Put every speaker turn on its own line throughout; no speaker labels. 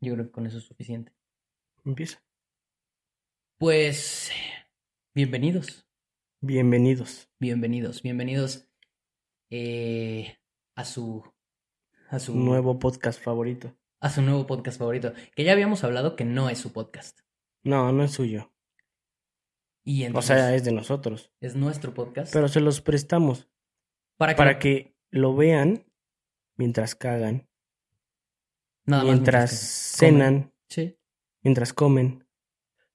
Yo creo que con eso es suficiente.
Empieza.
Pues, bienvenidos,
Bienvenidos.
bienvenidos, bienvenidos eh, a su a su
Nuevo podcast favorito.
a su nuevo podcast favorito, que ya habíamos hablado que no es su podcast.
No, no es suyo.
Y
O
entonces
sea, es de nosotros.
es nuestro podcast
Pero se los prestamos
para que,
para que lo vean mientras cagan,
nada más
mientras cenan,
que- sí,
mientras comen.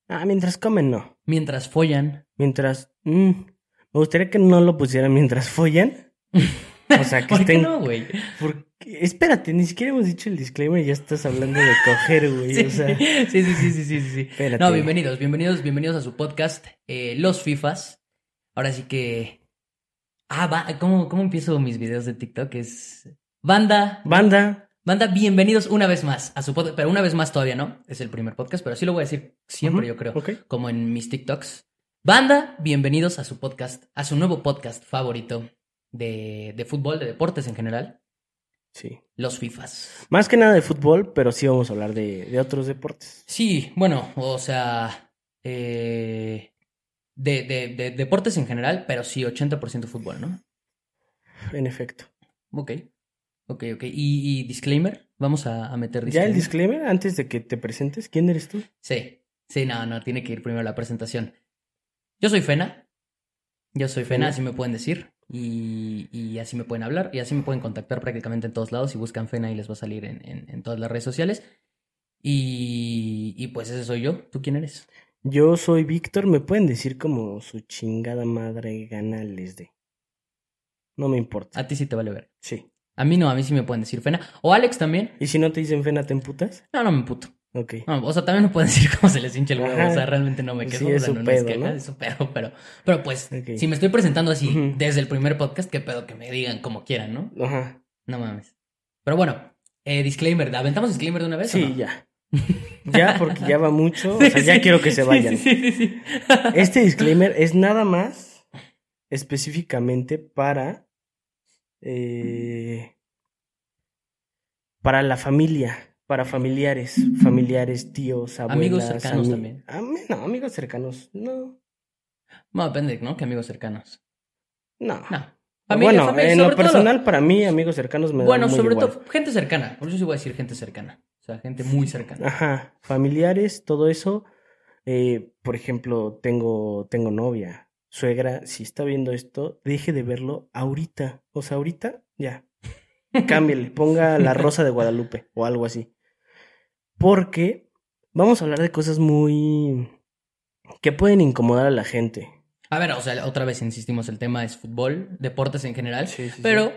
Ah, mientras comen no.
mientras follan.
Mientras... mm, me gustaría que no lo pusieran mientras follan. O sea, que
¿Por qué
estén...
no, güey?
Porque- Espérate, ni siquiera hemos dicho el disclaimer y ya estás hablando de coger, güey.
Sí,
O sea,
sí, sí, sí, sí, sí, sí.
espérate.
No, bienvenidos, bienvenidos, bienvenidos a su podcast, eh, Los Fifas. Ahora sí que. Ah, va, ¿cómo, ¿cómo empiezo mis videos de TikTok? Es. Banda,
Banda,
banda, bienvenidos una vez más a su podcast. Pero una vez más todavía, ¿no? Es el primer podcast, pero sí lo voy a decir siempre,
Ujú.
yo creo.
ok.
Como en mis TikToks. Banda, bienvenidos a su podcast, a su nuevo podcast favorito de, de fútbol, de deportes en general,
Sí.
Los Fifas.
Más que nada de fútbol, pero sí vamos a hablar de, de otros deportes.
Sí, bueno, o sea, eh, de, de, de deportes en general, pero sí 80% fútbol, ¿no?
En efecto.
Ok, ok, ok. ¿Y, y disclaimer? Vamos a, a meter
Ya el
disclaimer.
disclaimer, antes de que te presentes, ¿quién eres tú?
sí, sí, no, no, tiene que ir primero la presentación. Yo soy Fena, yo soy Fena,
Fena.
así me pueden decir y, y así me pueden hablar y así me pueden contactar prácticamente en todos lados. Si buscan Fena y les va a salir en, en- en todas las redes sociales. Y, y pues ese soy yo. ¿Tú quién eres?
Yo soy Víctor, me pueden decir como su chingada madre gana les dé. No me importa.
A ti sí te vale ver.
Sí.
A mí no, a mí sí me pueden decir Fena. O Alex también.
¿Y si no te dicen fena, te emputas?
No, no me puto.
Ok.
No, o sea, también me pueden decir cómo se les hincha el huevo.
Ajá. Pues
O sea, realmente no me quejo.
Sí,
o sea,
es su
no, no
pedo,
que-
¿no?
ajá, es su pedo, pero, pero pues,
Ok.
si me estoy presentando así
Ujú.
desde el primer podcast, qué pedo que me digan como quieran, ¿no?
Ajá.
No mames. Pero bueno, eh, disclaimer. ¿Aventamos disclaimer de una vez? o
Sí,
no?
ya. Ya, porque ya va mucho. O sea,
Sí,
ya
sí.
quiero que se
Sí,
vayan.
Sí, sí, sí.
Este disclaimer es nada más específicamente para. eh, para la familia, para familiares, familiares, tíos,
Amigos
abuelas.
cercanos también.
ami- no, amigos cercanos, no.
No, depende, ¿no? Que amigos cercanos.
No.
No.
bueno, en lo
sobre todo-
personal, para mí, amigos cercanos me
bueno,
dan muy
sobre
igual.
todo, gente cercana. Por eso sí voy a decir gente cercana. O sea, gente muy cercana.
Ajá, familiares, todo eso. Eh, por ejemplo, tengo, tengo novia, suegra, si está viendo esto, deje de verlo ahorita. O sea, ahorita ya. Cámbiale, ponga la rosa de Guadalupe o algo así. Porque vamos a hablar de cosas muy... que pueden incomodar a la gente.
A ver, o sea, otra vez insistimos, el tema es fútbol, deportes en general,
Sí, sí, sí.
pero,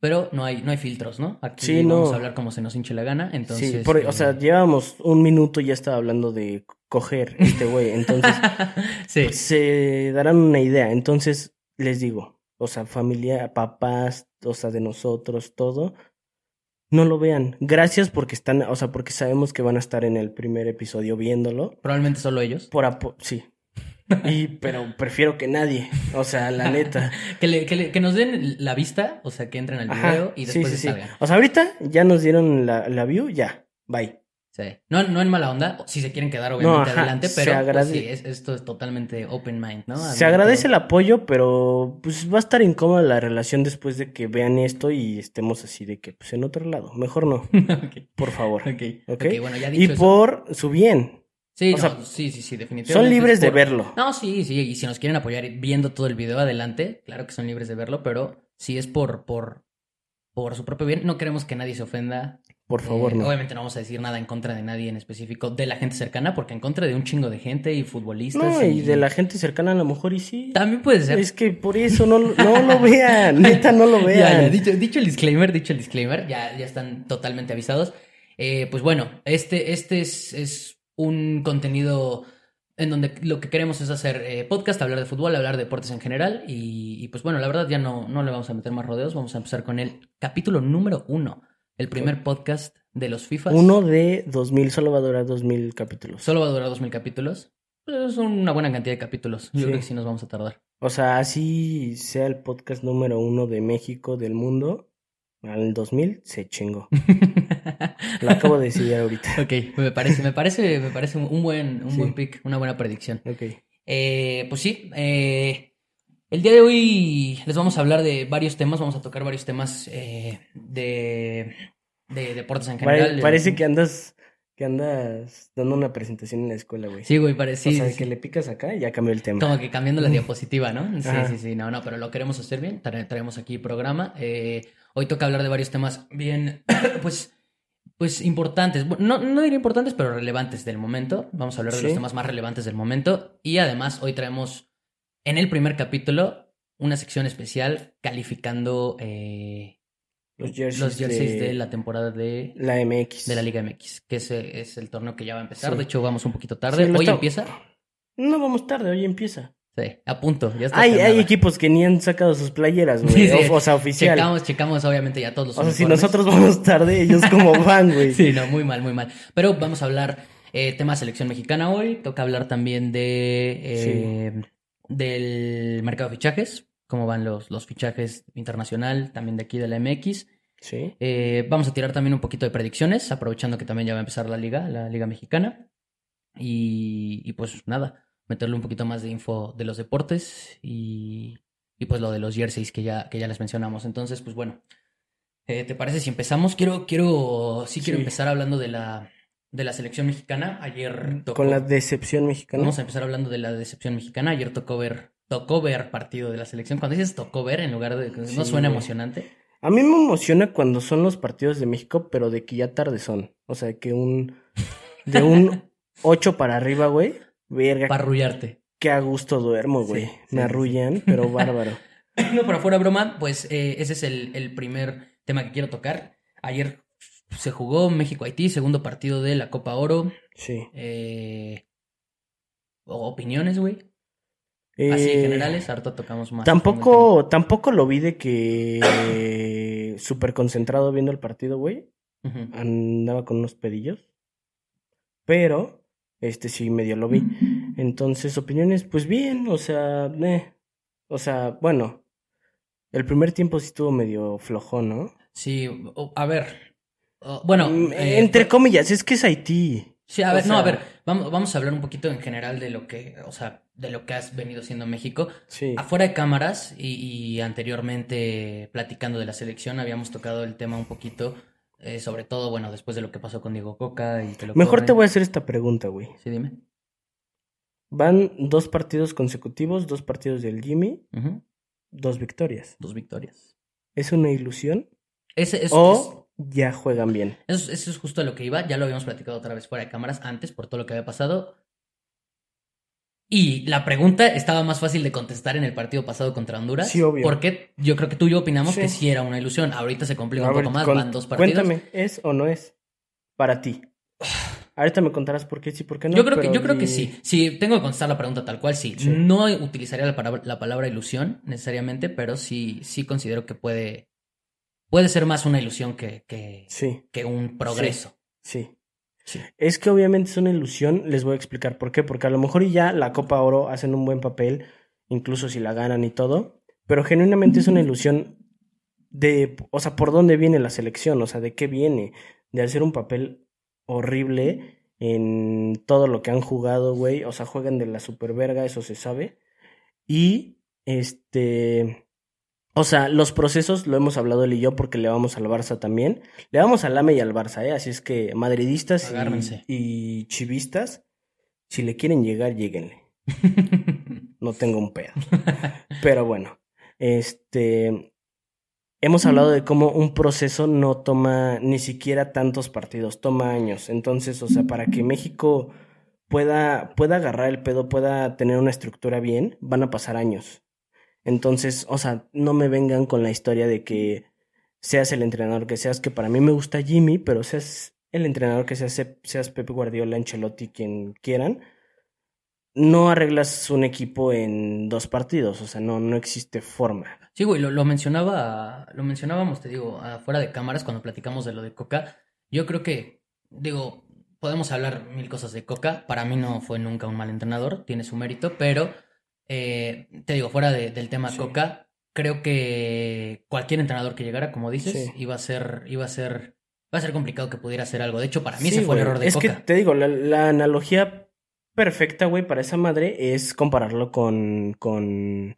pero no hay, no hay filtros, ¿no? Aquí
Sí,
vamos
no.
a hablar como se nos hinche la gana, entonces.
sí, por-
eh,
o sea, llevábamos un minuto y ya estaba hablando de coger este güey. Entonces,
sí,
se darán una idea. Entonces, les digo, o sea, familia, papás, o sea, de nosotros, todo, no lo vean. Gracias porque están, o sea, porque sabemos que van a estar en el primer episodio viéndolo.
probablemente solo ellos.
Por apo sí. Y, pero prefiero que nadie, o sea, la neta.
Que, le- que, le- que nos den la vista, o sea, que entren al
Ajá,
video y
sí,
después
sí,
se
sí.
salgan.
O sea, ahorita ya nos dieron la, la view, ya, bye.
Sí. No, no en mala onda, si se quieren quedar, obviamente
No, ajá,
adelante,
se
pero pues,
agradece.
sí, es- esto es totalmente open mind, ¿no?
Se agradece el apoyo, pero pues va a estar incómoda la relación después de que vean esto y estemos así de que, pues en otro lado, mejor no,
okay,
por favor.
ok,
Ok.
ok, bueno, ya
Y
dicho eso.
por su bien.
Sí,
o
no,
sea,
sí, sí, sí, definitivamente.
Son libres
es
de
por-
verlo.
No, sí, sí, y si nos quieren apoyar viendo todo el video adelante, claro que son libres de verlo, pero si es por, por, por su propio bien, no queremos que nadie se ofenda.
Por
Eh,
favor, no.
Obviamente no vamos a decir nada en contra de nadie en específico, de la gente cercana, porque en contra de un chingo de gente y futbolistas.
No, y de la gente cercana a lo mejor y sí.
También puede ser.
Es que por eso no, lo- no lo vean. Neta, no lo
Ya, ya,
vean.
dicho, dicho el disclaimer, dicho el disclaimer, ya, ya están totalmente avisados. Eh, pues bueno, este, este es, es un contenido en donde lo que queremos es hacer eh, podcast, hablar de fútbol, hablar de deportes en general. Y, y pues bueno, la verdad ya no, no le vamos a meter más rodeos, vamos a empezar con el capítulo número uno, el primer podcast de los FIFAs.
Uno de dos mil, solo va a durar dos mil capítulos.
Solo va a durar dos mil capítulos. Pues es una buena cantidad de capítulos. Yo
Sí.
creo que sí nos vamos a tardar.
O sea, así sea el podcast número uno de México, del mundo, al 2000 se chingó. La acabo de decidir ahorita.
Ok, me parece, me parece, me parece un buen, un
Sí.
buen pick, una buena predicción.
Ok.
Eh, pues sí, eh, el día de hoy les vamos a hablar de varios temas, vamos a tocar varios temas eh, de, de deportes en
Pare-
general.
parece que andas, que andas dando una presentación en la escuela, güey.
Sí, güey, parece.
o
sí,
sea,
sí,
que
sí.
le picas acá y ya cambió el tema.
Como que cambiando la diapositiva, ¿no? Sí,
Ajá.
sí, sí, no, no, pero lo queremos hacer bien. tra- traemos aquí programa. Eh, hoy toca hablar de varios temas bien, pues, pues importantes. Bu- No, no diría importantes, pero relevantes del momento. Vamos a hablar de los
Sí.
temas más relevantes del momento. Y además, hoy traemos en el primer capítulo una sección especial calificando eh,
Los jerseys,
los jerseys de...
de
la temporada de,
la MX.
de la Liga MX, que ese es el torneo que ya va a empezar.
Sí.
De hecho, vamos un poquito tarde.
Sí, lo
hoy
está-
empieza.
No vamos tarde, hoy empieza.
Sí, a punto. Ya está
Hay,
planeada.
hay equipos que ni han sacado sus playeras, güey.
Sí, sí.
O, o sea, oficial.
Checamos, checamos obviamente ya todos los
o sea, si
uniformes.
nosotros vamos tarde, ellos como van, güey.
Sí, no, muy mal, muy mal. Pero vamos a hablar eh, tema selección mexicana hoy. Toca hablar también de eh, del mercado de fichajes. Cómo van los, los fichajes internacional, también de aquí de la MX.
Sí.
Eh, vamos a tirar también un poquito de predicciones, aprovechando que también ya va a empezar la liga, la liga mexicana. Y, y pues nada, meterle un poquito más de info de los deportes y, y pues lo de los jerseys que ya, que ya les mencionamos. Entonces, pues bueno, eh, ¿te parece si empezamos? Quiero, quiero, sí quiero
Sí.
empezar hablando de la, de la selección mexicana. Ayer tocó,
Mm, Con la decepción mexicana.
vamos a empezar hablando de la decepción mexicana. Ayer tocó ver, tocó ver partido de la selección. Cuando dices tocó ver, en lugar de, no
Sí,
suena
güey.
emocionante.
A mí me emociona cuando son los partidos de México, pero de que ya tarde son. O sea, que un. De un 8 para arriba, güey. Verga,
Para arrullarte.
qué a gusto duermo, güey.
Sí, sí,
me arrullan, pero bárbaro.
No, pero fuera de broma, pues eh, ese es el, el primer tema que quiero tocar. Ayer se jugó México-Haití, segundo partido de la Copa Oro.
Sí.
Eh, o- opiniones, güey. Así
Eh,
generales, ahorita tocamos más.
Tampoco, tampoco lo vi de que súper concentrado viendo el partido, güey.
el tema. Ujú.
Andaba con unos pedillos. Pero, este sí medio lo vi. Entonces, opiniones, pues bien, o sea, eh. O sea, bueno. El primer tiempo sí estuvo medio flojo, ¿no?
Sí, o- a ver. o- bueno,
Mm,
eh,
Entre comillas, es que es Haití.
Sí, a
O
ver, no, a
sea-
ver, vamos, vamos a hablar un poquito en general de lo que, o sea, de lo que has venido siendo México.
Sí.
Afuera de cámaras y, y anteriormente platicando de la selección, habíamos tocado el tema un poquito, eh, sobre todo, bueno, después de lo que pasó con Diego Coca y que lo
Mejor te
corren.
voy a hacer esta pregunta, güey.
Sí, dime.
Van dos partidos consecutivos, dos partidos del Jimmy,
Ujú,
dos victorias.
Dos victorias.
¿Es una ilusión?
Ese, eso,
¿O ya juegan bien?
es, eso es- eso es justo a lo que iba, ya lo habíamos platicado otra vez fuera de cámaras antes por todo lo que había pasado. Y la pregunta estaba más fácil de contestar en el partido pasado contra Honduras.
Sí, obvio.
Porque yo creo que tú y yo opinamos
Sí.
que sí era una ilusión. Ahorita se complica
A
un
ver,
poco más,
con-
van dos partidos.
Cuéntame, ¿es o no es? Para ti. Ahorita me contarás por qué sí, por qué no.
yo creo,
pero
que, yo creo que
di-
sí. Sí, tengo que contestar la pregunta tal cual, sí.
Sí.
No utilizaría la palabra, la palabra ilusión necesariamente, pero sí, sí considero que puede, puede ser más una ilusión que, que,
Sí,
que un progreso.
sí.
Sí.
Es que obviamente es una ilusión, les voy a explicar por qué, porque a lo mejor y ya la Copa Oro hacen un buen papel, incluso si la ganan y todo, pero genuinamente es una ilusión de, o sea, por dónde viene la selección, o sea, de qué viene, de hacer un papel horrible en todo lo que han jugado, güey, o sea, juegan de la superverga, eso se sabe, y este, o sea, los procesos lo hemos hablado él y yo porque le vamos al Barça también, le vamos al AME y al Barça, ¿eh? Así es que madridistas y-
Agárrense.
y chivistas, si le quieren llegar, lléguenle no tengo un pedo. Pero bueno, este hemos hablado de cómo un proceso no toma ni siquiera tantos partidos, toma años. Entonces, o sea, para que México pueda pueda agarrar el pedo, pueda tener una estructura bien, van a pasar años. Entonces, o sea, no me vengan con la historia de que seas el entrenador que seas, que para mí me gusta Jimmy, pero seas el entrenador que seas, seas Pepe Guardiola, Ancelotti, quien quieran, no arreglas un equipo en dos partidos, o sea, no, no existe forma.
Sí, güey, lo, lo mencionaba, lo mencionábamos, te digo, afuera de cámaras cuando platicamos de lo de Coca. Yo creo que, digo, podemos hablar mil cosas de Coca. Para mí no fue nunca un mal entrenador, tiene su mérito, pero eh, te digo, fuera de- del tema
Sí.
Coca, creo que cualquier entrenador que llegara, como dices,
Sí.
iba a ser, iba a ser va a ser complicado que pudiera hacer algo. De hecho, para mí
Sí,
ese fue el
güey.
error de
Es
Coca.
que te digo, la, la analogía perfecta, güey, para esa madre es compararlo con, con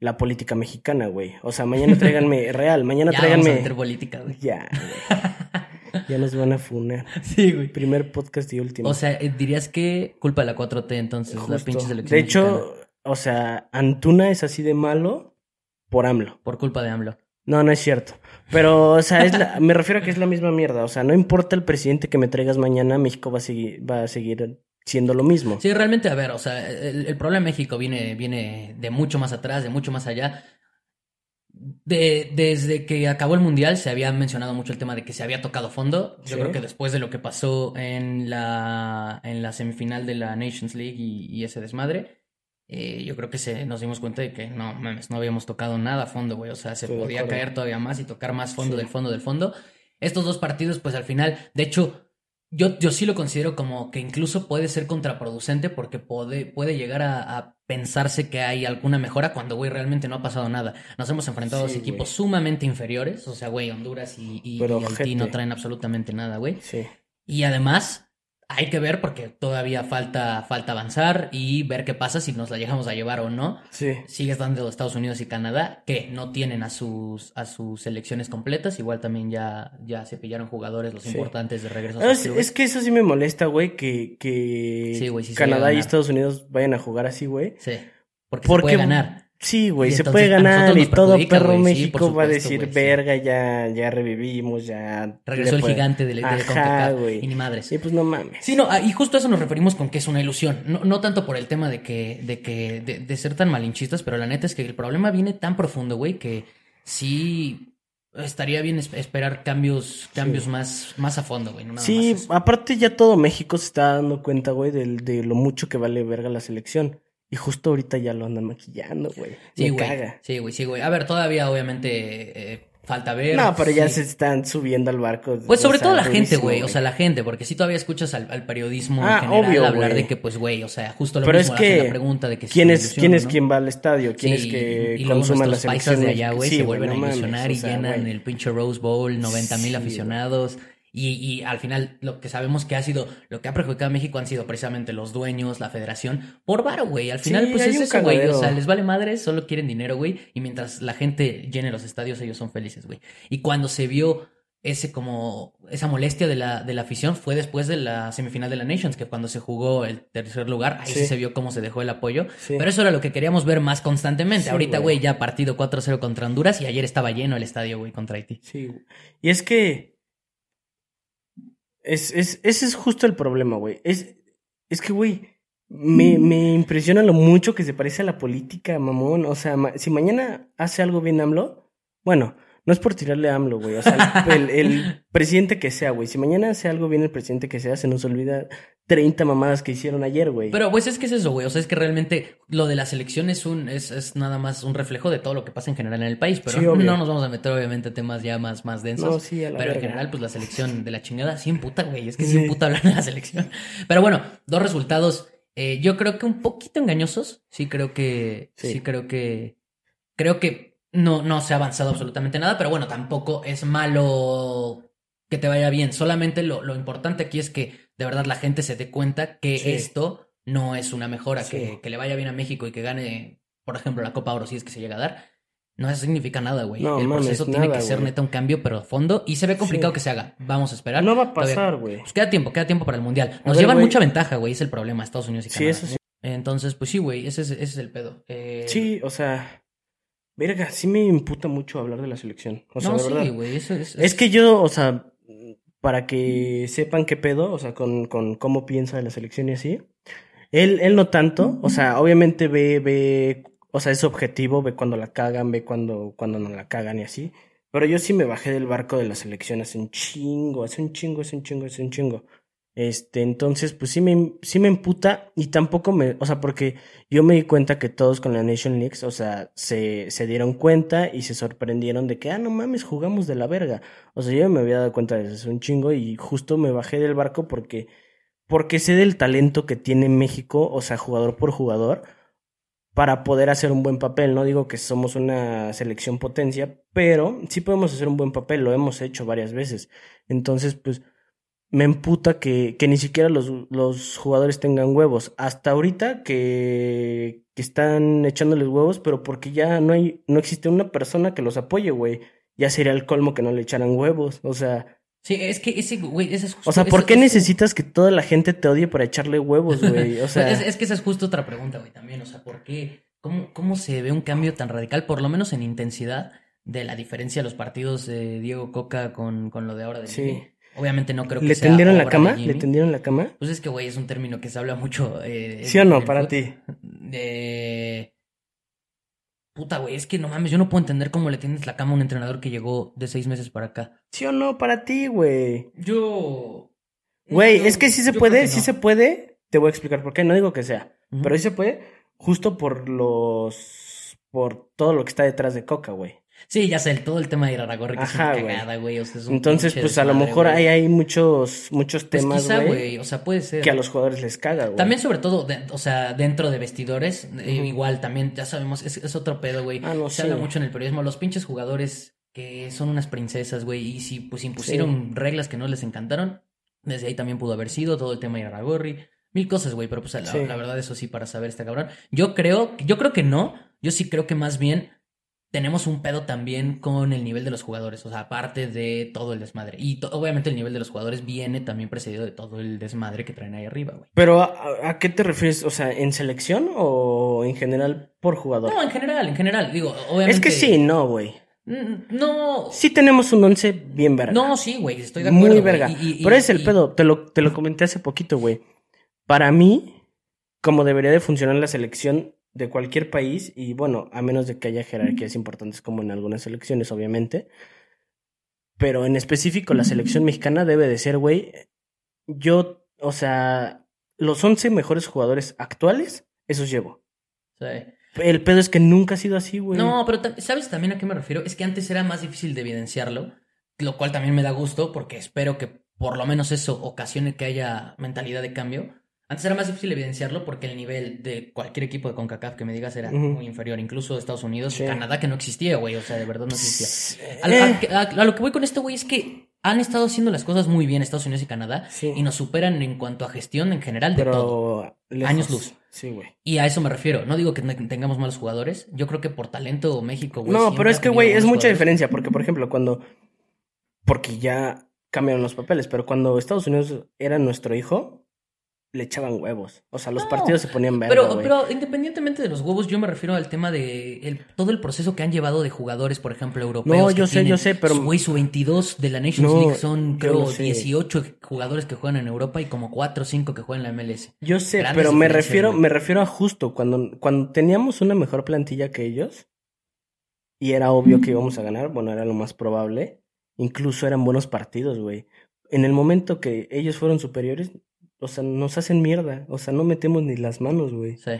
la política mexicana, güey. O sea, mañana tráiganme real, mañana
ya vamos a
tráiganme.
meter política, güey.
Ya, güey. ya nos van a funar.
Sí, güey.
Primer podcast y último.
O sea, eh, dirías que culpa de la 4T entonces, las
Justo.
pinches elecciones.
de hecho,
mexicanas,
o sea, Antuna es así de malo por AMLO.
por culpa de AMLO.
No, no es cierto. Pero, o sea, es la- me refiero a que es la misma mierda. O sea, no importa el presidente que me traigas mañana, México va a seguir, va a seguir siendo lo mismo.
Sí, realmente, a ver, o sea, el, el problema de México viene, viene de mucho más atrás, de mucho más allá. De, desde que acabó el Mundial se había mencionado mucho el tema de que se había tocado fondo. Yo
Sí.
creo que después de lo que pasó en la, en la semifinal de la Nations League y, y ese desmadre, eh, yo creo que se, nos dimos cuenta de que no mames, no habíamos tocado nada a fondo, güey. O sea, se
Estoy de
podía
acuerdo.
caer todavía más y tocar más fondo
Sí.
del fondo del fondo. Estos dos partidos, pues al final, de hecho, yo, yo sí lo considero como que incluso puede ser contraproducente porque puede, puede llegar a, a pensarse que hay alguna mejora cuando, güey, realmente no ha pasado nada. Nos hemos enfrentado a
Sí,
dos equipos
güey.
sumamente inferiores, o sea, güey, Honduras y, y-
Pero
y Haití no
ojete.
traen absolutamente nada, güey.
Sí.
Y además, hay que ver porque todavía falta, falta avanzar y ver qué pasa si nos la llegamos a llevar o no.
Sí.
Sigue estando Estados Unidos y Canadá, que no tienen a sus, a sus selecciones completas. Igual también ya, ya se pillaron jugadores los
Sí.
importantes de regreso a sus
Es,
clubes.
es que eso sí me molesta, güey, que, que
Sí, güey, sí se llega a
Canadá y
ganar.
Estados Unidos vayan a jugar así, güey.
Sí. Porque,
Porque-
se puede ganar.
Sí, güey,
Y
se
entonces
puede
a nosotros
ganar y
nos
todo
perjudica,
perro
güey, sí,
México
por
va a
supuesto,
decir,
güey, sí.
verga, ya, ya revivimos, ya...
Regresó
le
el
puede-".
gigante de, de
Ajá,
CONCACAF
güey.
y ni madres.
Sí, pues no mames.
Sí, no, ah, y justo a eso nos referimos con que es una ilusión. No, no tanto por el tema de que, de que, de, de ser tan malinchistas, pero la neta es que el problema viene tan profundo, güey, que sí estaría bien es- esperar cambios, cambios más, más a fondo, güey. no nada
Sí,
más eso.
aparte ya todo México se está dando cuenta, güey, del- de, lo mucho que vale verga la selección. Y justo ahorita ya lo andan maquillando, güey.
Sí,
Me
güey.
caga.
Sí, güey, sí, güey. A ver, todavía obviamente eh, falta ver.
no, pero ya
sí.
se están subiendo al barco.
Pues
o
sobre
sea,
todo la gente,
durísimo,
güey, o sea, la gente, porque si todavía escuchas al, al periodismo
Ah,
en general
obvio,
hablar
güey.
de que, pues, güey, o sea, justo lo
Pero
mismo
es
hacen la
que-
pregunta de que si
¿Quién
te
es,
ilusiona
quién
o
es
Este, no.
quien va al estadio? ¿Quién
Sí,
es que
y luego
consuma las
nuestros paisas de
selecciones?
allá, güey,
Sí,
se vuelven
no
a
mames,
ilusionar
o sea,
y llenan
güey.
el pinche Rose Bowl, 90
Sí,
mil
güey.
aficionados. Y, y al final, lo que sabemos que ha sido, lo que ha perjudicado a México han sido precisamente los dueños, la federación, por varo, güey. Al final,
Sí,
pues
hay
es
un
eso, güey. O
cagadero.
sea, les vale madre, solo quieren dinero, güey. Y mientras la gente llene los estadios, ellos son felices, güey. Y cuando se vio ese como esa molestia de la, de la afición fue después de la semifinal de la Nations, que cuando se jugó el tercer lugar, ahí
Sí.
sí se vio cómo se dejó el apoyo.
Sí.
Pero eso era lo que queríamos ver más constantemente.
Sí,
Ahorita,
güey.
güey, ya partido 4-0 contra Honduras y ayer estaba lleno el estadio, güey, contra Haití.
Sí, güey. Y es que. Es, es, ese es justo el problema, güey. Es, es que, güey, me, me impresiona lo mucho que se parece a la política, mamón. O sea, ma- si mañana hace algo bien AMLO, bueno, no es por tirarle a AMLO, güey. O sea, el, el- el presidente que sea, güey. Si mañana hace algo bien el presidente que sea, se nos olvida 30 mamadas que hicieron ayer, güey.
Pero pues es que es eso, güey. O sea, es que realmente lo de la selección es un, es, es nada más un reflejo de todo lo que pasa en general en el país. Pero
Sí, obvio.
no nos vamos a meter, obviamente, a temas ya más, más densos.
No, sí, a la
Pero en
verga.
general, pues la selección de la chingada, sí puta, güey. Es que
Sí.
sí puta hablar de la selección. Pero bueno, dos resultados. eh, yo creo que un poquito engañosos. Sí, creo que. Sí,
Sí.
creo que. Creo que no, no se ha avanzado absolutamente nada. Pero bueno, tampoco es malo que te vaya bien. Solamente lo, lo importante aquí es que de verdad la gente se dé cuenta que
Sí.
esto no es una mejora.
Sí.
Que, que le vaya bien a México y que gane, por ejemplo, la Copa Oro, si es que se llega a dar. No significa nada, güey.
No,
El
mames,
proceso tiene
nada,
que ser
güey.
neta un cambio, pero a fondo. Y se ve complicado
Sí.
que se haga. Vamos a esperar.
no va a
Todavía-
pasar, güey.
Pues queda tiempo, queda tiempo para el mundial. Nos
ver,
llevan
güey.
mucha ventaja, güey. Es el problema, Estados Unidos y Canadá.
Sí, eso sí.
Entonces, pues sí, güey. Ese es, ese es el pedo. Eh,
Sí, o sea. Verga, sí me imputa mucho hablar de la selección. O sea,
no,
de verdad.
sí, güey. Eso es.
Es que yo, o sea, para que sepan qué pedo, o sea, con, con cómo piensa de la selección y así. Él, él no tanto, o sea, obviamente ve, ve, o sea, es objetivo, ve cuando la cagan, ve cuando, cuando no la cagan y así. Pero yo sí me bajé del barco de la selección hace un chingo, hace un chingo, hace un chingo, hace un chingo. Este, entonces, pues sí me, sí me emputa y tampoco me, o sea, porque yo me di cuenta que todos con la Nation Leagues, o sea, se, se dieron cuenta y se sorprendieron de que, ah, no mames, jugamos de la verga. O sea, yo me había dado cuenta desde hace un chingo y justo me bajé del barco porque, porque sé del talento que tiene México, o sea, jugador por jugador, para poder hacer un buen papel. No digo que somos una selección potencia, pero sí podemos hacer un buen papel, lo hemos hecho varias veces. Entonces, pues me emputa que, que ni siquiera los, los, jugadores tengan huevos. Hasta ahorita que, que están echándoles huevos, pero porque ya no, hay, no existe una persona que los apoye, güey. Ya sería el colmo que no le echaran huevos. O sea,
Sí, es que ese, güey, ese es justo.
O sea, ¿por qué es, necesitas que toda la gente te odie para echarle huevos, güey? O sea...
es, es, que esa es justo otra pregunta, güey, también. O sea, ¿por qué? ¿Cómo, ¿Cómo se ve un cambio tan radical, por lo menos en intensidad, de la diferencia de los partidos de Diego Coca con, con lo de ahora de
Sí.
Jimmy? Obviamente no creo que
¿Le
sea
tendieron la
obra
cama?
de Jimmy.
¿Le tendieron la cama?
Pues es que, güey, es un término que se habla mucho. eh,
¿Sí o
en
no?
el
Para
fut-
ti.
Eh, Puta, güey, es que no mames, yo no puedo entender cómo le tiendes la cama a un entrenador que llegó de seis meses para acá.
¿Sí o no? Para ti, güey.
Yo.
Güey,
yo-
es que sí se
yo
puede,
creo que
sí
no.
se puede. Te voy a explicar por qué, no digo que sea.
Ujú.
Pero sí se puede justo por los... Por todo lo que está detrás de Coca, güey.
Sí, ya sé, el- todo el tema de Iraragorri que
Ajá,
es una
güey.
cagada, güey. O sea, es un
Entonces,
pinche
pues a lo
desmadre,
mejor
güey.
ahí hay muchos, muchos
Pues
temas,
quizá,
güey,
güey, o sea, puede ser.
que a los jugadores les caga, güey.
También, sobre todo, de- o sea, dentro de vestidores, eh,
Ujú.
igual también, ya sabemos, es, es otro pedo, güey.
Ah, no,
Se
sí.
habla mucho en el periodismo, los pinches jugadores que son unas princesas, güey, y si pues impusieron reglas que no les encantaron, desde ahí también pudo haber sido todo el tema de Iraragorri, mil cosas, güey, pero pues la,
Sí.
la verdad eso sí para saber está cabrón. Yo creo, yo creo que no, yo sí creo que más bien tenemos un pedo también con el nivel de los jugadores, o sea, aparte de todo el desmadre. Y to- obviamente el nivel de los jugadores viene también precedido de todo el desmadre que traen ahí arriba, güey.
Pero ¿a, a qué te refieres? O sea, ¿en selección o en general por jugador?
No, en general, en general, digo, obviamente.
es que sí, no, güey.
Mm, No.
Sí tenemos un once bien verga.
No, sí, güey, estoy de acuerdo.
muy
güey,
verga.
y- y-
Pero
y-
es el
y-
pedo, te lo, te lo comenté hace poquito, güey. Para mí, como debería de funcionar la selección de cualquier país, y bueno, a menos de que haya jerarquías importantes como en algunas selecciones, obviamente. Pero en específico, la selección mexicana debe de ser, güey, yo, o sea, los 11 mejores jugadores actuales, esos llevo.
Sí.
El pedo es que nunca ha sido así, güey.
No, pero ta- ¿sabes también a qué me refiero? Es que antes era más difícil de evidenciarlo, lo cual también me da gusto porque espero que por lo menos eso ocasione que haya mentalidad de cambio. Antes era más difícil evidenciarlo porque el nivel de cualquier equipo de CONCACAF que me digas era
Ujú.
muy inferior, incluso Estados Unidos
Sí.
y Canadá que no existía, güey, o sea, de verdad no existía.
Pss,
A, lo-
eh,
a- a- a lo que voy con esto, güey, es que han estado haciendo las cosas muy bien Estados Unidos y Canadá
Sí.
y nos superan en cuanto a gestión en general de todo.
pero lejos.
Años luz.
Sí, güey.
Y a eso me refiero. No digo que ne- tengamos malos jugadores. Yo creo que por talento México, güey.
No,
siempre
pero es
ha
que,
tenido
güey, es
buenos
mucha
jugadores.
diferencia, porque, por ejemplo, cuando... Porque ya cambiaron los papeles, pero cuando Estados Unidos era nuestro hijo, le echaban huevos. O sea, los
No,
partidos se ponían verga,
Pero,
güey.
pero independientemente de los huevos, yo me refiero al tema de el- todo el proceso que han llevado de jugadores, por ejemplo, europeos.
No,
que
yo sé,
tienen-
yo sé, pero-
su- Güey, su 22 de la Nations
No,
League son,
yo
creo,
lo sé.
18 jugadores que juegan en Europa y como 4 o 5 que juegan en la MLS.
Yo sé,
grandes
pero me
diferencias,
refiero,
güey.
me refiero a justo cuando, cuando teníamos una mejor plantilla que ellos, y era obvio que íbamos a ganar, bueno, era lo más probable. Incluso eran buenos partidos, güey. En el momento que ellos fueron superiores, o sea, nos hacen mierda. O sea, no metemos ni las manos, güey.
Sí,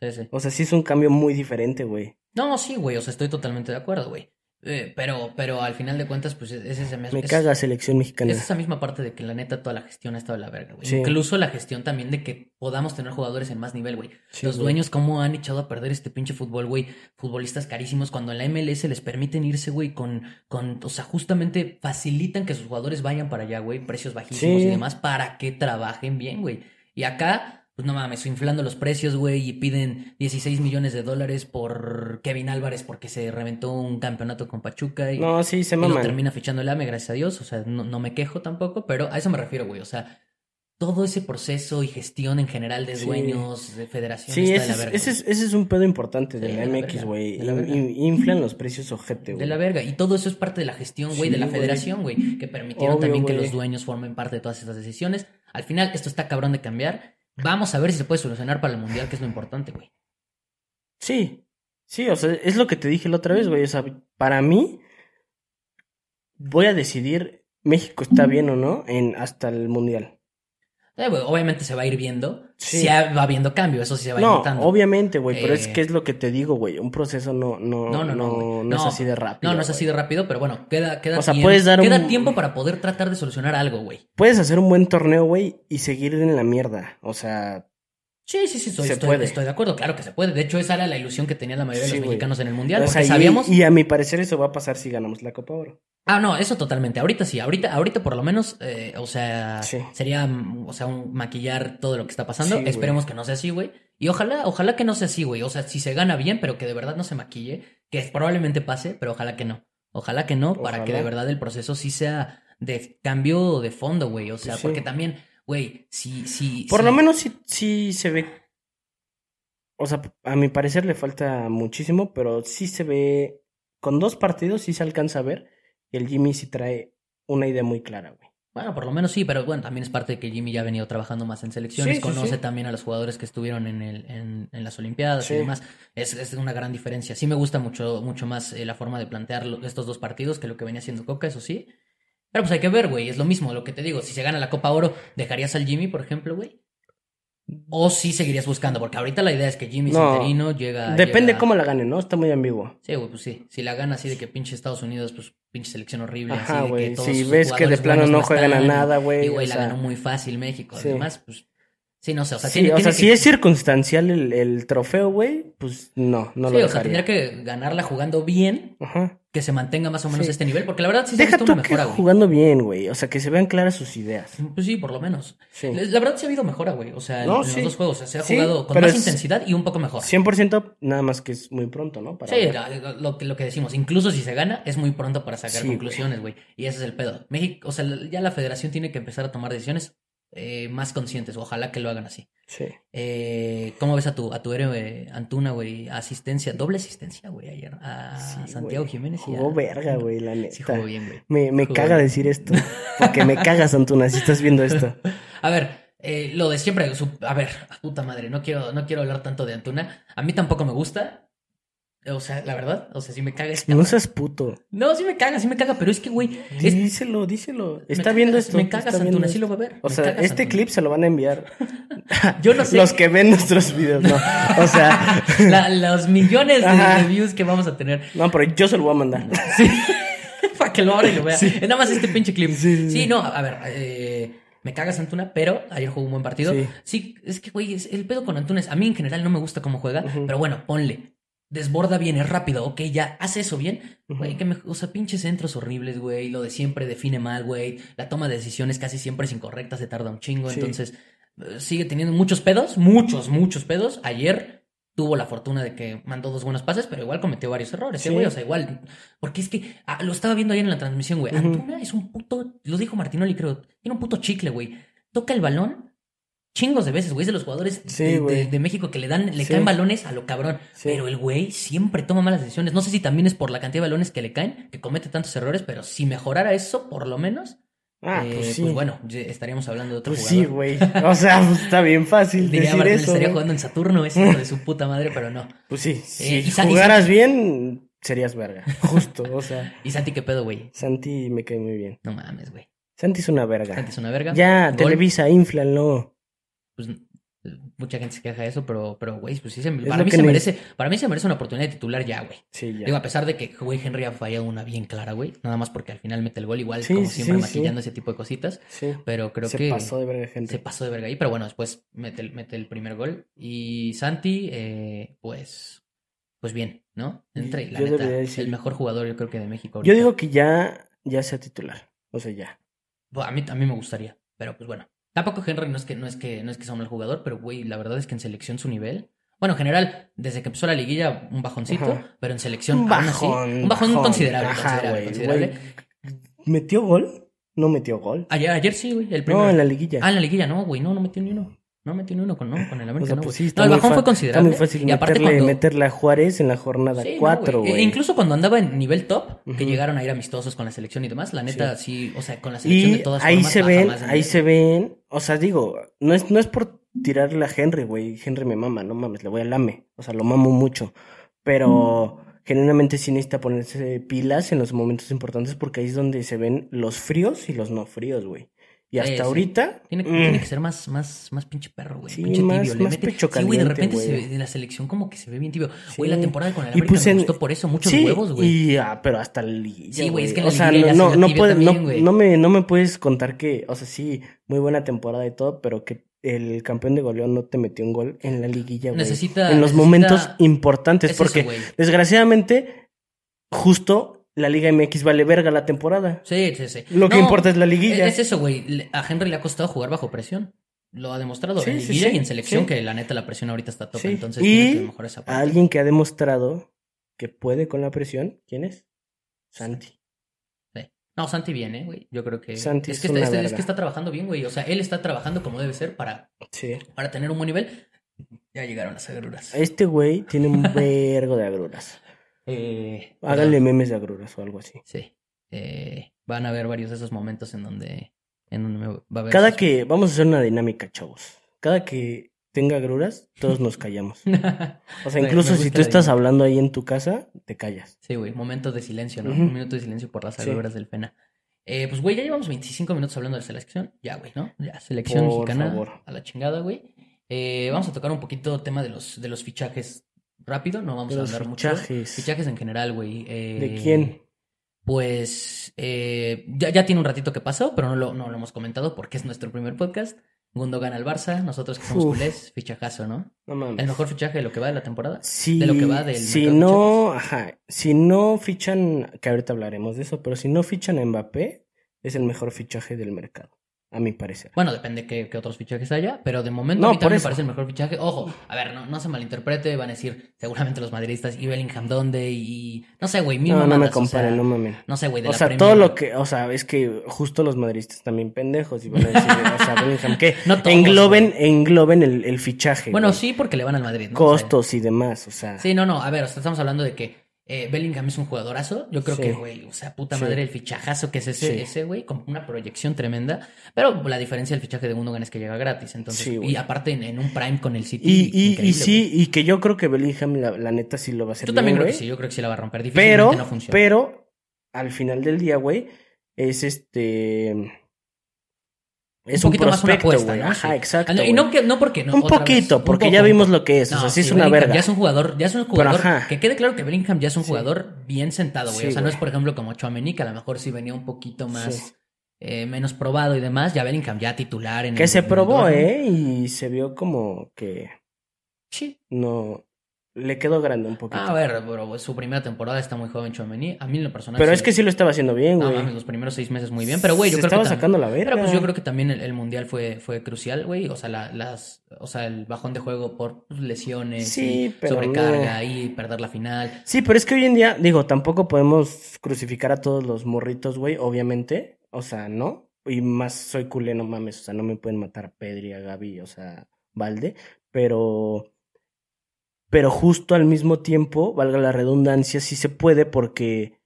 sí, sí.
O sea, sí es un cambio muy diferente, güey.
No, sí, güey, o sea, estoy totalmente de acuerdo, güey. Eh, pero, pero al final de cuentas, pues es ese mes-
Me
es-
caga selección mexicana.
Es esa misma parte de que la neta toda la gestión ha estado de la verga, güey.
Sí.
Incluso la gestión también de que podamos tener jugadores en más nivel, güey.
Sí,
Los
güey.
dueños cómo han echado a perder este pinche fútbol, güey. Futbolistas carísimos cuando en la MLS les permiten irse, güey, con, con, o sea, justamente facilitan que sus jugadores vayan para allá, güey, precios bajísimos
Sí.
y demás para que trabajen bien, güey. Y acá, pues no mames, inflando los precios, güey, y piden 16 millones de dólares por Kevin Álvarez porque se reventó un campeonato con Pachuca y
No, sí, se
y lo
maman.
termina fichando el AME, gracias a Dios. O sea, no, no me quejo tampoco, pero a eso me refiero, güey. O sea, todo ese proceso y gestión en general de
Sí.
dueños, de federación,
Sí,
está
ese
de
es,
la verga.
ese,
güey.
es, ese es un pedo importante de
Sí,
la
de la
MX,
verga,
güey.
de la
In-
verga.
in- inflan los precios ojete,
De
güey.
la verga. Y todo eso es parte de la gestión, güey,
Sí,
de la
güey.
federación, güey. Que permitieron
Obvio,
también que
güey.
los dueños formen parte de todas estas decisiones. Al final, esto está cabrón de cambiar. Vamos a ver si se puede solucionar para el mundial, que es lo importante, güey.
Sí. Sí, o sea, es lo que te dije la otra vez, güey. O sea, para mí, voy a decidir México está bien o no en hasta el Mundial.
Eh, güey, Obviamente se va a ir viendo.
Sí.
Sí va habiendo cambio, eso sí se va a ir
No,
notando.
obviamente, güey, pero es
Eh.
que es lo que te digo, güey. Un proceso no, no,
No, no, no,
no,
güey.
no es
No,
así de rápido.
No, no es así de rápido, pero bueno, queda, queda,
O sea,
tiemp-
puedes dar
queda
un-
tiempo para poder tratar de solucionar algo, güey.
Puedes hacer un buen torneo, güey, y seguir en la mierda. O sea,
Sí, sí, sí, estoy,
Se
estoy-
puede.
estoy de acuerdo, claro que se puede. De hecho, esa era la ilusión que tenían la mayoría de
Sí,
los
güey.
mexicanos en el Mundial,
O sea,
porque
y-
sabíamos...
y, a mi parecer eso va a pasar si ganamos la Copa Oro.
Ah, no, eso totalmente. Ahorita sí, ahorita, ahorita por lo menos, eh, o sea,
Sí.
sería, mm, o sea, un maquillar todo lo que está pasando.
Sí, güey.
Esperemos que no sea así, güey. Y ojalá, ojalá que no sea así, güey. O sea, si se gana bien, pero que de verdad no se maquille, que probablemente pase, pero ojalá que no. Ojalá que no, para que de
Ojalá.
verdad el proceso sí sea de cambio de fondo, güey. O sea,
Sí.
porque también, güey, si, si.
Por
si-
lo menos sí, sí se ve. O sea, a mi parecer le falta muchísimo, pero sí se ve. Con dos partidos sí se alcanza a ver. Y el Jimmy sí trae una idea muy clara, güey.
Bueno, por lo menos sí, pero bueno, también es parte de que Jimmy ya ha venido trabajando más en selecciones,
Sí, sí,
conoce
sí.
también a los jugadores que estuvieron en, el, en, en las Olimpiadas
Sí.
y demás. Es, es una gran diferencia. Sí me gusta mucho, mucho más eh, la forma de plantear lo- estos dos partidos que lo que venía haciendo Coca, eso sí. Pero pues hay que ver, güey, es lo mismo lo que te digo. Si se gana la Copa Oro, ¿dejarías al Jimmy, por ejemplo, güey? ¿O sí seguirías buscando? Porque ahorita la idea es que Jimmy
No.
Santerino llega...
Depende
Ah, llega-
cómo la gane, ¿no? Está muy ambiguo.
Sí, güey, pues sí. Si la gana así de que pinche Estados Unidos, pues pinche selección horrible.
Ajá,
así de que
güey.
todos
Si
sus
ves que de
jugadores
plano
buenos
no juegan a
están,
nada, güey.
y güey,
o
la
sea,
ganó muy fácil México.
sí.
Además, pues. Sí, no sé. O sea,
sí,
tiene,
o
tiene
sea,
que-
si es circunstancial el, el trofeo, güey, pues no, no
sí,
lo
o sea,
dejaría.
tendría que ganarla jugando bien,
Ajá.
que se mantenga más o menos
Sí.
este nivel, porque la verdad sí se ha
Deja
visto
tú
una
que
mejora, güey.
jugando bien, güey. O sea, que se vean claras sus ideas.
Pues sí, por lo menos.
Sí.
La la verdad sí ha habido mejora, güey. O sea, en-
No,
en
sí.
los dos juegos. o sea, se ha
Sí,
jugado con
pero
más
es-
intensidad y un poco mejor.
100% nada más que es muy pronto, ¿no? Para
Sí,
ver.
la- lo, que- lo que decimos, incluso si se gana, es muy pronto para sacar
Sí,
conclusiones, güey. Y ese es el pedo. México, o sea, ya la federación tiene que empezar a tomar decisiones eh, más conscientes. Ojalá que lo hagan así.
Sí.
Eh, ¿Cómo ves a tu, a tu héroe Antuna, güey? Asistencia, doble asistencia, güey, ayer a
Sí,
Santiago
Ah, güey.
Jiménez. y
Jugó
a-
verga, güey, la neta.
Sí, jugó bien, güey.
Me, me
Jugó
caga
bien.
decir esto. Porque me cagas, Antuna, si estás viendo esto.
A ver, eh, lo de siempre, su- a ver, puta madre, no quiero, no quiero hablar tanto de Antuna. A mí tampoco me gusta. O sea, la verdad, o sea, si me caga ese
No
cabrón.
seas puto.
No, sí me caga, sí me caga, pero es que, güey, es-
Díselo, díselo.
me
Está
cagas,
viendo esto.
Me cagas,
está viendo
Antuna, sí lo
esto.
va a ver.
O
Me
sea,
cagas,
este
Antuna. Ah,
clip se lo van a enviar
Yo no sé.
los que ven nuestros videos, no. O sea,
la- los millones de
Ajá.
reviews que vamos a tener.
no, pero yo se lo voy a mandar.
Sí. Para que lo abra y lo vea. Es Nada más este pinche clip.
Sí, sí,
Sí,
sí.
no, a ver. eh, me cagas Antuna, pero ayer jugó un buen partido. Sí,
Sí.
es que, güey, es- el pedo con Antuna es. A mí en general no me gusta cómo juega,
Ujú.
pero bueno, ponle. Desborda bien, es rápido, ok, ya, hace eso bien. Güey,
Ujú.
que me. O sea, pinches centros horribles, güey. Lo de siempre define mal, güey. La toma de decisiones casi siempre es incorrecta, se tarda un chingo.
Sí.
Entonces, eh, sigue teniendo muchos pedos, muchos, muchos pedos. Ayer tuvo la fortuna de que mandó dos buenos pases, pero igual cometió varios errores, ¿eh,
Sí.
güey. O sea, igual porque es que ah, lo estaba viendo ayer en la transmisión, güey.
Ujú.
Antuna es un puto. Lo dijo Martinoli, creo. Tiene un puto chicle, güey. Toca el balón chingos de veces, güey. Es de los jugadores
Sí,
de, de-
güey.
de México que le dan, le
Sí.
caen balones a lo cabrón.
Sí.
Pero el güey siempre toma malas decisiones. No sé si también es por la cantidad de balones que le caen, que comete tantos errores, pero si mejorara eso, por lo menos,
Ah,
eh,
pues sí.
bueno, ya estaríamos hablando de otro
Pues sí,
jugador.
güey. O sea, pues está bien fácil
Diría
decir
Martín,
eso.
estaría
güey.
jugando en Saturno, es hijo de su puta madre, pero no.
Pues sí, si
y Sa- y
jugaras bien, serías verga. Justo, o sea,
Y Santi, ¿qué pedo, güey?
Santi me cae muy bien.
No mames, güey.
Santi es una verga.
Santi es una verga.
Ya,
Gol.
Televisa, inflalo.
pues, eh, mucha gente se queja de eso, pero, pero güey, pues sí se, para
lo
mí
que
se
me-
merece, para mí se merece una oportunidad de titular ya, güey.
Sí, ya.
Digo, a pesar de que güey Henry ha fallado una bien clara, güey, nada más porque al final mete el gol igual
Sí,
como
sí,
siempre
sí,
maquillando ese tipo de cositas,
sí.
pero creo
se
que
pasó de verga, gente.
se pasó de verga ahí, pero bueno, después mete el, mete el primer gol y Santi eh, pues pues bien, ¿no? Entra y la
Yo
neta
debería decir-
el mejor jugador yo creo que de México.
Yo
ahorita.
digo que ya, ya sea titular. O sea, ya.
Bueno, A mí, a mí me gustaría, pero pues bueno. Tampoco Henry no es que, no es que, no es que sea un mal jugador, pero güey, la verdad es que en selección su nivel. Bueno, en general, desde que empezó la liguilla, un bajoncito,
Ajá.
pero en selección. aún así, un bajón, considerable.
Ajá,
considerable,
güey,
considerable.
güey. ¿Metió gol? No metió gol.
Ayer, ayer sí, güey, Ah, el primero.
No, en la liguilla.
Ah, en la liguilla no, güey, no, no metió ni uno. No metió ni uno con, no, con el América,
O sea,
no, güey.
pues sí, está
no, el
muy
bajón
fa-
fue
Está
considerable.
muy fácil
y aparte
meterle,
cuando...
meterle a Juárez en la jornada
Sí, no,
4,
güey. E-
güey.
incluso cuando andaba en nivel top, que
Ujú.
llegaron a ir amistosos con la selección y demás, la neta sí, o sea, con la selección de
Y
todas
ahí
formas
se
baja
ven,
más de
ahí
nivel.
se ven, o sea, digo, no es, no es por tirarle a Henry, güey, Henry me mama, no mames, le voy al lame, o sea, lo mamo mucho, pero generalmente sí necesita ponerse pilas en los momentos importantes porque ahí es donde se ven los fríos y los no fríos, güey.
Sí,
Y hasta
Eh, sí.
ahorita...
Tiene,
mm,
tiene que ser más, más, más pinche perro, güey.
Sí,
pinche tibio.
más-
le
más
mete-
pecho
sí, güey, de
caliente,
repente se
güey.
ve- la selección como que se ve bien tibio. Güey,
Sí.
la temporada con el
Y
América
pues
me
en-
gustó por eso. Muchos
sí,
huevos, güey.
Y, ah, pero hasta el liguilla,
Sí, güey, es que en la
o sea,
liguilla ya
no,
se
no
la tibia
puede- no-
también, güey.
no me, no me puedes contar que, o sea, sí, muy buena temporada y todo, pero que el campeón de goleo no te metió un gol en la liguilla, güey.
Necesita-
en los
necesita-
momentos importantes,
Es
porque
eso, güey.
desgraciadamente, justo la Liga MX vale verga la temporada.
Sí, sí, sí.
Lo que
No, e,
importa es la liguilla.
Es eso, güey. Le- A Henry le ha costado jugar bajo presión. Lo ha demostrado
Sí,
en
sí,
liguilla
sí,
y en selección,
sí.
que la neta la presión ahorita está a tope.
Sí.
Entonces
Y
tiene que mejorar esa
A
parte.
alguien que ha demostrado que puede con la presión, ¿quién es? Santi.
No, Santi viene, güey. Yo creo que.
Santi
es
es
que, está,
una
este- es
verga.
que está trabajando bien, güey. O sea, él está trabajando como debe ser para,
Sí.
para tener un buen nivel. Ya llegaron las agruras.
Este güey tiene un vergo de agruras.
Eh,
Háganle
ajá,
memes de agruras o algo así.
Sí. Eh, van a haber varios de esos momentos en donde. En donde me va a haber.
Cada que. Vamos a hacer una dinámica, chavos. Cada que tenga agruras, todos nos callamos. O sea,
Me-
incluso
me
si
gusta
tú
la
estás
dinámica.
hablando ahí en tu casa, te callas.
Sí, güey, momentos de silencio, ¿no?
Ujú.
Un minuto de silencio por las
Sí.
agruras del pena. Eh, pues, güey, ya llevamos 25 minutos hablando de selección. Ya, güey, ¿no? Ya, selección
Por
mexicana
favor.
a la chingada, güey. Eh, vamos a tocar un poquito el tema de los, de los fichajes rápido, no vamos
Los
a hablar mucho.
fichajes.
Fichajes en general, güey. Eh,
¿De quién?
Pues eh, ya, ya tiene un ratito que pasó, pero no lo, no lo hemos comentado porque es nuestro primer podcast. Gundogan al Barça, nosotros que somos
Uf.
culés, fichajazo, ¿no?
No mames.
El mejor fichaje de lo que va de la temporada.
Si,
de lo que va del
si
mercado de
no, ajá, si no fichan, que ahorita hablaremos de eso, pero si no fichan a Mbappé, es el mejor fichaje del mercado, a mi parecer.
Bueno, depende qué, qué otros fichajes haya, pero de momento
No,
a mí
por
también me
eso.
parece el mejor fichaje. Ojo, a ver, no, no se malinterprete, van a decir seguramente los madridistas y Bellingham dónde y... No sé, güey, mil
no, no me
mamadas, o
comparen,
sea,
no mamen.
no sé, güey, de
O
la
sea,
Premier,
todo lo
güey.
que, o sea, es que justo los madridistas también pendejos y van a decir, o sea, Bellingham, que
No todos,
engloben, engloben el, el fichaje.
Bueno,
güey.
sí, porque le van al Madrid, ¿no? O
Costos y demás, o sea.
sea, sí, no, no, a ver, o sea, estamos hablando de que eh, Bellingham es un jugadorazo. Yo creo
Sí.
que, güey, o sea, puta
Sí.
madre, el fichajazo que es ese,
Sí.
ese, güey, con una proyección tremenda. Pero la diferencia del fichaje de Gundogan es que llega gratis, entonces...
Sí, güey.
y aparte en, en un prime con el City.
Y, y, y
increíble,
sí, y que yo creo que Bellingham, la, la neta, sí lo va a hacer.
Yo también
bien,
creo que
güey.
sí, yo creo que sí la va a romper. Difícilmente
Pero,
no funciona.
pero, al final del día, güey, es este. Es un,
poquito más una
prospecto,
apuesta,
güey.
¿no?
Ajá,
Sí.
exacto.
Ah, no, Y
güey.
no, que, no porque no.
un
otra vez,
poquito,
un
porque
poco.
ya vimos lo que es. o sea, sí es
sí,
una
Bellingham
verga.
Ya es un jugador, ya es un jugador.
ajá.
Que quede claro que Bellingham ya es un
Sí.
jugador bien sentado, güey.
Sí,
o sea, no
güey.
es por ejemplo como Chouameni, que a lo mejor sí venía un poquito más,
Sí.
eh, menos probado y demás. Ya Bellingham ya titular en
Que
el-
se
en el
probó,
Dortmund.
¿eh? Y se vio como que
Sí.
no. Le quedó grande un poquito.
Ah, a ver, pero su primera temporada está muy joven Chouameni. A mí en lo personal.
Pero
sí-
es que sí lo estaba haciendo bien,
No
güey.
mames, los primeros seis meses muy bien. Pero güey, yo
se
creo
estaba
que tam-
sacando la verga.
Pero pues yo creo que también el, el mundial fue, fue crucial, güey. O sea, la- las, o sea, el bajón de juego por pues, lesiones,
Sí,
y
pero
sobrecarga y perder la final.
Sí, pero es que hoy en día, digo, tampoco podemos crucificar a todos los morritos, güey, obviamente. O sea, no. Y más soy culé, no mames. O sea, no me pueden matar a Pedri, a Gaby, o sea, Valde. Pero. Pero justo al mismo tiempo, valga la redundancia, sí se puede porque.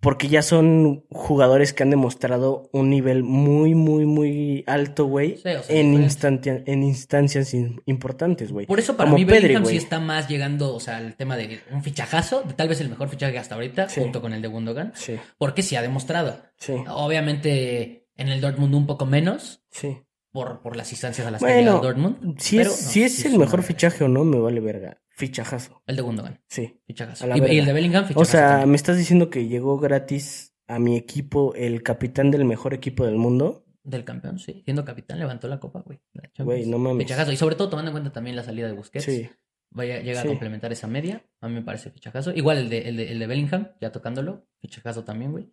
Porque ya son jugadores que han demostrado un nivel muy, muy, muy alto, güey.
Sí, o sea,
en,
diferente.
instancia- en instancias in- importantes, güey.
Por eso para
Como
mí
Pedri,
Bellingham sí
güey.
está más llegando, o sea, al tema de un fichajazo, de tal vez el mejor fichaje hasta ahorita,
Sí.
junto con el de Gundogan,
Sí,
porque sí ha demostrado.
sí,
Obviamente en el Dortmund un poco menos,
sí.
por, por las instancias a las que
Bueno,
llega el Dortmund.
Si
pero
es,
no,
si es
sí
el
una
mejor
verga.
fichaje o no, me vale verga. Fichajazo,
El de Gundogan,
sí.
fichajazo.
A la
Y, y
verga.
el de Bellingham, fichajazo.
O sea,
también.
me estás diciendo que llegó gratis a mi equipo el capitán del mejor equipo del mundo.
Del campeón, sí. Siendo capitán, levantó la copa, güey. La Champions.
mm. Güey, no mames.
Fichajazo. Y sobre todo tomando en cuenta también la salida de Busquets.
Sí,
Vaya, llega
Sí.
a complementar esa media. A mí me parece fichajazo. Igual el de, el de, el de Bellingham, ya tocándolo. Fichajazo también, güey.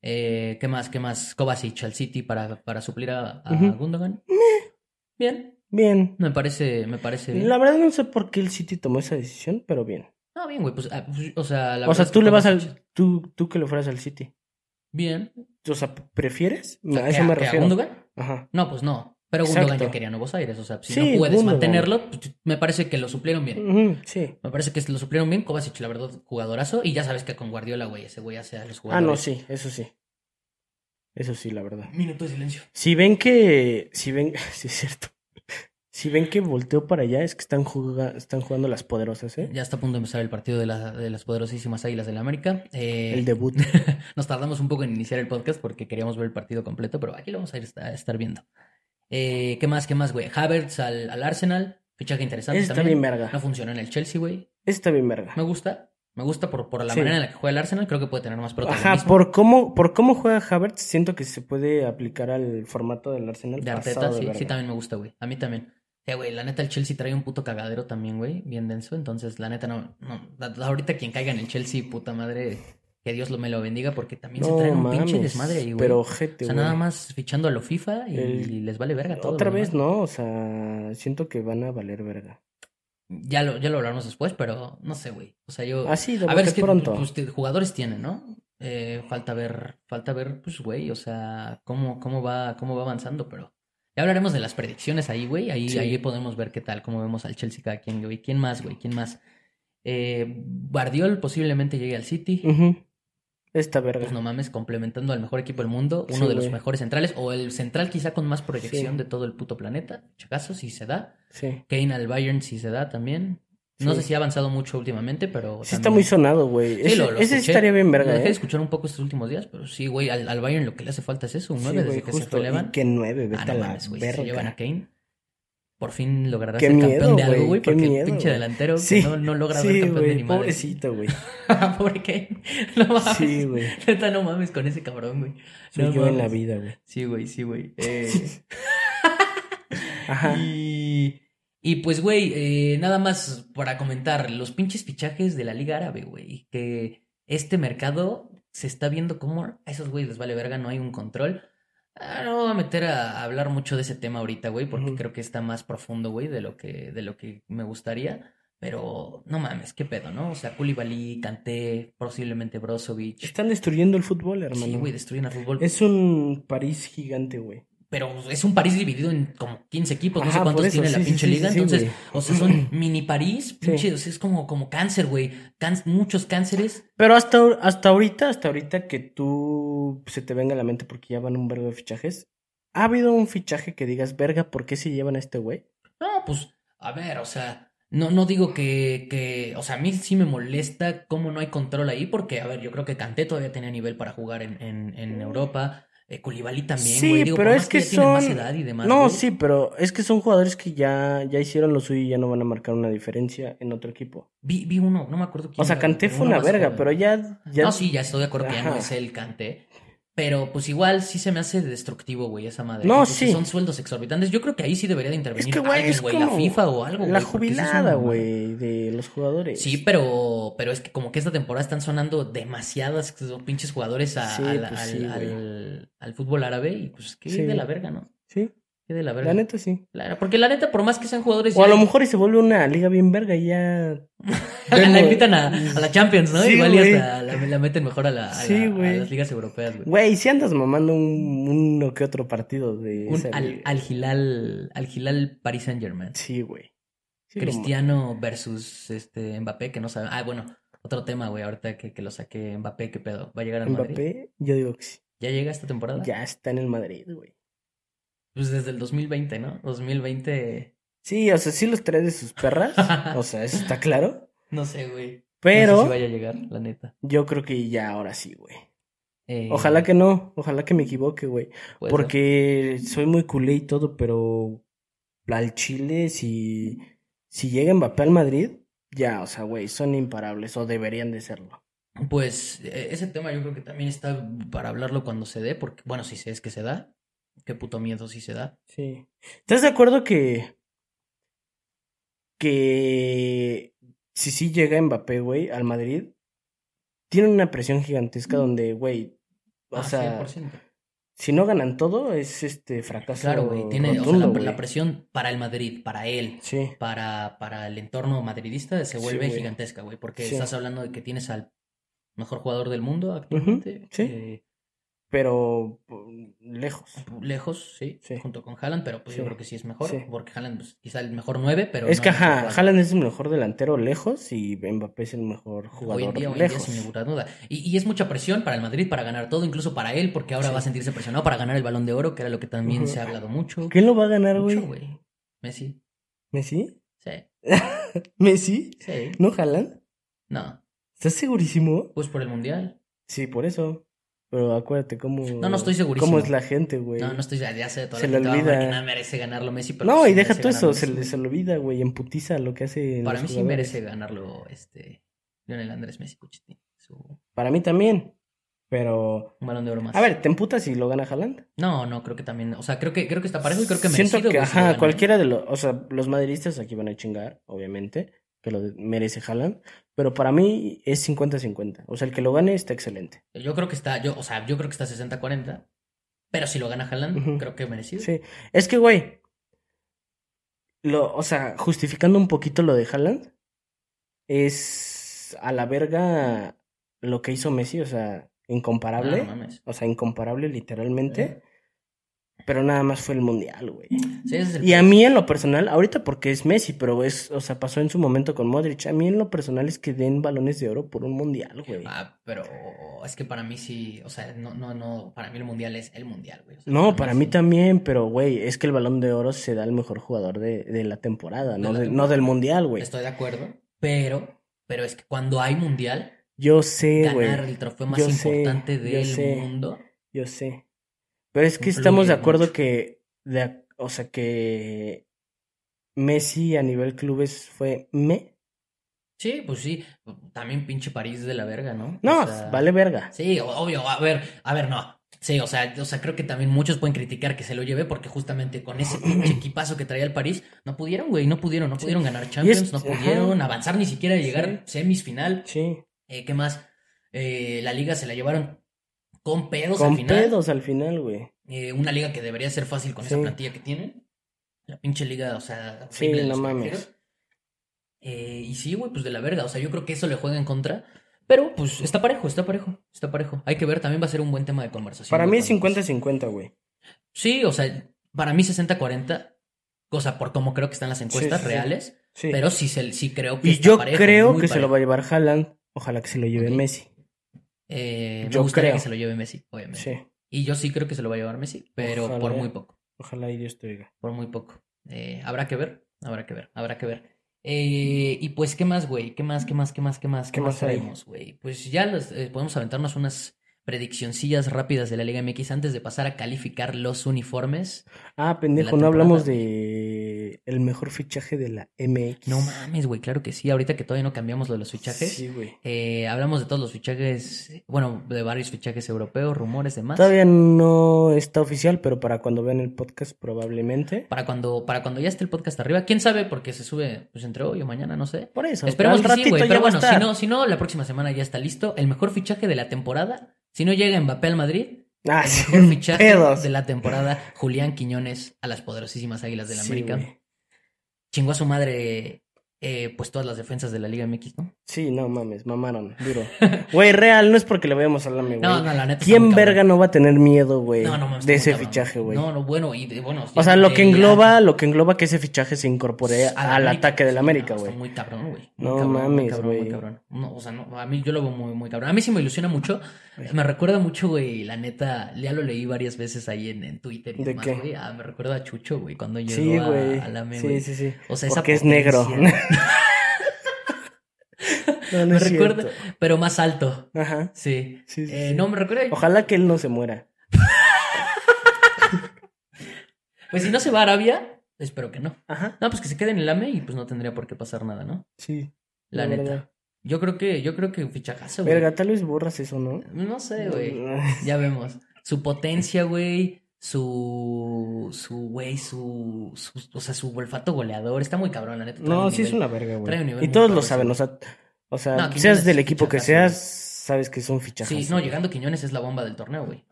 Eh, ¿Qué más? ¿Qué más? Kovacic al City para, para suplir a, a
Ujú.
Gundogan. Bien.
bien.
Me parece, me parece bien.
La verdad no sé por qué el City tomó esa decisión, pero bien.
No, bien, güey. Pues, ah, pues, o sea, la
o
verdad
sea,
es que
tú le vas
Kovacic-
al... Tú, tú que le fueras al City.
Bien. O
O sea, ¿prefieres?
sea,
a
¿que
eso
que
me refiero.
Gundogan?
Ajá.
No, pues no. Pero
Exacto.
Gundogan ya quería Nuevos Aires. O sea, si
Sí,
no puedes
Gundogan. Mm.
mantenerlo, pues, me parece que lo suplieron bien.
Ujú, sí.
Me parece que lo suplieron bien. Kovacic, la verdad, jugadorazo. Y ya sabes que con Guardiola, güey, ese güey hace a los
Ah,
jugadores.
no, sí, eso sí. Eso sí, la verdad.
Minuto de silencio.
Si ven que. Si ven. Sí, es cierto. Si ven que volteo para allá, es que están, juga- están jugando las poderosas, ¿eh?
Ya está a punto de empezar el partido de, la- de las poderosísimas Águilas del América. Eh,
El debut.
nos tardamos un poco en iniciar el podcast porque queríamos ver el partido completo, pero aquí lo vamos a, ir- a estar viendo. Eh, ¿Qué más, qué más, güey? Havertz al, al Arsenal. Fichaje interesante
Ese está
también.
bien verga.
No funcionó en el Chelsea, güey.
Ese está bien verga.
Me gusta. Me gusta por, por la
Sí.
manera en la que juega el Arsenal, creo que puede tener más protagonismo.
Ajá, por cómo, por cómo juega Havertz, siento que se puede aplicar al formato del Arsenal.
De Arteta,
pasado
sí,
de
sí,
verga.
también me gusta, güey. A mí también. Sí, güey, la neta, el Chelsea trae un puto cagadero también, güey, bien denso. Entonces, la neta, no, no. da- da- Ahorita quien caiga en el Chelsea, puta madre, que Dios lo me lo bendiga, porque también se
No
traen un
mames,
pinche desmadre ahí, güey.
Pero ojete,
o sea,
güey.
nada más fichando a lo FIFA y,
El-
y les vale verga todo.
Otra
lo
vez,
demás.
¿no? O sea, siento que van a valer verga.
Ya lo, ya lo hablamos después, pero no sé, güey. O sea, yo.
Así, Ah, de
a ver,
bote
es que
pronto.
pues, te- jugadores tienen, ¿no? Eh, falta ver, falta ver, pues, güey, o sea, cómo, cómo va, cómo va avanzando, pero ya hablaremos de las predicciones ahí, güey. Ahí,
Sí.
ahí podemos ver qué tal, cómo vemos al Chelsea cada quien, güey. ¿Quién más, güey? ¿Quién más? Eh, Bardiol posiblemente llegue al City.
Ujú. Esta verga.
Pues no mames, complementando al mejor equipo del mundo, uno
Sí,
de los
güey.
mejores centrales, o el central quizá con más proyección
Sí.
de todo el puto planeta, chacazo, si se da.
Sí.
Kane al Bayern si se da también. No
Sí.
sé si ha avanzado mucho últimamente, pero.
Sí, está
también-
muy sonado, güey.
Sí,
ese
lo- lo
ese
escuché.
estaría bien
Lo
verga,
dejé de
¿eh?
escuchar un poco estos últimos días, pero sí, güey, al, al Bayern lo que le hace falta es eso, un 9
Sí, güey,
desde que se
justo.
fue Levan.
Y que nueve,
Ah,
vete
no
a la
mames, güey, si se llevan a
verga.
Kane. Por fin logrará
Qué
ser campeón
miedo,
de algo,
güey,
güey,
qué
porque el
miedo,
pinche
güey.
delantero que
Sí,
no, no logra ver
Sí,
campeón de
güey,
ni madre.
pobrecito, güey.
Pobre Kane. No mames.
Sí, güey.
Neta, no mames con ese cabrón, güey.
Soy
No
yo en la
mames.
vida, güey.
Sí, güey, sí, güey. Eh,
Ajá.
Y, y pues, güey, eh, nada más para comentar los pinches fichajes de la Liga Árabe, güey. Que este mercado se está viendo como a esos güeyes les vale verga, no hay un control. Ah, no me voy a meter a, a hablar mucho de ese tema ahorita, güey, porque
Ujú.
creo que está más profundo, güey, de lo que, de lo que me gustaría. Pero no mames, qué pedo, ¿no? O sea, Koulibaly, Kanté, posiblemente Brozovic.
Están destruyendo el fútbol, hermano.
Sí, güey, destruyen al fútbol.
Es un París gigante, güey.
Pero es un París dividido en como 15 equipos, Pues no sé
Ajá, por
cuántos
eso,
tiene la
sí, sí,
pinche
sí,
liga.
sí, sí,
entonces,
güey.
o sea, son mini París,
Sí.
pinche, o sea, es como, como cáncer, güey. Can- muchos cánceres.
Pero hasta, hasta ahorita, hasta ahorita que tú se te venga a la mente porque ya van un vergo de fichajes, ¿ha habido un fichaje que digas, verga, ¿por qué se llevan a este güey?
No, pues, a ver, o sea, no, no digo que, que, o sea, a mí sí me molesta cómo no hay control ahí, porque, a ver, yo creo que Kanté todavía tenía nivel para jugar en, en, en Europa. Eh, Koulibaly también,
Sí,
güey. Digo, por
pero
más
es que
ya tienen más
son-
edad y demás,
no,
güey.
sí, pero es que son jugadores que ya, ya hicieron lo suyo y ya no van a marcar una diferencia en otro equipo.
Vi, vi uno, no me acuerdo quién.
O sea,
era,
Canté
pero
fue
uno
una
más
verga,
joven.
pero ya, ya...
No, sí, ya estoy de acuerdo que ya no
Ajá.
es el Cante. Pero pues igual sí se me hace destructivo, güey, esa madre.
No,
Porque
sí.
Son sueldos exorbitantes. Yo creo que ahí sí debería de intervenir
Es que, güey,
alguien,
es
güey, la
como
FIFA o algo, güey, porque
La
eso es una
jubilada,
mamada.
güey, de los jugadores.
Sí, pero, pero es que como que esta temporada están sonando demasiadas pinches jugadores a-
Sí,
al,
pues
al-
sí, güey.
al- al fútbol árabe y pues qué
Sí.
de la verga, ¿no?
Sí,
Qué de la verga.
la neta sí.
Claro, porque la neta, por más que sean jugadores...
O a
ya-
lo mejor y se vuelve una liga bien verga y ya...
la
Vemos-
invitan a, a la Champions, ¿no?
Sí,
Igual y
güey.
hasta la, la meten mejor a, la, a,
Sí,
la- a
güey.
las ligas europeas, güey.
Güey, si andas mamando un, uno que otro partido de...
Un
esa
al,
liga.
al Hilal, al Hilal Paris Saint Germain.
Sí, güey. Sí, lo ma-
Cristiano versus este Mbappé, que no sabe. Ah, bueno, otro tema, güey, ahorita que, que lo saqué. Mbappé, ¿qué pedo? ¿Va a llegar al Madrid?
Mbappé, yo digo que sí.
¿Ya llega esta temporada?
Ya está en el Madrid, güey.
Pues desde el 2020, ¿no? 2020.
Sí, o sea, sí los trae de sus perras. o sea, eso está claro.
No sé, güey.
Pero
No sé si vaya a llegar, la neta.
yo creo que ya ahora sí, güey.
Eh,
Ojalá que no, ojalá que me equivoque, güey.
puede ser.
Porque soy muy culé y todo, pero al Chile, si, si llega Mbappé al Madrid, ya, o sea, güey, son imparables o deberían de serlo.
Pues eh, ese tema yo creo que también está para hablarlo cuando se dé, porque, bueno, si se- es que se da. Qué puto miedo si se da.
Sí. ¿Estás de acuerdo que que si sí llega Mbappé, güey, al Madrid, tiene una presión gigantesca donde, güey, o
Mm. Ah,
sea,
100%.
si no ganan todo es este fracaso
Claro, güey. Tiene o sea, la,
rotundo,
la
güey.
presión para el Madrid, para él,
Sí.
para, para el entorno madridista se
Sí,
vuelve
güey.
gigantesca, güey. Porque
Sí.
estás hablando de que tienes al mejor jugador del mundo actualmente.
sí.
eh,
pero mm, lejos.
lejos, sí,
Sí.
junto con Haaland, pero pues yo
Sí.
creo que sí es mejor.
Sí.
Porque Haaland pues, quizá el mejor 9, pero.
es
no
que
el mejor
ajá,
jugador.
Haaland es el mejor delantero lejos y Mbappé es el mejor jugador
Hoy en día, hoy en día,
lejos.
sin ninguna duda. Y, y es mucha presión para el Madrid para ganar todo, incluso para él, porque ahora
Sí.
va a sentirse presionado para ganar el balón de oro, que era lo que también
Ujú.
se ha hablado mucho.
¿Quién lo va a ganar,
Mucho,
güey?
güey. Messi.
¿Messi?
Sí,
¿Messi?
sí.
¿No Haaland?
No.
¿Estás segurísimo?
Pues por el mundial.
Sí, por eso. Pero acuérdate cómo
No, no estoy segurísimo.
cómo es la gente, güey.
No, no estoy, ya sé de toda
Se
la gente
le
va a hablar
olvida.
que nada merece ganarlo Messi, pero
No,
pues sí
y deja
merece
todo eso,
ganarlo
se le
Messi,
se le olvida, güey, emputiza lo que hace
güey. Para mí sí merece ganarlo este Lionel Andrés Messi Pochettino. Su...
Para mí también. Pero.
Un balón de oro más.
A ver, ¿te emputas si lo gana Haaland?
No, no, creo que también. O sea, creo que, creo que está parejo y creo que merecido.
Siento que,
güey, si lo
ajá,
gana, ¿eh?
cualquiera de los. O sea, los madridistas aquí van a chingar, obviamente, que lo de- merece Haaland. Pero para mí es 50-50. O sea, el que lo gane está excelente.
Yo creo que está, yo, o sea, yo creo que está 60-40. Pero si lo gana Haaland,
Ujú.
creo que merecido.
Sí. Es que, güey. Lo, o sea, justificando un poquito lo de Haaland, es a la verga lo que hizo Messi, o sea,
No,
incomparable.
Ah, no mames.
o sea, incomparable literalmente. Pero nada más fue el mundial, güey.
Sí, ese es el
Y a mí en lo personal, ahorita porque es Messi, pero es, o sea, pasó en su momento con Modric. A mí en lo personal es que den balones de oro por un mundial, güey.
Ah, pero es que para mí sí, o sea, no, no, no, para mí el mundial es el mundial, güey. O sea,
No, para mí
sí.
también, pero güey, es que el balón de oro se da al mejor jugador de, de la temporada, no,
la
de- no
temporada.
del mundial, güey.
Estoy de acuerdo, pero, pero es que cuando hay mundial,
Yo sé, güey.
ganar el trofeo más
Yo sé,
importante
yo
del
sé.
mundo.
Yo sé. Pero es que
Influye
estamos de acuerdo
mucho.
que, de, ac- o sea, que Messi a nivel clubes fue me.
Sí, pues sí, también pinche París de la verga, ¿no?
No, pues,
O sea,
vale verga.
Sí, o- obvio, a ver, a ver, no. Sí, o sea, o sea, creo que también muchos pueden criticar que se lo lleve porque justamente con ese pinche equipazo que traía el París, no pudieron, güey, no pudieron, no pudieron ganar Champions, no
ajá.
pudieron avanzar ni siquiera llegar semis final.
Sí,
Eh, ¿Qué más? Eh, la liga se la llevaron con pedos al
con
final.
pedos al final, güey.
Eh, una liga que debería ser fácil con esa
Sí.
plantilla que tienen. La pinche liga, o sea,
Sí,
horrible de
no
los
mames.
extranjeros. Eh, y sí, güey, pues de la verga. O sea, yo creo que eso le juega en contra. Pero, pues, está parejo, está parejo, está parejo. Hay que ver, también va a ser un buen tema de conversación.
Para mí
güey,
es
cuando-
50-50, güey.
Sí, o sea, para mí 60-40. Cosa por cómo creo que están las encuestas
sí, sí.
reales.
Sí.
Pero sí, se, sí creo que
y
está
yo
parejo,
creo que
muy
se lo
parejo.
va a llevar Haaland. Ojalá que se lo lleve
Ok.
Messi.
Eh, me
yo
gustaría
creo.
que se lo lleve Messi, obviamente.
Sí.
Y yo sí creo que se lo va a llevar Messi, pero por
Ojalá.
muy poco.
Ojalá y Dios te oiga.
Por muy poco. Eh, habrá que ver, habrá que ver, habrá que ver. Eh, y pues, ¿qué más, güey? ¿Qué más, qué más, qué más, qué más, qué,
¿Qué
más
más hay?
traemos, güey? Pues ya las, eh, podemos aventarnos unas prediccioncillas rápidas de la Liga MX antes de pasar a calificar los uniformes.
Ah, pendejo, no
temporada.
hablamos de el mejor fichaje de la MX.
No mames, güey, claro que sí. Ahorita que todavía no cambiamos lo de los fichajes.
Sí, güey.
eh, hablamos de todos los fichajes, bueno, de varios fichajes europeos, rumores, demás.
Todavía no está oficial, pero para cuando vean el podcast probablemente.
Para cuando, para cuando ya esté el podcast arriba, quién sabe, porque se sube pues entre hoy o mañana, no sé.
Por eso.
Esperemos
al
que sí,
ratito
güey.
ya
Pero
va a
bueno, si
estar.
no, si no, la próxima semana ya está listo. El mejor fichaje de la temporada. Si no llega Mbappé al Madrid,
Ah,
el
sí,
mejor fichaje
pedos.
de la temporada, Julián Quiñones a las poderosísimas Águilas del
Sí,
América.
güey.
Chingó a su madre, eh, pues todas las defensas de la Liga MX, ¿no?
Sí, no mames, mamaron, duro. Güey, real, no es porque le vayamos al lame, güey.
No, no, la neta. está muy
¿Quién
cabrón.
verga no va a tener miedo, güey?
No, no, mames,
de
está
ese
muy cabrón.
fichaje, güey.
No, no, bueno, y de- bueno.
O sea, lo que engloba, lo que engloba que ese fichaje se incorpore
Pues,
al ataque del América,
Está
güey.
muy cabrón, güey. Muy
No
cabrón, muy
mames,
cabrón, muy
güey.
cabrón. No, o sea, no, a mí yo lo veo muy, muy cabrón. A mí sí me ilusiona mucho. Me recuerda mucho, güey, la neta. Ya lo leí varias veces ahí en, en Twitter y
¿De
demás,
qué?
güey. Ah, me recuerda a Chucho, güey, cuando llegó
Sí,
a,
güey.
a la
Sí, sí, sí.
O sea, esa
Porque es negro.
potencia.
No, no
Me
es cierto.
recuerda, pero más alto.
Ajá.
Sí.
Sí, sí,
Eh,
sí.
No, me recuerda.
Ojalá que él no se muera.
Pues si no se va a Arabia, espero que no.
Ajá.
No, pues que se quede en el AME y pues no tendría por qué pasar nada, ¿no?
Sí.
La,
La
neta.
verdad.
Yo creo que, yo creo que fichajazo, güey.
Verga, tal vez borras eso, ¿no? Mm.
No sé, güey. Ya vemos. Su potencia, güey. Su. Su, güey, su, su- O sea, su olfato goleador. Está muy cabrón, la neta. trae
No,
un
sí es
nivel.
una verga,
trae un nivel
güey. Y
muy
todos
cabrón,
lo
sí.
saben, o sea, o sea,
No, Quiñones
seas del
es
equipo que
fichajazo,
seas, sabes que son fichajes.
Sí, no, llegando Quiñones es la bomba del torneo, güey.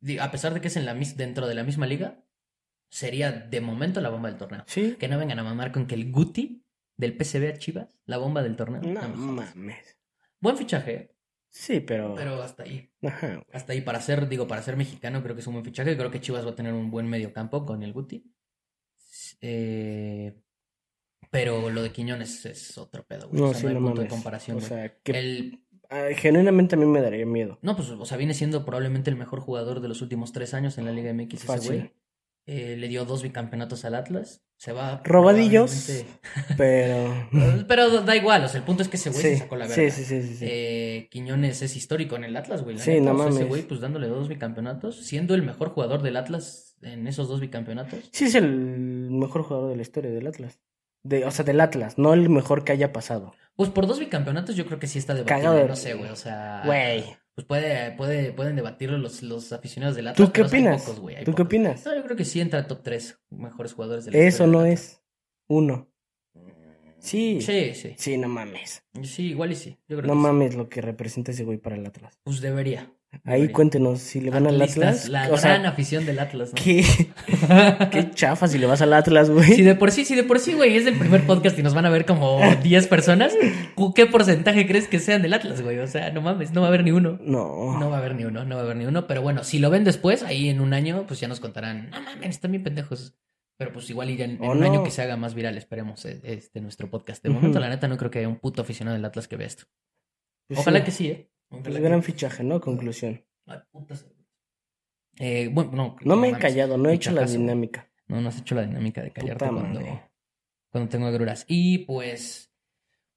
Di- A pesar de que es en la mis- dentro de la misma liga, sería de momento la bomba del torneo.
Sí.
Que no vengan a mamar con que el Guti del PCB a Chivas, la bomba del torneo.
No
No me jodas.
mames.
Buen fichaje, ¿eh?
Sí, pero.
pero pues, hasta ahí.
Ajá, güey.
Hasta ahí para ser, digo, para ser mexicano, creo que es un buen fichaje. Creo que Chivas va a tener un buen mediocampo con el Guti. Eh, pero lo de Quiñones es otro pedo, güey.
No,
o sea,
sí,
no hay
no
punto
mames.
de comparación,
o
güey.
sea, que
El-
ah, genuinamente a mí me daría miedo.
No, pues, o sea, viene siendo probablemente el mejor jugador de los últimos tres años en la Liga MX ese
Fácil.
güey. Eh, le dio dos bicampeonatos al Atlas. Se va.
Robadillos.
probablemente-
Pero.
Pero da igual, o sea, el punto es que ese güey se
Sí,
sacó la verga.
sí, sí, sí, sí, sí.
Eh, Quiñones es histórico en el Atlas, güey. la
Sí,
neta.
no
O sea, ese
mames.
güey, pues dándole dos bicampeonatos, siendo el mejor jugador del Atlas en esos dos bicampeonatos.
Sí es el mejor jugador de la historia del Atlas. De, o sea, del Atlas, no el mejor que haya pasado.
Pues por dos bicampeonatos yo creo que sí está
Cagado de
debatible, no sé, güey, o sea...
Güey,
Pues puede, puede, pueden debatirlo los, los aficionados del Atlas.
¿tú
pero
qué
hay
opinas?
pocos, güey, hay
¿Tú qué
pocos.
opinas?
No, yo creo que sí entra top 3 mejores jugadores del
Eso no es uno. Sí. sí.
Sí, pues sí.
no mames.
Sí, igual y sí. Yo creo
No
que sí.
mames lo que representa ese güey para el Atlas.
Pues debería.
Ahí
Debería.
cuéntenos si le van al
Atlistas,
Atlas.
La
o sea,
gran afición del Atlas, ¿no?
qué, qué chafa si le vas al Atlas, güey.
Si de por sí, si de por sí, güey, es el primer podcast y nos van a ver como 10 personas, ¿cu- ¿qué porcentaje crees que sean del Atlas, güey? O sea, no mames, no va a haber ni uno.
No.
No va a haber ni uno, no va a haber ni uno. Pero bueno, si lo ven después, ahí en un año, pues ya nos contarán, no mames, están bien pendejos. Pero pues igual irán en, en
O
un
no.
año que se haga más viral, esperemos, eh, este, nuestro podcast. De
Ujú.
momento, la neta, no creo que haya un puto aficionado del Atlas que vea esto.
Pues
Ojalá
sí.
que sí, ¿eh?
Pues
Ojalá
gran
que-
fichaje, ¿no? Conclusión.
Ay, putas. Eh, bueno, no.
No me he
mames.
callado, no he hecho la
Fichajazo.
dinámica.
No, no has hecho la dinámica de callarte
Puta
cuando,
madre.
cuando tengo agruras. Y pues.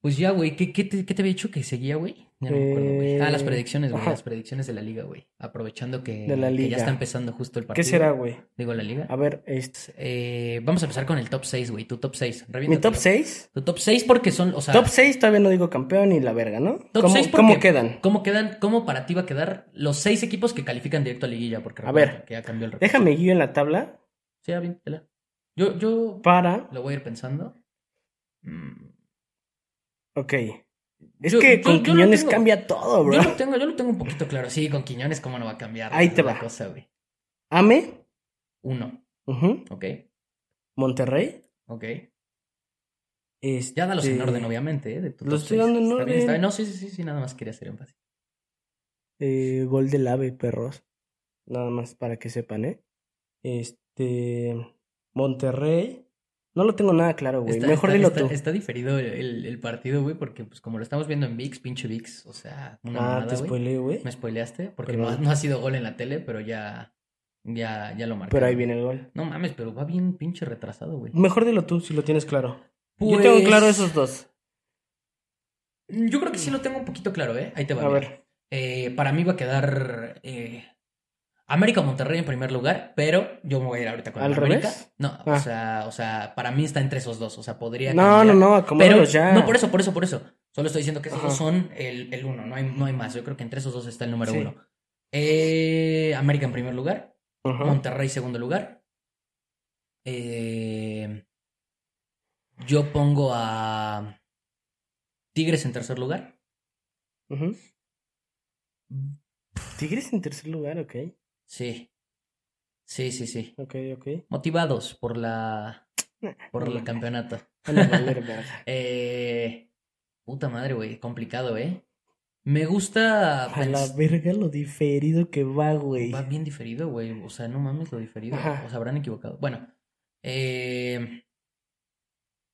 Pues ya, güey. ¿qué, qué, te, qué te había dicho que seguía, güey? Ya no me acuerdo, güey. Ah, las
Eh,
predicciones, güey.
ajá.
Las predicciones de la liga, güey. Aprovechando que,
De la
que ya
liga.
está empezando justo el
¿Qué
partido.
será, güey?
Digo, la liga.
A ver, este.
Eh, vamos a empezar con el top 6, güey. Tu top 6.
¿Mi top 6?
Tu top 6 porque son. O sea,
Top 6 todavía no digo campeón ni la verga, ¿no?
Ah. Top
¿Cómo,
seis porque-
¿Cómo quedan?
¿cómo quedan? ¿Cómo para ti va a quedar los 6 equipos que califican directo a liguilla? Porque
A
recuerda
ver,
que ya cambió el repechaje.
Déjame guío en la tabla
Sí, ah, bien, tela. Yo, yo
para.
lo voy a ir pensando. Mm,
Ok. Es
Yo-
que
yo-
con
yo lo
Quiñones
tengo.
cambia todo, bro.
Yo lo tengo, yo lo tengo un poquito claro. Sí, con Quiñones, ¿cómo no va a cambiar?
Ahí
la-
te
la
va.
cosa, güey?
Ame,
Uno,
ujú,
ok,
Monterrey.
ok.
este-
Ya dalos en orden, obviamente, ¿eh? De tu top
Los estoy
seis.
dando en
Está bien,
orden.
está bien. No, sí, sí, sí, sí, nada más quería hacer énfasis.
Eh, gol del ave, perros. Nada más para que sepan, ¿eh? Este. Monterrey. No lo tengo nada claro, güey.
Está-
Mejor
está,
dilo
está-
tú.
está diferido el, el partido, güey, porque pues como lo estamos viendo en VIX, pinche VIX, o sea, una
ah, te
mamada, güey.
spoileé, güey.
Me spoileaste, porque
Perdón.
no, ha- no ha sido gol en la tele, pero ya, ya, ya lo marqué.
Pero ahí viene el gol.
No mames, pero va bien pinche retrasado, güey.
Mejor dilo tú, si lo tienes claro. Yo
Pues-
tengo claro esos dos.
Yo creo que sí lo tengo un poquito claro, ¿eh? Ahí te va.
A
mira.
ver.
Eh, para mí va a quedar eh, América Monterrey en primer lugar, pero yo me voy a ir ahorita con
¿Al
el América.
revés?
No, o
Ah.
sea, o sea, para mí está entre esos dos. O sea, podría.
No,
cambiar,
no, no,
Pero
acomódalos ya.
no por eso, por eso, por eso. Solo estoy diciendo que esos
Ajá.
dos son el, el uno, no hay, no hay más. Yo creo que entre esos dos está el número
Sí.
uno. Eh, América en primer lugar,
Ajá.
Monterrey segundo lugar. Eh, yo pongo a Tigres en tercer lugar.
Ujú. Tigres en tercer lugar, ok.
Sí. Sí, sí, sí.
Ok, ok.
Motivados por la. Por
no
el
mames.
campeonato.
Van a valer verga.
Eh. Puta madre, güey. Complicado, ¿eh? Me gusta.
A la
pens-
verga lo diferido que va, güey.
Va bien diferido, güey. O sea, no mames lo diferido.
Ajá.
O se habrán equivocado. Bueno. eh,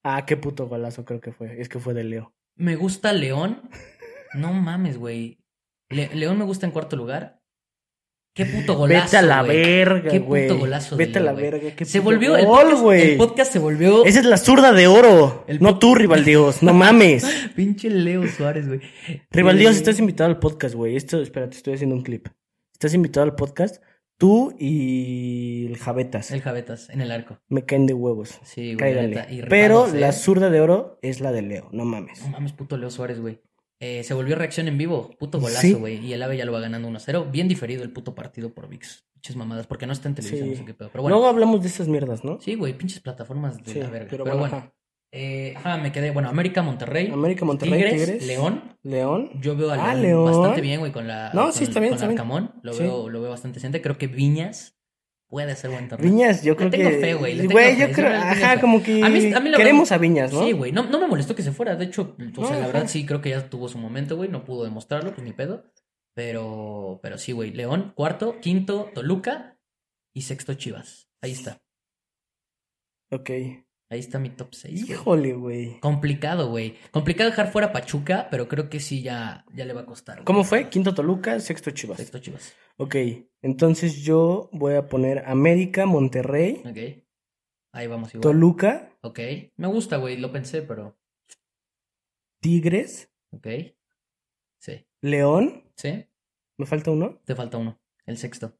Ah, qué puto golazo creo que fue. Es que fue de Leo.
Me gusta León. No mames, güey. Le- León me gusta en cuarto lugar. Qué puto golazo.
Vete a la
güey.
verga,
Qué puto
güey.
golazo de
Vete a
Leo,
la
güey.
verga. qué
Se
puto
volvió. El
gol,
podcast,
güey.
el podcast se volvió.
Esa es la zurda de oro.
El
No
pod-
tú, Rivaldíos. No mames.
Pinche Leo Suárez, güey.
Rivaldíos,
Eh,
estás invitado al podcast, güey. Esto, espérate, estoy haciendo un clip. Estás invitado al podcast. Tú y el Javetas.
El Javetas, en el arco.
Me caen de huevos.
Sí, güey. la neta, y Ah,
Cáiganle.
reparos,
Pero
¿eh?
la zurda de oro es la de Leo. No mames.
No mames, puto Leo Suárez, güey. Eh, se volvió reacción en vivo. Puto
Sí.
golazo, güey. Y el AVE ya lo va ganando 1-0. Bien diferido el puto partido por VIX. Pinches mamadas, porque no está en televisión,
Sí.
no sé qué pedo. Pero bueno.
Luego hablamos de esas mierdas, ¿no?
Sí, güey, pinches plataformas de
Sí,
la verga.
pero
Pero,
bueno,
bueno.
ajá.
Eh, ajá, me quedé. Bueno, América, Monterrey.
América, Monterrey, Tigres,
Tigres, León.
León.
Yo veo a León,
Ah, León.
bastante bien, güey, con la.
No,
con-
sí, está bien,
con
está bien.
Arcamón. Lo,
Sí.
veo, lo veo bastante decente. Creo que Viñas puede hacer buen torneo.
Viñas, yo creo
tengo
que.
fe, güey, le tengo fe,
Güey, yo
sí,
creo.
le tengo
Ajá,
fe.
como que.
A mí- a mí la
queremos a Viñas, ¿no?
Sí, güey, no, no me molestó que se fuera. De hecho, o
No,
sea, la
ajá.
verdad sí creo que ya tuvo su momento, güey. No pudo demostrarlo, pues ni pedo. Pero, pero sí, güey. León, cuarto, quinto, Toluca y sexto Chivas. Ahí está.
Ok.
Ahí está mi top 6.
Híjole, güey.
Complicado, güey. Complicado dejar fuera a Pachuca, pero creo que sí ya, ya le va a costar. güey.
¿Cómo fue? Quinto Toluca, sexto Chivas.
Sexto Chivas.
Ok, entonces yo voy a poner América, Monterrey,
Ok. Ahí vamos igual.
Toluca,
Ok. Me gusta, güey. Lo pensé, pero.
Tigres,
Ok. Sí.
León.
Sí.
¿Me falta uno?
Te falta uno. El sexto.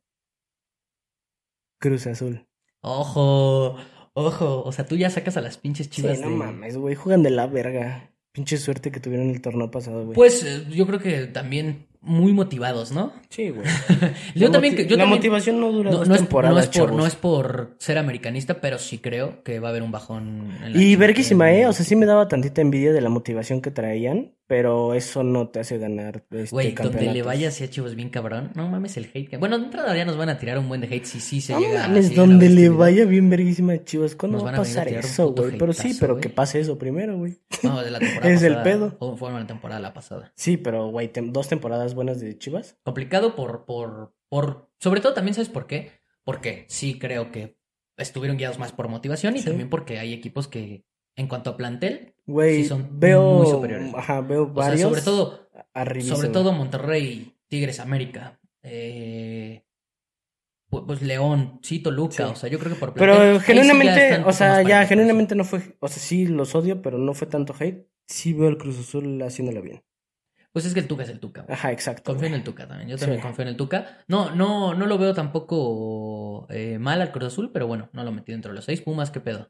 Cruz Azul.
Ojo, ojo, o sea, tú ya sacas a las pinches chivas.
sí, no
de-
mames, güey. Juegan de la verga. Pinche suerte que tuvieron el torneo pasado, güey.
Pues eh, yo creo que también muy motivados, ¿no?
sí, güey.
Yo
La
también,
moti-
que- yo
la
también-
motivación no dura
no,
dos
no es, no,
temporadas,
es por,
chavos.
no es por ser americanista, pero sí creo que va a haber un bajón. en la
Y
Chivas.
verguísima, ¿eh? O sea, sí me daba tantita envidia de la motivación que traían, pero eso no te hace ganar este
Güey, donde le
campeonatos.
vayas y a Chivos bien cabrón, no mames el hate. que- Bueno, de entrada ya nos van a tirar un buen de hate si sí se
No
llega.
mames,
así a la
donde le
hostilidad.
vaya bien verguísima de Chivas. ¿Cuándo
Nos
va a
van a venir a
pasar
tirar un
eso,
puto
güey? Pero sí,
hatazo,
pero
güey.
que pase eso primero, güey.
No, de la temporada
Es el
pasada,
pedo.
O fue una temporada la pasada.
Sí, pero, güey, tem- dos temporadas buenas de Chivas.
Complicado por, por, por. Sobre todo también, ¿sabes por qué? Porque sí creo que estuvieron guiados más por motivación y
Sí.
también porque hay equipos que, en cuanto a plantel,
Güey,
Sí, son
veo.
muy superiores.
Ajá, veo
o sea,
varios.
sobre todo,
arribísima.
Sobre todo Monterrey, Tigres, América, eh, pu- pues León, sí, Toluca,
Sí.
o sea, yo creo que por plantel,
Pero
ahí sí ya
genuinamente,
están-
o sea,
son más
ya,
parejos.
genuinamente no fue. O sea, sí los odio, pero no fue tanto hate. Sí veo al Cruz Azul haciéndolo bien.
Pues es que el Tuca es el Tuca. güey.
Ajá, exacto.
Confío en
güey.
el Tuca también, yo
Sí.
también confío en el Tuca. No, no, no lo veo tampoco eh, mal al Cruz Azul, pero bueno, no lo metí dentro de los seis. Pumas, qué pedo.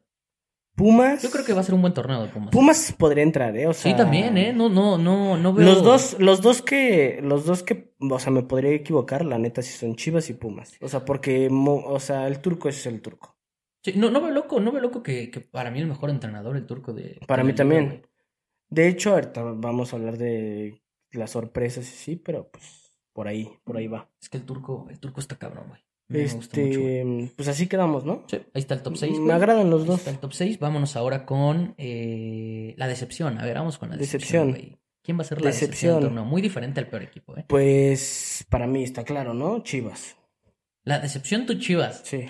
Pumas.
Yo creo que va a ser un buen torneo de Pumas.
Pumas podría entrar, ¿eh? O sea,
Sí, también, ¿eh? No, no, no, no veo...
Los dos, los dos que, los dos que, o sea, me podría equivocar, la neta, si son Chivas y Pumas. O sea, porque, mo- o sea, el turco es el turco.
Sí, no, no veo loco, no veo loco que, que para mí el mejor entrenador, el turco de...
Para mí
del-
también. De hecho, ahorita vamos a hablar de las sorpresas, y sí, pero pues por ahí, por ahí va.
Es que el turco, el turco está cabrón, güey. A mí Me gusta mucho, güey.
Este, pues así quedamos, ¿no?
Sí, ahí está el top 6.
Me agradan los
Ahí
dos.
está el top 6. Vámonos ahora con eh, la decepción. A ver, vamos con la decepción.
Decepción.
güey. ¿Quién va a ser la decepción? del
Decepción.
torneo? Muy diferente al peor equipo, ¿eh?
Pues para mí está claro, ¿no? Chivas.
La decepción, tú chivas.
Sí.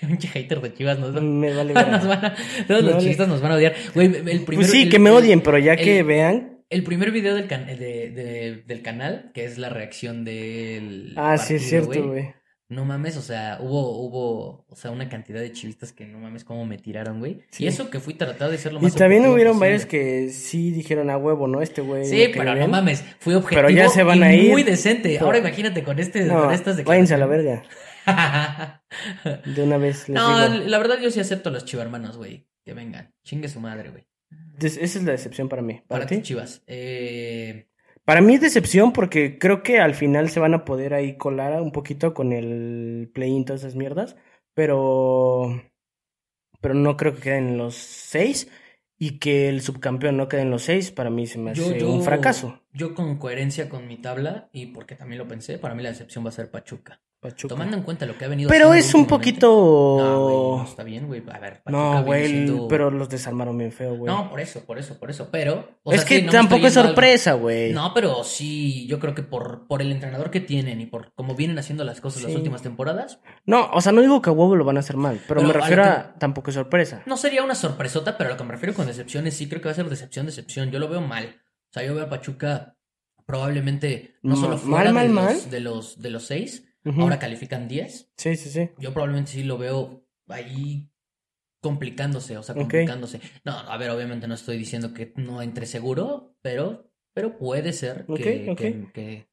Pinche hater de chivas.
Mm,
Nos, van-
Me vale
nos
ver.
van a- todos los
Vale.
chistas nos van a odiar. Güey, el primer,
Pues sí,
el-
que me
el-
odien, pero ya que
el-
vean.
El primer video del, can- de- de- del canal, que es la reacción del.
Ah, sí, es
partido,
cierto, güey.
No mames, o sea, hubo, hubo, o sea, una cantidad de chivistas que no mames cómo me tiraron, güey.
Sí.
Y eso que fui tratado de ser lo
Y
más
también
objetivo
hubieron
posible.
varios que sí dijeron a huevo, ¿no? Este güey.
Sí,
que
pero no
ven.
mames, fui objetivo
Pero ya se van
y
a ir.
muy decente.
Pero-
Ahora imagínate con este,
No,
con estas
váyanse a la
declaraciones.
verga. De una vez les
no,
digo.
la verdad yo sí acepto a los chivarmanos, güey. Que vengan, chingue su madre, güey.
Des- Esa es la decepción para mí. ¿Para,
Para
ti?
tus chivas. Eh,
Para mí es decepción porque creo que al final se van a poder ahí colar un poquito con el play-in, todas esas mierdas. Pero. Pero no creo que queden los seis. Y que el subcampeón no quede en los seis, para mí se me hace
yo, yo,
un fracaso.
Yo con coherencia con mi tabla y porque también lo pensé, para mí la decepción va a ser Pachuca.
Pachuca.
Tomando en cuenta lo que ha venido
Pero
haciendo
es un
últimamente-
poquito.
No, güey, no está bien, güey. A ver, Pachuca
No,
viene
güey,
siendo-
pero los desarmaron bien feo, güey.
No, por eso, por eso, por eso. Pero. o
es
sea,
que
sí, no me
tampoco
estoy
es
yendo a algo-
sorpresa, güey.
No, pero sí, yo creo que por, por el entrenador que tienen y por cómo vienen haciendo las cosas las
Sí.
últimas temporadas,
No, o sea, no digo que a huevo lo van a hacer mal,
Pero
pero, me
a lo
refiero
que-
a tampoco es sorpresa.
no sería una sorpresota, pero a lo que me refiero con decepciones, sí creo que va a ser decepción, decepción. Yo lo veo mal. O sea, yo veo a Pachuca probablemente no
Ma-
solo fuera
mal,
de,
mal,
los, de los de los seis,
Ujú.
ahora califican 10.
Sí, sí, sí.
Yo probablemente sí lo veo ahí complicándose, o sea,
Ok.
complicándose. No, a ver, obviamente no estoy diciendo que no entre seguro, pero, pero puede ser que-
Ok, ok.
que- que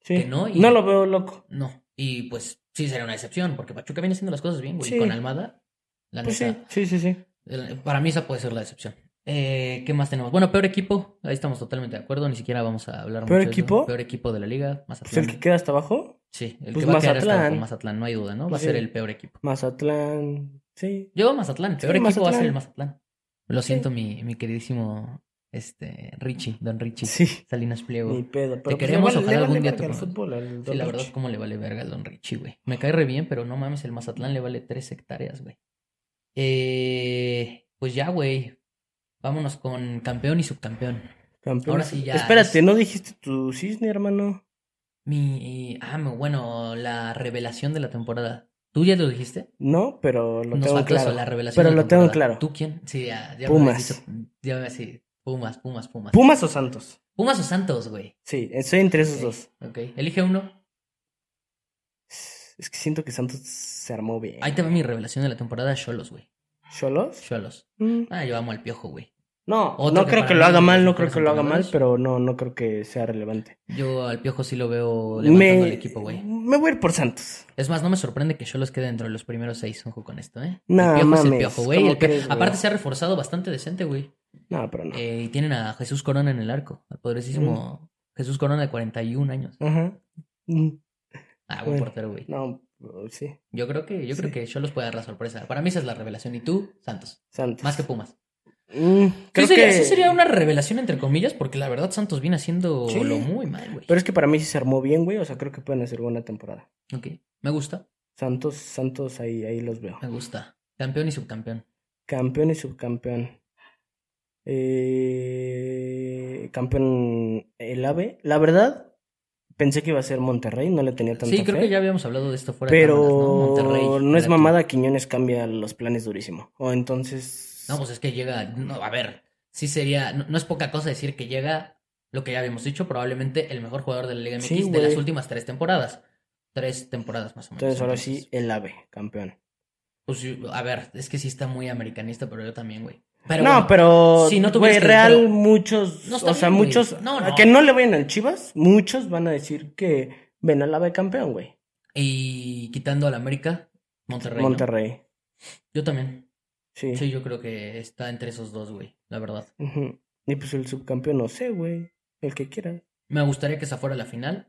sí.
que no, y-
No lo veo loco.
No. Y pues sí sería una decepción, porque Pachuca viene haciendo las cosas bien, güey.
Sí.
Con Almada, la
Pues sí,
neta,
sí, sí, sí.
el- Para mí esa puede ser la decepción. Eh, ¿Qué más tenemos? Bueno, peor equipo. Ahí estamos totalmente de acuerdo. Ni siquiera vamos a hablar mucho
¿Peor
de eso.
equipo?
Peor equipo de la liga.
Pues el
Mazatlán.
que queda hasta abajo,
Sí, el
pues
que va a quedar hasta
Mazatlán.
abajo, Mazatlán, no hay duda, ¿no? Va
Pues
a ser
sí.
el peor equipo.
Mazatlán, sí.
Yo Mazatlán. El
Sí,
peor equipo va a ser
Mazatlán.
el Mazatlán. Lo
Sí.
siento, mi, mi queridísimo este Richie, Don Richie.
Sí.
Salinas Pliego.
Ni pedo. Pero pues
queremos,
le vale-
ojalá
le
algún
vale
día
verga
te
al
pongas.
fútbol, al
Sí, la verdad,
Richie.
cómo le vale verga al Don Richie, güey. Me cae re bien, pero no mames, el Mazatlán le vale tres hectáreas, güey. Eh, pues ya, güey. Vámonos con campeón y subcampeón.
Campeón.
Ahora sí ya.
Espérate,
es
¿no dijiste tu cisne, hermano?
Mi. Ah, me- bueno, la revelación de la temporada. ¿Tú ya lo dijiste?
No, pero lo
Nos
tengo
faltó
claro.
eso, la revelación.
pero
de la
lo tengo
temporada.
claro.
¿Tú quién? Sí, ya, ya me
Pumas.
habías dicho- ya me sí. Pumas, Pumas, Pumas.
¿Pumas o Santos?
Pumas o Santos, güey.
Sí, estoy entre esos
Ok,
dos.
Ok. Elige uno.
Es que siento que Santos se armó bien.
Ahí te va mi revelación de la temporada, Cholos, güey.
¿Cholos?
Cholos.
Mm.
Ah, yo amo al piojo, güey.
No,
Otro
no
que
creo
para
que
mí
lo
es
haga
de los
mal, no creo
mejores
que lo haga mal,
entrenadores.
pero no, no creo que sea relevante.
Yo al Piojo sí lo veo levantando el
Me,
equipo, güey.
me voy a ir por Santos.
Es más, no me sorprende que Cholos quede dentro de los primeros seis, ojo con esto, ¿eh?
No
el Piojo es el
mames,
Piojo, güey.
¿cómo
El Pio-
crees, güey?
Aparte se ha reforzado bastante decente, güey.
No, pero no.
Eh, y tienen a Jesús Corona en el arco, al poderosísimo
Mm.
Jesús Corona de 41 años.
Ajá. Mm,
Ah, buen
Bueno.
portero, güey.
No, pues sí.
Yo creo que, yo creo
Sí.
que Cholos puede dar la sorpresa. Para mí esa es la revelación. ¿Y tú, Santos?
Santos.
Más que Pumas.
Mm,
Sí
creo
sería,
que-
sí sería una revelación entre comillas, porque la verdad Santos viene haciendo
Sí.
lo muy mal, güey.
Pero es que para mí sí se armó bien, güey. O sea, creo que pueden hacer buena temporada.
Ok, me gusta,
Santos, Santos, ahí, ahí los veo.
me gusta. Campeón y subcampeón.
Campeón y subcampeón. Eh, campeón el AVE. La verdad, pensé que iba a ser Monterrey, no le tenía tanta
Sí, creo
fe,
que ya habíamos hablado de esto fuera de cámaras,
Pero
¿no?
no, es
Veracruz.
mamada, Quiñones cambia los planes durísimo. O entonces...
No, pues es que llega, no, a ver, sí sería, no, no es poca cosa decir que llega, lo que ya habíamos dicho, probablemente el mejor jugador de la Liga MX
Sí,
de
güey.
las últimas tres temporadas. Tres temporadas más o menos.
entonces ahora sí, el AVE, campeón.
Pues sí, a ver, es que sí está muy americanista, pero yo también, güey. Pero
no,
bueno,
pero
si no
güey,
tuvieras que-
real
pero-
muchos,
No, está
o sea,
bien, güey.
muchos
No, no.
que no le vayan al Chivas, muchos van a decir que ven al AVE campeón, güey.
Y quitando al América, Monterrey. ¿no?
Monterrey.
Yo también.
Sí.
Sí, yo creo que está entre esos dos, güey, la verdad.
Ujú. Y pues el subcampeón, no sé, güey. El que quiera.
Me gustaría que esa fuera la final.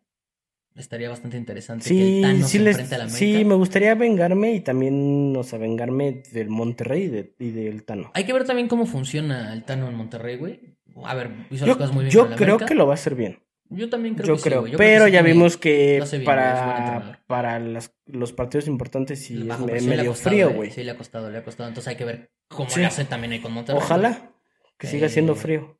Estaría bastante interesante que el
Sí,
Tano
sí,
se
les-
enfrente al América.
sí, me gustaría vengarme y también, o sea, vengarme del Monterrey y, de- y del Tano.
Hay que ver también cómo funciona el Tano en Monterrey, güey. A ver, hizo
Yo,
las cosas muy bien
yo
con el
creo
América.
que lo va a hacer bien.
Yo también creo
yo
que sí,
creo.
güey. Yo creo que
pero
sí
ya
tiene-
vimos que
lo hace bien, es buen entrenador.
para, para las- los partidos importantes sí
el
es
bajo
me-
perfil le ha
medio
costado,
frío,
eh.
güey.
Sí, le ha costado, le ha costado. Entonces hay que ver cómo
Sí.
le hace también ahí con Monterrey.
Ojalá que siga siendo
Eh,
frío.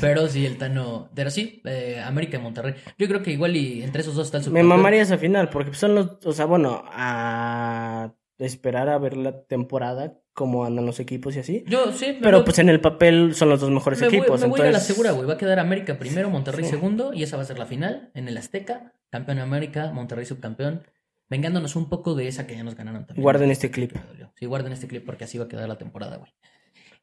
Pero sí, el Tano. Pero sí, eh, América y Monterrey. Yo creo que igual y entre esos dos está el
Me
subcampeón.
mamaría esa final, porque son los, o sea, bueno, a esperar a ver la temporada, cómo andan los equipos y así.
Yo sí, me
Pero
voy-
pues en el papel son los dos mejores
me voy-
equipos.
me voy a ir a la
entonces-
segura, güey. Va a quedar América primero, Monterrey
Sí.
segundo. Y esa va a ser la final en el Azteca. Campeón de América, Monterrey subcampeón. Vengándonos un poco de esa que ya nos ganaron también.
Guarden este clip.
Me dolió. Sí, guarden este clip porque así va a quedar la temporada, güey.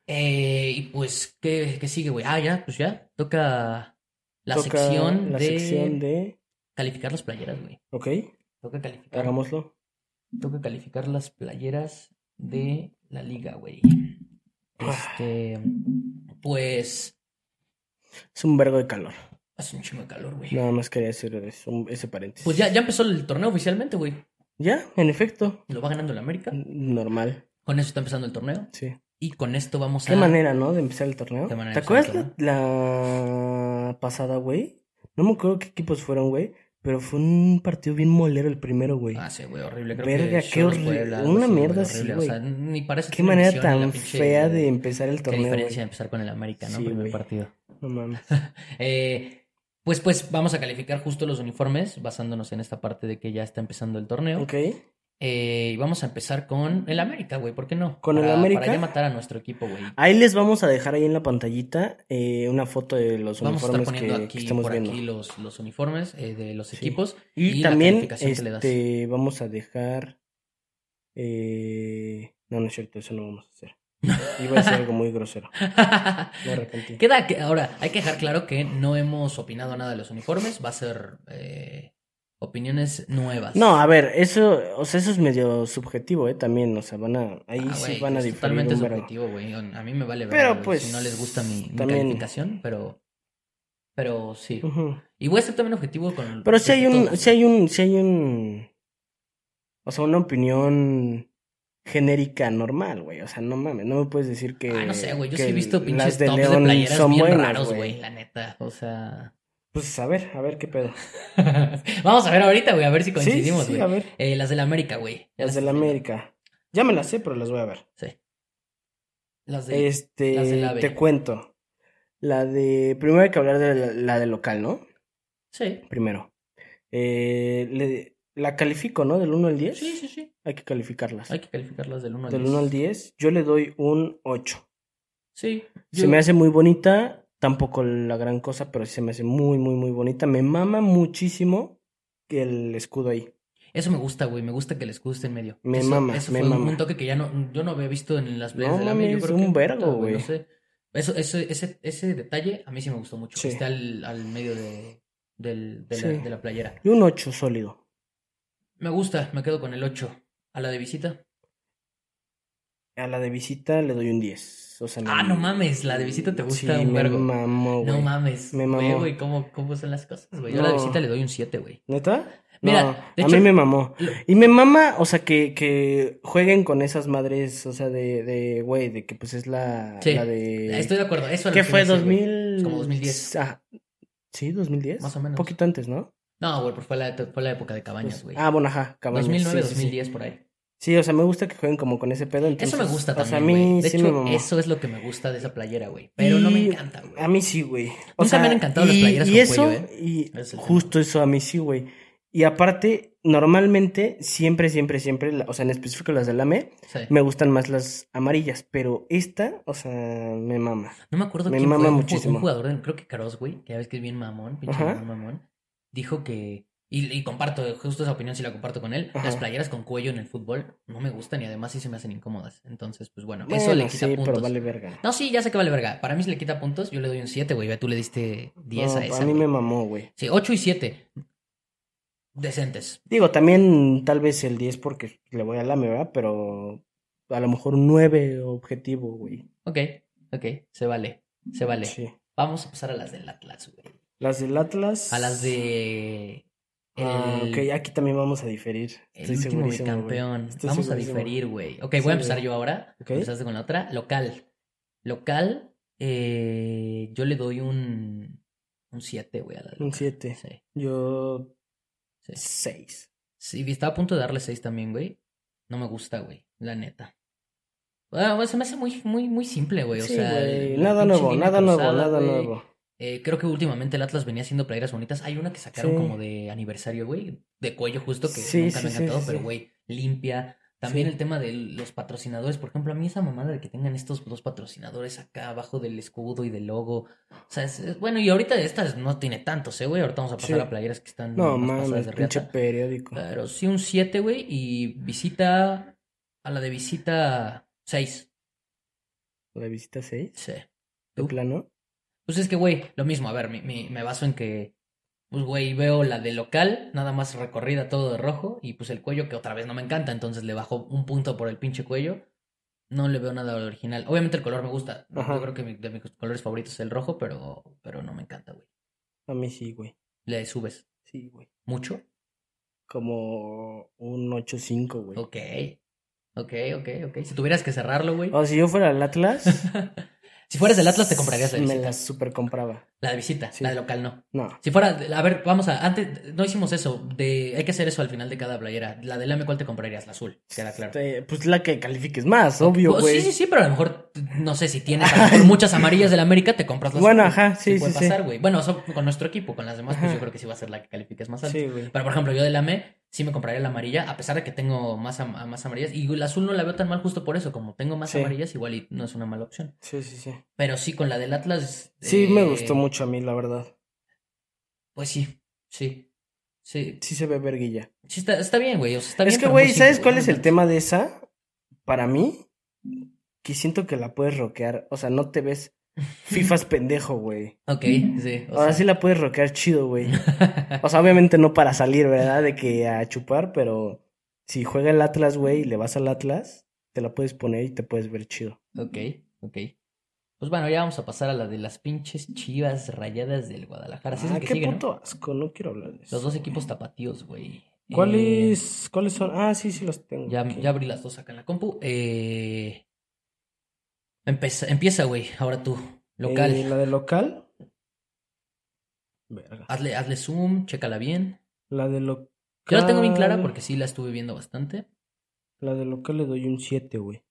Eh, y pues, ¿qué, qué sigue, güey? Ah, ya, pues ya. Toca la,
Toca
sección,
la
de
sección de.
calificar las playeras, güey.
Ok,
Toca calificar.
hagámoslo.
Toca calificar las playeras de la liga, güey.
Ah.
Este. Pues.
Es un vergo de calor.
Hace un chingo de calor, güey.
Nada más quería hacer eso- ese paréntesis.
Pues ya, ya empezó el torneo oficialmente, güey.
Ya, en efecto.
Lo va ganando el América.
Normal,
Con eso está empezando el torneo.
sí.
Y con esto vamos a.
Qué manera, ¿no? De empezar el torneo.
Qué manera
¿Te
de empezar
acuerdas
el
la, la pasada, güey? No me acuerdo qué equipos fueron, güey. Pero fue un partido bien molero el primero, güey.
Ah, sí, güey, horrible. Creo
Verga,
que
qué
Xolos,
horri-
Puebla, algo
una
así, güey,
mierda así,
horrible.
güey.
O sea, ni parece
qué manera tan fea de
Qué
empezar el torneo. güey.
diferencia de empezar con el América, ¿no?
Sí,
Primer
güey.
partido.
No mames.
Eh, pues, pues, vamos a calificar justo los uniformes, basándonos en esta parte de que ya está empezando el torneo.
ok.
Eh, y vamos a empezar con el América, güey, ¿por qué no?
¿Con el
Para-
América?
Para ya matar a nuestro equipo, güey.
Ahí les vamos a dejar ahí en la pantallita eh, una foto de los
Vamos a estar
uniformes
poniendo
que, que
aquí,
estamos
por
viendo.
aquí los, los uniformes eh, de los
Sí.
equipos.
Y,
y la
también
calificación que le das.
este, vamos a dejar. eh, No, no es cierto, eso no vamos a hacer. Iba a decir algo muy grosero. Me arrepentí.
Queda que ahora hay que dejar claro que no hemos opinado nada de los uniformes, va a ser eh, opiniones nuevas. Ah,
No, a ver, eso, o sea, eso es medio subjetivo, eh, también, o sea, van a, ahí
Ah,
sí
güey,
van a
es
diferir
totalmente
un vergo.
subjetivo, güey. A mí me vale ver
Pero, pues,
si no les gusta mi, mi
también-
calificación, pero pero sí.
Ujú.
Y voy a ser también objetivo con
Pero si hay un,
respecto-
si hay un, si hay un, o sea, una opinión genérica normal, güey, o sea, no mames, no me puedes decir que,
Ah, no sé, güey, yo
que
sí he visto pinches
las
tops de
León
playeras bien
buenas,
raros, güey, la neta, o sea,
Pues a ver, a ver qué pedo.
vamos a ver ahorita, güey, a ver si
Sí,
coincidimos,
sí,
güey.
a ver,
Eh, las del América, güey.
las de la América. Ya me las sé, pero las voy a ver.
Sí. Las de
Este,
las del AVE.
te cuento. La de, primero hay que hablar de la, la de local, ¿no?
Sí.
primero. Eh, le- la califico, ¿no? Del 1 al 10.
Sí, sí, sí.
Hay que calificarlas.
Hay que calificarlas del 1 al
Del
10.
1 al 10, yo le doy un 8.
Sí.
Se
yo-
me hace muy bonita, tampoco la gran cosa, pero sí se me hace muy, muy, muy bonita. Me mama muchísimo el escudo ahí.
Eso me gusta, güey. Me gusta que les guste en medio.
Me
eso,
mama,
eso
me
fue un-
mama.
un toque que ya no, yo no había visto en las playas
No
de la Yo
mames,
creo
un
que,
vergo,
puta, No
güey.
sé. Eso, eso, ese, ese detalle a mí sí me gustó mucho.
Sí.
Que esté al, al medio de, del- de,
Sí.
la, de la playera.
Y un 8 sólido.
Me gusta, me quedo con el 8. A la de visita.
A la de visita le doy un 10. O sea, me-
Ah, no mames, la de visita te
Sí,
gusta un
me
vergo.
mamó,
No
güey.
mames.
Me
güey,
mamó.
güey, ¿cómo, ¿cómo son las cosas, güey? Yo a la
No.
visita le doy un 7, güey.
¿Neta?
Mira,
No,
de
a
hecho-
mí me mamó.
Lo-
Y me mama, o sea, que, que jueguen con esas madres, o sea, de, de güey, de que pues es la,
Sí,
la de...
Estoy de acuerdo. Eso era
¿Qué
lo que
fue?
iba a decir, güey.
2000...
Como 2010.
Ah, sí, 2010.
Más o menos.
Un poquito antes, ¿no?
No, güey, pues fue la, fue la época de Cabañas, güey.
Ah, bueno, ajá, cabañas.
2009,
sí, sí, sí.
2010, por ahí.
Sí, o sea, me gusta que jueguen como con ese pedo.
Eso
entonces,
me gusta
O sea, a
también, güey.
mí
De
sí me
hecho,
mamó.
eso es lo que me gusta de esa playera, güey. Pero no me
Y- ah,
encanta, güey.
A mí sí, güey. O
Nunca
sea,
me han encantado las
y-
playeras
y
con
eso,
cuello, ¿eh?
Y
Es el tema.
justo eso, a mí sí, güey. Y aparte, normalmente, siempre, siempre, siempre, la- o sea, en específico las del E, AME,
Sí.
me gustan más las amarillas, pero esta, o sea, me mama.
No me acuerdo
Me
quién fue
mama
un ju-
muchísimo.
un jugador, de- creo que Caros, güey, que ya ves que es bien mamón, pinche
Ajá.
mamón, mamón, dijo que, y, y comparto, justo esa opinión si la comparto con él, las
Ajá.
playeras con cuello en el fútbol no me gustan y además sí se me hacen incómodas. Entonces, pues bueno, eso
Bueno,
le quita
sí, pero
puntos.
vale verga.
No, sí, ya sé que vale verga. Para mí se le quita puntos, yo le doy un 7, güey, ve, tú le diste 10
No,
a esa.
mí
güey.
me mamó, güey.
Sí, 8 y 7. Decentes.
Digo, también tal vez el 10 porque le voy al AME, ¿verdad? Pero a lo mejor un 9 objetivo, güey.
Ok, ok, se vale, se vale.
Sí.
Vamos a pasar a las del Atlas, güey.
Las del Atlas.
A las de...
Ah,
el-
ok, aquí también vamos a diferir.
El último
segurísimo, güey.
bicampeón.
Estoy
Vamos a
segurísimo.
diferir, güey. Ok, voy
Sí,
a
güey.
empezar yo ahora.
Ok.
Empezaste con la otra. Local. Local, eh, yo le doy un un 7, güey. a la
Un
local.
7.
Sí,
Yo
sí.
6.
Sí, y estaba a punto de darle 6 también, güey. No me gusta, güey. La neta. Ah, bueno, se me hace muy, muy, muy simple, güey. O
Sí,
sea,
güey,
la
Nada
pinche
nuevo,
línea
nada nuevo,
cruzada,
nada
güey.
nuevo.
Eh, creo que últimamente el Atlas venía haciendo playeras bonitas. Hay una que sacaron
Sí.
como de aniversario, güey, de cuello justo, que
Sí,
nunca
sí,
me ha
sí,
encantado,
sí,
pero
sí.
güey, limpia. También
Sí.
el tema de los patrocinadores. Por ejemplo, a mí esa mamada de que tengan estos dos patrocinadores acá abajo del escudo y del logo. O sea, es- es- bueno, y ahorita de estas no tiene tantos, ¿eh, güey? Ahorita vamos a pasar
Sí.
a playeras que están
No
más pasadas
mames,
de Ah.
pinche
reata.
periódico.
Pero sí un 7, güey, y visita... A la de visita 6.
La visita 6.
Sí.
De
¿Tú?
plano.
Pues es que, güey, lo mismo, a ver, mi- mi- me baso en que, pues, güey, veo la de local, nada más recorrida todo de rojo, y pues el cuello que otra vez no me encanta, entonces le bajo un punto por el pinche cuello. No le veo nada original. Obviamente el color me gusta. Yo
Ajá.
creo que mi- de mis colores favoritos es el rojo, pero, pero no me encanta, güey.
A mí sí, güey.
¿Le subes
Sí, güey.
mucho?
Como un 8-5, güey.
Ok. Ok, ok, ok. Si tuvieras que cerrarlo, güey.
O si yo fuera el Atlas.
si fueras del Atlas, te comprarías la
Me
visita.
la super compraba.
La de visita,
Sí.
la de local no.
No.
Si fuera, de- a ver, vamos a, antes, no hicimos eso, de, hay que hacer eso al final de cada playera. La del M, ¿cuál te comprarías? La azul, queda claro.
Este, Pues la que califiques más, obvio,
Pues,
güey.
sí, sí, sí, pero a lo mejor, no sé, si tienes a lo mejor muchas amarillas del América, te compras las
Bueno, ajá, sí,
puede
sí, sí.
pasar, güey. Bueno, eso con nuestro equipo, con las demás, pues
Ajá.
yo creo que sí va a ser la que califiques más alto.
Sí, güey.
Pero, por ejemplo, yo del AME sí me compraría la amarilla, a pesar de que tengo más, am- más amarillas. Y la azul no la veo tan mal justo por eso, como tengo más
Sí.
amarillas, igual y no es una mala opción.
Sí, sí, sí.
Pero sí, con la del Atlas...
Sí, me
eh,
gustó mucho a mí, la verdad.
Pues sí, sí, sí.
Sí se ve verguilla.
Sí, está, está bien, güey. o sea, está
Es
bien,
que,
pero
güey,
muy
¿sabes
simple,
cuál
güey,
es
no
el
mames.
tema de esa? Para mí, que siento que la puedes roquear. O sea, no te ves FIFAs pendejo, güey.
Ok, sí. o
Ahora sí
sea.
la puedes roquear chido, güey. O sea, obviamente no para salir, ¿verdad? De que a chupar, pero si juega el Atlas, güey, y le vas al Atlas, te la puedes poner y te puedes ver chido.
ok, ok. Pues bueno, ya vamos a pasar a la de las pinches chivas rayadas del Guadalajara. Así es
ah,
el que
qué
sigue, ¿no?
puto asco, no quiero hablar de eso.
Los dos equipos tapatíos, güey. Eh,
¿Cuáles, ¿Cuáles son? Ah, sí, sí los tengo.
Ya,
aquí.
ya abrí las dos acá en la compu. Eh... Empeza- empieza, güey. Ahora tú. Local.
Eh, la de local. Verga.
Hazle, hazle zoom, chécala bien.
La de local.
Yo la tengo bien clara porque sí la estuve viendo bastante.
La de local le doy un 7, güey.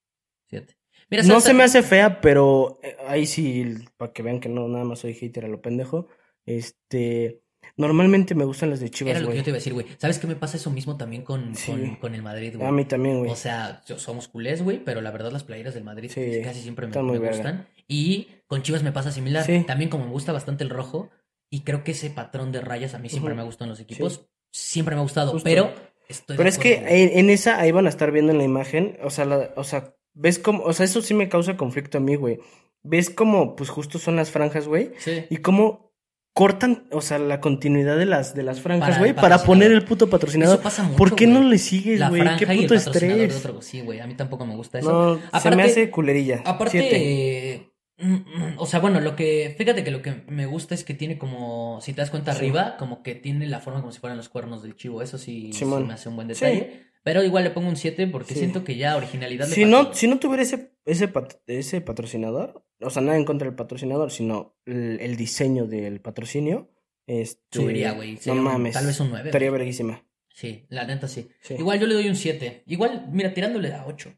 Fíjate. Mira,
No
¿sabes?
se me hace fea, pero eh, ahí sí, para que vean que no, nada más soy hater a lo pendejo. Este, normalmente me gustan las de
Era
Chivas,
lo que
güey.
yo te iba a decir, güey. ¿Sabes qué me pasa eso mismo también con,
Sí.
con, con el Madrid, güey?
A mí también, güey.
O sea, yo- somos culés, güey, pero la verdad las playeras del Madrid
Sí,
casi siempre me,
están muy
me
verga.
gustan. Y con Chivas me pasa similar.
Sí.
También como me gusta bastante el rojo y creo que ese patrón de rayas a mí siempre
Ujú.
me ha gustado en los equipos.
Sí.
Siempre me ha gustado,
Justo.
pero estoy de
pero es que
acuerdo, güey.
en, en esa ahí van a estar viendo en la imagen, o sea, la- o sea, ves como, o sea, eso sí me causa conflicto a mí, güey. Ves como, pues justo son las franjas, güey,
Sí.
y cómo cortan, o sea, la continuidad de las, de las franjas,
Para
güey,
el
para, poner
patrocinador.
el puto patrocinador.
Eso pasa mucho,
¿Por qué no
güey.
le sigues,
La
güey?
franja
¿Qué
y el
puto
patrocinador de
estrés?
otro. pues Sí, güey, a mí tampoco me gusta eso.
No, se
Aparte-
me hace culerilla.
Aparte,
Siete.
mm, mm, o sea, bueno, lo que, fíjate que lo que me gusta es que tiene como, si te das cuenta
Sí.
arriba, como que tiene la forma como si fueran los cuernos del chivo, eso sí, sí
Simón.
me hace un buen detalle. Pero igual le pongo un 7 porque
Sí.
siento que ya originalidad le
Si
faltó,
no,
güey.
si no tuviera ese, ese, pat- ese patrocinador, o sea, nada en contra del patrocinador, sino el, el diseño del patrocinio, este,
subiría, güey.
No
sería un-
mames.
Tal vez un 9.
Estaría verguísima.
Sí, la neta sí.
Sí.
Igual yo le doy un 7. Igual, mira, tirándole a 8.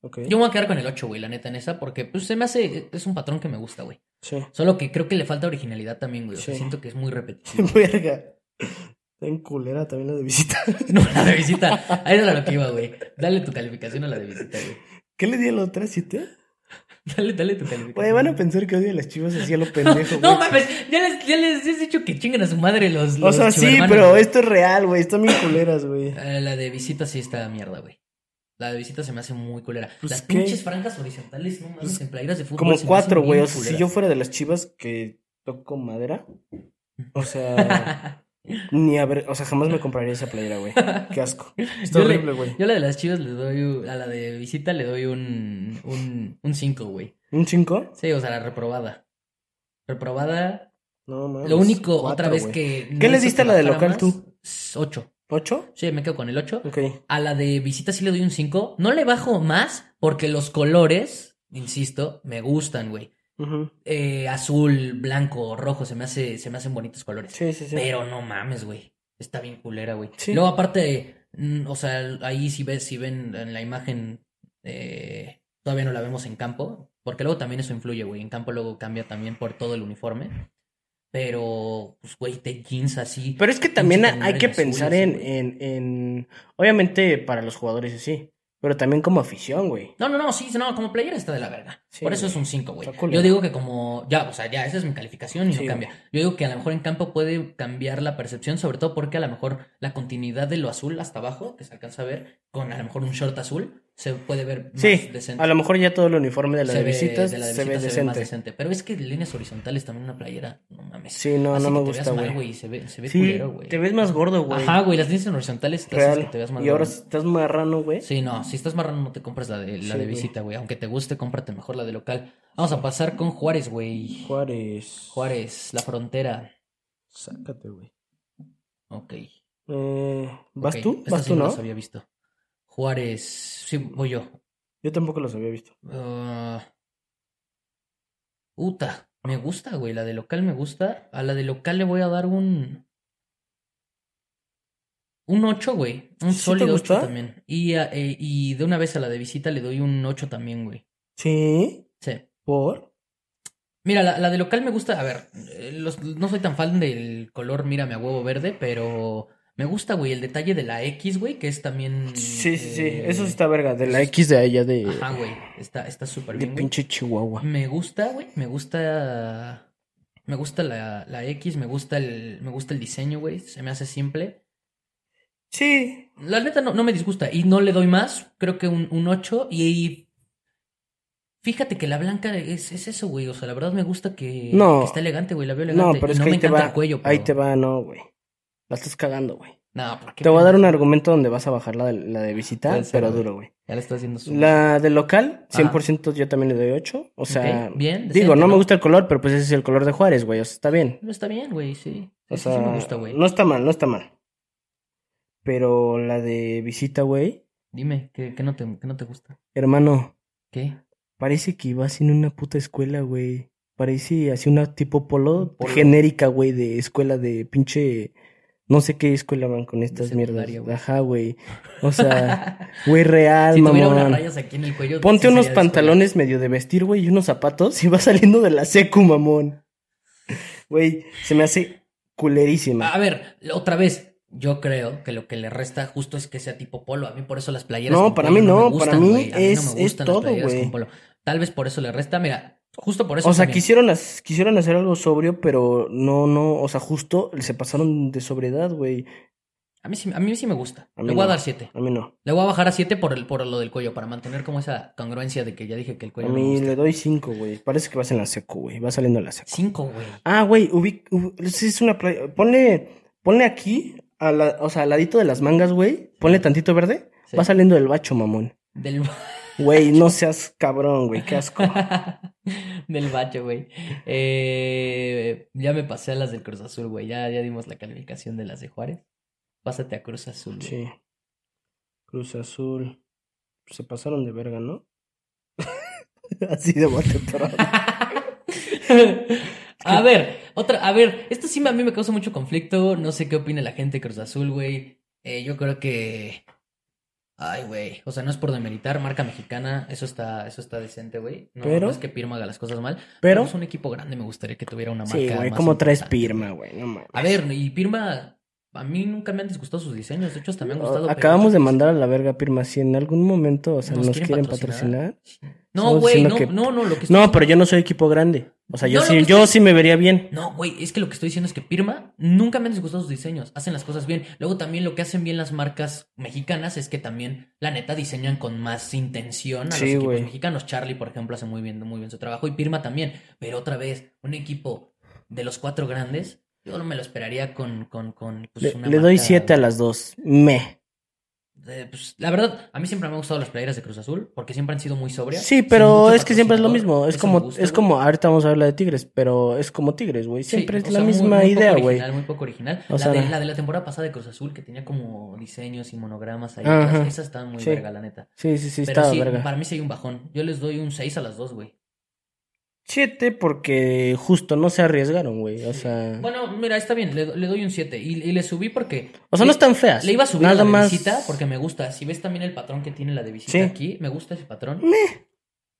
Ok.
Yo me voy a quedar con el 8, güey, la neta en esa, porque pues se me hace, es un patrón que me gusta, güey.
Sí.
Solo que creo que le falta originalidad también, güey. O sea,
Sí.
siento que es muy repetitivo.
Verga. Está en culera también la de visita.
No, la de visita. A eso era lo que iba, güey. Dale tu calificación a la de visita, güey.
¿Qué le di a la otra siete?
Dale, dale tu calificación.
Güey, pues, van a pensar que odio a las chivas así a lo pendejo, güey.
No mames, ya les, ya les has dicho que chingan a su madre los.
o
los
sea, sí,
chivermanos,
pero
güey.
esto es real, güey. Están bien culeras, güey.
Eh, La de visita sí está mierda, güey. La de visita se me hace muy culera.
Pues
Las
qué.
pinches franjas horizontales, no mames,
Pues
en playeras de fútbol.
Como
se me hacen
cuatro,
bien
güey. O sea, si
culeras.
yo fuera de las chivas que toco madera, o sea, ni a ver, o sea, jamás me compraría esa playera, güey. Qué asco. Está
Yo le-
horrible, güey.
Yo a la de las chivas le doy. A la de visita le doy un. Un, un 5, güey.
¿Un cinco?
Sí, o sea, la reprobada. Reprobada.
No, mames.
Lo único,
Cuatro,
otra vez
güey.
que.
¿Qué
no
le
hizo
diste a
que
la de
bajara más,
local tú?
s- Ocho.
¿Ocho?
Sí, me quedo con el 8.
Ok.
A la de visita sí le doy un 5. No le bajo más porque los colores, insisto, me gustan, güey.
Ujú.
Eh, azul, blanco, rojo, se me, hace, se me hacen bonitos colores.
Sí, sí, sí.
Pero no mames, güey. Está bien culera, güey.
Sí.
Luego, aparte, mm, o sea, ahí si ves, si ven en la imagen, eh, todavía no la vemos en campo, porque luego también eso influye, güey. En campo luego cambia también por todo el uniforme. Pero, pues, güey, te jeans así.
Pero es que también
Pinche
hay que
terminal azul,
pensar
así,
en,
güey.
en, en- Obviamente para los jugadores así, pero también como afición, güey.
No, no, no, sí, no, como playera está de la verga.
Sí,
Por eso
güey.
es un 5, güey.
Está culero.
Yo digo que como, ya, o sea, ya, esa es mi calificación y
Sí,
no cambia. Yo digo que a lo mejor en campo puede cambiar la percepción, sobre todo porque a lo mejor la continuidad de lo azul hasta abajo, que se alcanza a ver, con a lo mejor un short azul, se puede ver más
Sí,
decente.
a lo mejor ya todo el uniforme de la
Se
de
ve-
visitas
de la de
se ve
visitas más
decente.
decente. Pero es que líneas horizontales también una playera, no mames.
Sí, no,
Hace
no me
que te
gusta,
veas mal,
güey.
Se ve, se ve
Sí,
culero, güey.
te ves más gordo, güey.
Ajá, güey, las líneas horizontales te hacen
Real.
que te veas mal.
Y ahora
gordo.
si estás marrano, güey.
Sí, no, si estás marrano no te compras la de, la
Sí,
de
güey.
visita, güey. Aunque te guste, cómprate mejor la de local. Vamos a pasar con Juárez, güey.
Juárez.
Juárez, la frontera.
Sácate, güey.
Ok.
Eh, ¿Vas
ok.
tú?
Esta
¿Vas
sí
tú,
no
no?
las había visto. Juárez, sí, voy yo.
Yo tampoco los había visto.
Ah, Uta, me gusta, güey. La de local me gusta. A la de local le voy a dar un. Un 8, güey. Un
¿Sí te
sólido 8
gusta?
también. Y, a- eh, y de una vez a la de visita le doy un 8 también, güey.
¿Sí?
Sí.
¿Por?
Mira, la, la de local me gusta, a ver, eh, los- no soy tan fan del color, mírame a huevo verde, pero me gusta, güey, el detalle de la X, güey, que es también...
Sí, sí, sí.
eh,
Eso sí está verga. De la
eso-
X de allá de,
Ajá, güey, está está súper
de
bien, güey.
pinche Chihuahua.
Me gusta, güey, me gusta... Me gusta la, la X, me gusta el, me gusta el diseño, güey, se me hace simple.
Sí,
La neta no, no me disgusta y no le doy más, creo que un, un 8 y... Fíjate que la blanca es, es eso, güey. O sea, la verdad me gusta que,
No.
que está elegante, güey. La veo elegante.
No, pero
y
es
no
que
me
ahí te
encanta
va.
el cuello,
ahí
pero-
te va, no, güey. La estás cagando, güey.
No, ¿por qué?
Te voy a dar un argumento donde vas a bajar la de, la de visita,
Puede ser, a
pero
ver.
duro, güey.
Ya le está haciendo su.
La de local, 100% yo también le doy 8. O sea,
Ok, bien,
digo,
decente,
no me
¿no?
gusta el color, pero pues ese es el color de Juárez, güey. O sea, está bien.
No está bien, güey, sí.
O
Eso
sea,
sí me gusta, güey.
no está mal, no está mal. Pero la de visita, güey,
Dime, ¿qué, qué no te, qué no te gusta?
hermano,
¿Qué?
parece que ibas en una puta escuela, güey. Parece así una tipo polo,
Un polo.
genérica, güey, de escuela de pinche. No sé qué escuela van con estas mierdas.
secundaria, güey.
Ajá, güey. O sea, güey, real,
si tuviera unas
Ah, mamón.
rayas aquí en el cuello. sí
Ponte
sería
unos
de
pantalones medio de vestir, güey, y unos zapatos y vas saliendo de la secu, mamón. Güey, se me hace
escuela.
culerísima.
A ver, la- otra vez. Yo creo que lo que le resta justo es que sea tipo polo. A mí por eso las playeras.
No,
con
para
polo
mí no,
me
para
gustan,
mí
güey. A no
es-
me
es
gustan las
todo,
playeras
güey.
con polo. Tal vez por eso le resta. Mira, justo por eso.
O sea,
también.
quisieron, hac- quisieron hacer algo sobrio, pero no, no, o sea, justo se pasaron de sobriedad, güey.
A mí sí, a mí sí me gusta.
A mí
Le voy a
no.
dar 7.
A mí no.
Le voy a bajar a 7 por, el- por lo del cuello, para mantener como esa congruencia de que ya dije que el
A
cuello no me
mí
gusta.
le doy 5, güey. Parece que vas en la secu, güey. Va saliendo en la secu.
5, güey.
Ah, güey, ubi- ub- sí, es una playa. Ponle, ponle aquí, a la- o sea, al ladito de las mangas, güey. Ponle tantito verde.
Sí.
Va saliendo del bacho, mamón.
Del,
Güey, no seas cabrón, güey. Qué asco.
del bacho, güey. Eh, ya me pasé a las del Cruz Azul, güey. Ya, ya dimos la calificación de las de Juárez. Pásate a Cruz Azul, güey.
Sí. Cruz Azul. Se pasaron de verga, ¿no? Así de bote pronto.
A ver, otra, a ver, esto sí a mí me causa mucho conflicto, no sé qué opina la gente de Cruz Azul, güey. Eh, yo creo que... Ay, güey, o sea, no es por demeritar, marca mexicana, eso está, eso está decente, güey. No,
Pero-
no es que Pirma haga las cosas mal,
Pero,
es un equipo grande, me gustaría que tuviera una marca
sí, güey,
más
como traes
importante.
Pirma, güey. No mames.
A ver, y Pirma, a mí nunca me han disgustado sus diseños, de hecho hasta me han gustado. pero-
Acabamos de mandar a la verga Pirma. Si en algún momento, o sea,
¿Nos
nos,
quieren
quieren
patrocinar?
patrocinar.
No,
estamos
güey, no,
diciendo que-
no, no, lo que estoy
No, pero yo no soy equipo grande. O sea,
No,
yo
lo
sí,
que
yo
estoy-
sí me vería bien.
No, güey, es que lo que estoy diciendo es que Pirma nunca me han disgustado sus diseños. Hacen las cosas bien. Luego también lo que hacen bien las marcas mexicanas es que también, la neta, diseñan con más intención a
Sí,
los equipos
güey.
mexicanos. Charlie, por ejemplo, hace muy bien, muy bien su trabajo. Y Pirma también. Pero otra vez, un equipo de los cuatro grandes, yo no me lo esperaría con, con, con pues,
Le,
una
le doy
marca-
siete a las dos. Me.
eh, pues, la verdad, a mí siempre me han gustado las playeras de Cruz Azul, porque siempre han sido muy sobrias.
Sí,
sin mucho
pero es que siempre es lo
patrocinador.
mismo. Es
Eso
como,
me gusta,
es
güey.
como, ahorita vamos a hablar de Tigres, pero es como Tigres, güey.
Sí, o
Siempre es
sea,
la
muy-
misma
muy poco
idea, güey.
original, Muy poco original.
O
la,
sea-
de, la de la temporada pasada de Cruz Azul, que tenía como diseños y monogramas ahí.
Ajá.
atrás, Esa estaba muy
Sí.
verga, la neta.
Sí, sí, sí,
Pero
estaba
sí,
verga.
para mí sí hay un bajón. Yo les doy un 6 a las dos, güey.
Siete porque justo no se arriesgaron, güey. O
Sí.
sea,
Bueno, mira, está bien, le, do- le doy un 7. Y, y le subí porque.
o sea, no
le-
están feas.
Le iba a subir
Nada
a la de
más.
visita porque me gusta. Si ves también el patrón que tiene la de visita
Sí.
aquí, me gusta ese patrón.
No,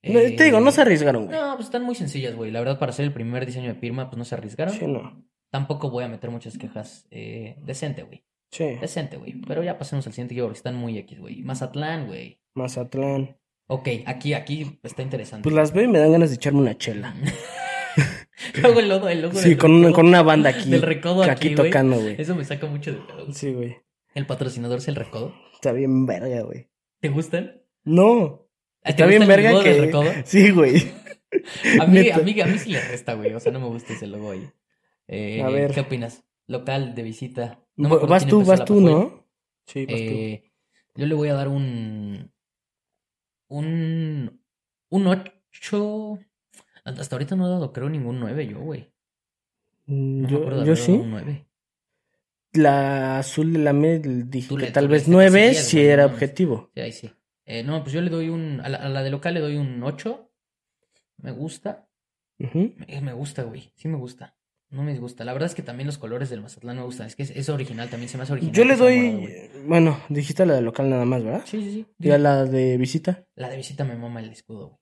Eh,
Te digo, no se arriesgaron, güey.
No, pues están muy sencillas, güey. La verdad, para hacer el primer diseño de Pirma, pues no se arriesgaron.
Sí, no.
Tampoco voy a meter muchas quejas. eh, decente, güey.
Sí.
Decente, güey. Pero ya pasemos al siguiente equipo porque están muy X, güey. Mazatlán, güey.
Mazatlán.
Ok, aquí, aquí está interesante.
Pues las veo y me dan ganas de echarme una chela.
Luego el logo, el logo
Sí,
del
con una,
recodo.
con una banda aquí.
Del recodo
que
aquí,
aquí
güey.
tocando, güey.
Eso me saca mucho de pedo. güey.
Sí, güey.
El patrocinador es el recodo.
Está bien verga, güey.
¿Te gustan?
No.
¿Te
Está
gusta
bien
el
verga
logo del
que-
recodo?
Sí, güey.
A mí,
Neta.
a, mí, a mí sí le resta, güey. O sea, no me gusta ese logo ahí. Eh,
A ver.
¿Qué opinas? Local, de visita. No me
Va-
acuerdo
vas
quién
tú,
empezó
vas
la
tú,
Pajuel.
¿no? Sí, vas tú.
Eh, yo le voy a dar un. Un. Un 8. Hasta ahorita no he dado, creo, ningún 9 yo, güey.
Mm,
No me acuerdo de
Yo, yo
haber dado
sí.
un 9.
La azul de la med
Tú
dije
le-
que
tú
tal
le dijiste que
vez
sí
nueve
diez,
si
güey, no
era
mames.
objetivo.
Sí, ahí sí. Eh, no, pues yo le doy un. A la, a la de local le doy un 8. Me gusta.
Ujú.
Eh, me gusta, güey. Sí me gusta. No me disgusta. La verdad es que también los colores del Mazatlán me gustan. Es que es, es original, también se me hace original.
Yo
que
le
sea morado,
doy.
güey.
Bueno, dijiste la de local nada más, ¿verdad?
Sí, sí, sí.
Ya la de visita.
La de visita me mama el escudo, güey.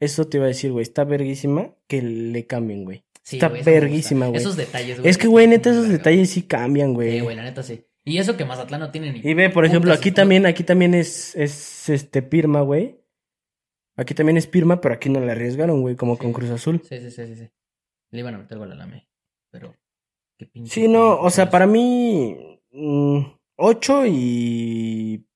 Eso te iba a decir, güey. Está verguísima que le cambien, güey.
Sí,
Está
güey, eso me gusta.
verguísima, güey.
Esos detalles, güey.
Es que, güey, neta,
están
esos
muy verga, güey.
detalles sí cambian,
Sí,
güey.
güey, la neta sí. Y eso que Mazatlán no tiene ni.
Y ve, por ejemplo,
Puta,
aquí
sí.
también, aquí también es, es este Pirma, güey. Aquí también es Pirma, pero aquí no la arriesgaron, güey, como
Sí.
con Cruz Azul.
Sí, sí, sí, sí, sí. Le iban a meter gol a la ME. Pero. Qué pinche.
Sí, no,
pendejo
o sea,
eres.
para mí, mm, ocho y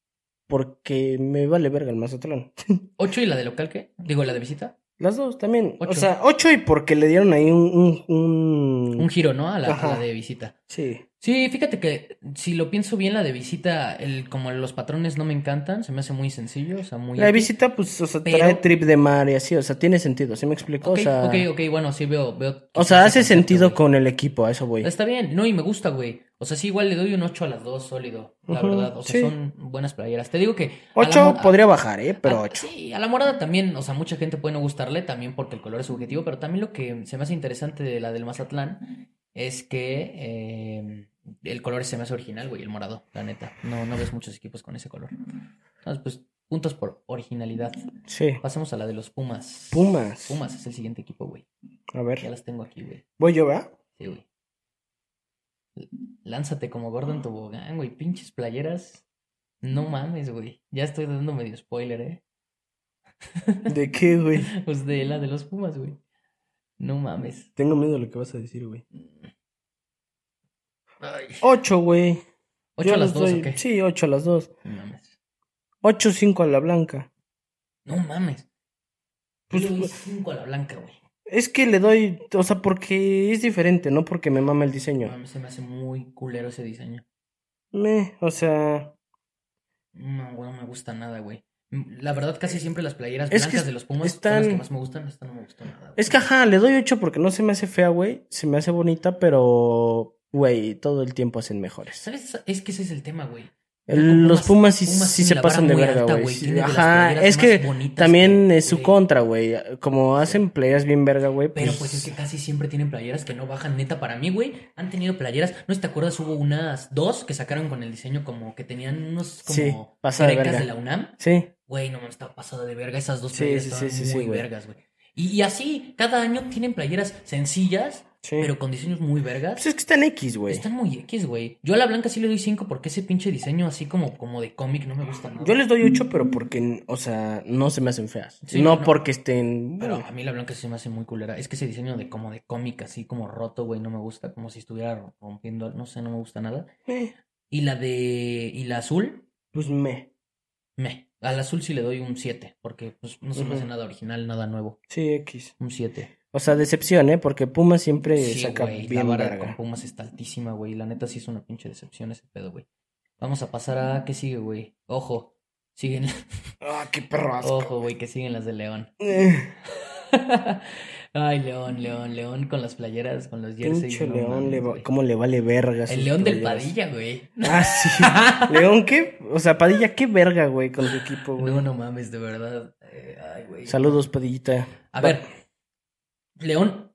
porque me vale verga el Mazatlán.
¿Ocho y la de local qué? Digo, la de visita.
Las dos también. O
Ocho.
sea, ocho y porque le dieron ahí un... un, un-
Un giro, ¿no? A la, a
Mm. Ajá.
la de visita.
Sí.
Sí, fíjate que si lo pienso bien, la de visita, el, como los patrones no me encantan, se me hace muy sencillo, o sea, muy.
La
X.
visita, pues, o sea,
Pero-
trae trip de mar y así, o sea, tiene sentido, ¿sí me explico?
Ok,
o sea,
ok, ok, bueno, sí veo. veo
o sea,
ese
hace
concepto,
sentido
güey.
con el equipo, a eso voy.
Está bien, no, y me gusta, güey. O sea, sí, igual le doy un 8 a las dos sólido, la
Ujú,
verdad. O sea,
sí.
son buenas playeras. Te digo que. a la
Ocho
mor- a-
podría bajar, ¿eh? Pero
Ah,
ocho.
Sí, a la morada también, o sea, mucha gente puede no gustarle también porque el color es subjetivo, pero también lo que se me hace interesante de la del Mazatlán es que eh, el color se me hace original, güey, el morado, la neta. No, no ves muchos equipos con ese color. Entonces, pues, puntos por originalidad.
Sí.
Pasemos a la de los Pumas.
Pumas.
Pumas es el siguiente equipo, güey.
A
Ya
ver.
las tengo aquí, güey.
Voy yo, ¿verdad?
Sí, güey. L- Lánzate como Gordon Tobogán, güey. Pinches playeras. No mames, güey. Ya estoy dando medio spoiler, eh.
¿De qué, güey?
Pues de la de los Pumas, güey. No mames.
Tengo miedo de lo que vas a decir, güey.
Ay.
Ocho, güey.
¿Ocho
Yo
a las
les
dos
doy-
o qué?
Sí, 8 a las 2.
No mames.
8, 5 a la blanca.
No mames.
Pues,
Yo le doy cinco a la blanca, güey.
Es que le doy, o sea, porque es diferente, no porque me mama el
No
diseño.
mames, se me hace muy culero ese diseño.
Meh, o sea,
No, güey, no me gusta nada, güey. La verdad, casi siempre las playeras
Es que
blancas de los Pumas son las
están-
que más me gustan. Esta no me gustó nada. güey.
es que ajá, le doy 8 porque no se me hace fea, güey. Se me hace bonita, pero, güey, todo el tiempo hacen mejores.
¿Sabes? Es que ese es el tema, güey.
El-
Pumas-
los Pumas sí,
Pumas
sí
tiene
se
la vara
pasan de
muy
verga,
alta,
güey.
güey.
Sí,
Tiene de las
Ajá,
playeras
es
más
que
bonitas
también
que-
es su
güey.
contra, güey. Como hacen playas bien verga, güey.
eh, Pero pues es que casi siempre tienen playeras que no bajan. Neta, para mí, güey, han tenido playeras. ¿No te acuerdas? Hubo unas dos que sacaron con el diseño como que tenían unos
Sí,
como
pasada de
grecas de
verga.
la UNAM.
Sí,
Güey, no mames, estaba pasada de verga. Esas dos
Sí,
playeras
sí, sí,
estaban
sí, sí,
muy
güey.
vergas, güey. Y, y así, cada año tienen playeras sencillas,
sí.
pero con diseños muy vergas.
Pues es que están X, güey.
Están muy X, güey. Yo a la blanca sí le doy 5 porque ese pinche diseño así como, como de cómic no me gusta nada.
Yo les doy 8, pero porque, o sea, no se me hacen feas.
Sí,
no,
no.
porque estén.
Pero
bueno,
a mí la blanca sí se me hace muy culera. Es que ese diseño de como de cómic, así como roto, güey, no me gusta. Como si estuviera rompiendo, algo, no sé, no me gusta nada.
eh,
Y la de. Y la azul,
pues me.
me. Al azul sí le doy un 7, porque pues, no se me hace
Ujú.
nada original, nada nuevo.
Sí, X.
Un 7.
O sea, decepción, ¿eh? Porque Puma siempre
Sí,
saca
güey. La
bien
vara
verga.
con Pumas está altísima, güey. La neta sí es una pinche decepción ese pedo, güey. Vamos a pasar a. ¿Qué sigue, güey? Ojo. Siguen.
Ah, qué perro asco.
Ojo, güey, que siguen las de León.
Eh,
Ay, León, León, León con las playeras, con los jerseys.
pinche
no
León,
mames,
le va-
güey.
¿cómo le vale verga? sus
El León del
playeras?
Padilla, güey.
Ah, sí. León, ¿qué? O sea, Padilla, qué verga, güey, con su equipo, güey.
No, no mames, de verdad. Eh, ay, güey.
Saludos, Padillita.
A ver, León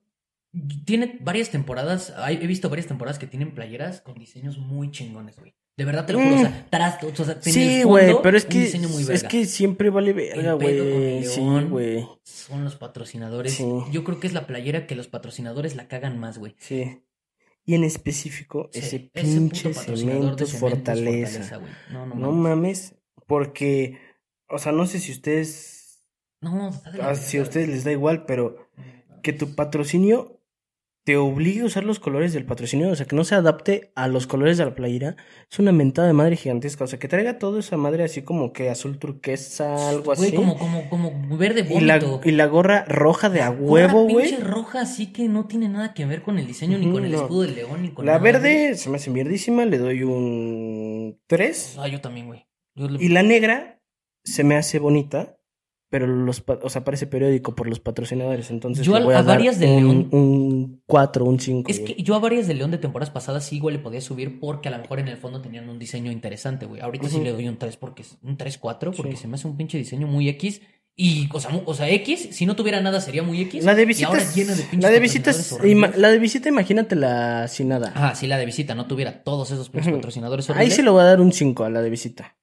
tiene varias temporadas. hay- He visto varias temporadas que tienen playeras con diseños muy chingones, güey. De verdad te lo juro. O sea, tras, o sea, en el
Mm. Sí,
fondo,
güey, pero es
un
que,
diseño muy
es
verga.
que siempre vale verga,
El pedo con el
güey. Sí,
León.
güey.
Son los patrocinadores.
Sí.
Yo creo que es la playera que los patrocinadores la cagan más, güey.
Sí. Y en específico,
Sí,
ese
puto
pinche
patrocinador de
cemento fortaleza.
güey. No, no
No
mames.
mames, porque, o sea, no sé si ustedes,
No, está de la
ah, si a
verga,
ustedes les da igual, pero
güey.
que tu patrocinio te obligue a usar los colores del patrocinio, o sea, que no se adapte a los colores de la playera, es una mentada de madre gigantesca, o sea, que traiga toda esa madre así como que azul turquesa, algo
Güey,
así.
como, como, como verde
y, la,
vómito.
y la gorra roja de a
Una
huevo, güey.
pinche roja así que no tiene nada que ver con el diseño ni
Ujú,
con el
no.
escudo del león ni con
La
nada, güey.
verde se me hace mierdísima, le doy un 3.
Ah, yo también, güey. Yo le-
Y la negra se me hace bonita, pero los, pa- o sea, parece periódico por los patrocinadores, entonces
Yo
le
al-
voy a,
a
dar
varias de
un,
León-
un 4, un 5.
Es que yo a varias de León de temporadas pasadas sí igual le podía subir porque a lo mejor en el fondo tenían un diseño interesante, güey. Ahorita sí
Ujú.
le doy un 3 porque es- un 3-4 porque
Sí.
se me hace un pinche diseño muy X. Y, o sea, mu- o sea, X, si no tuviera nada sería muy X.
La de
Y ahora
visitas,
llena de pinches
la de visitas,
patrocinadores
ima-
horribles.
la de visita, imagínatela sin nada.
Ah, sí, la de visita, no tuviera todos esos pinches
Ujú.
patrocinadores
Ahí
horribles.
se lo voy a dar un 5 a la de visita.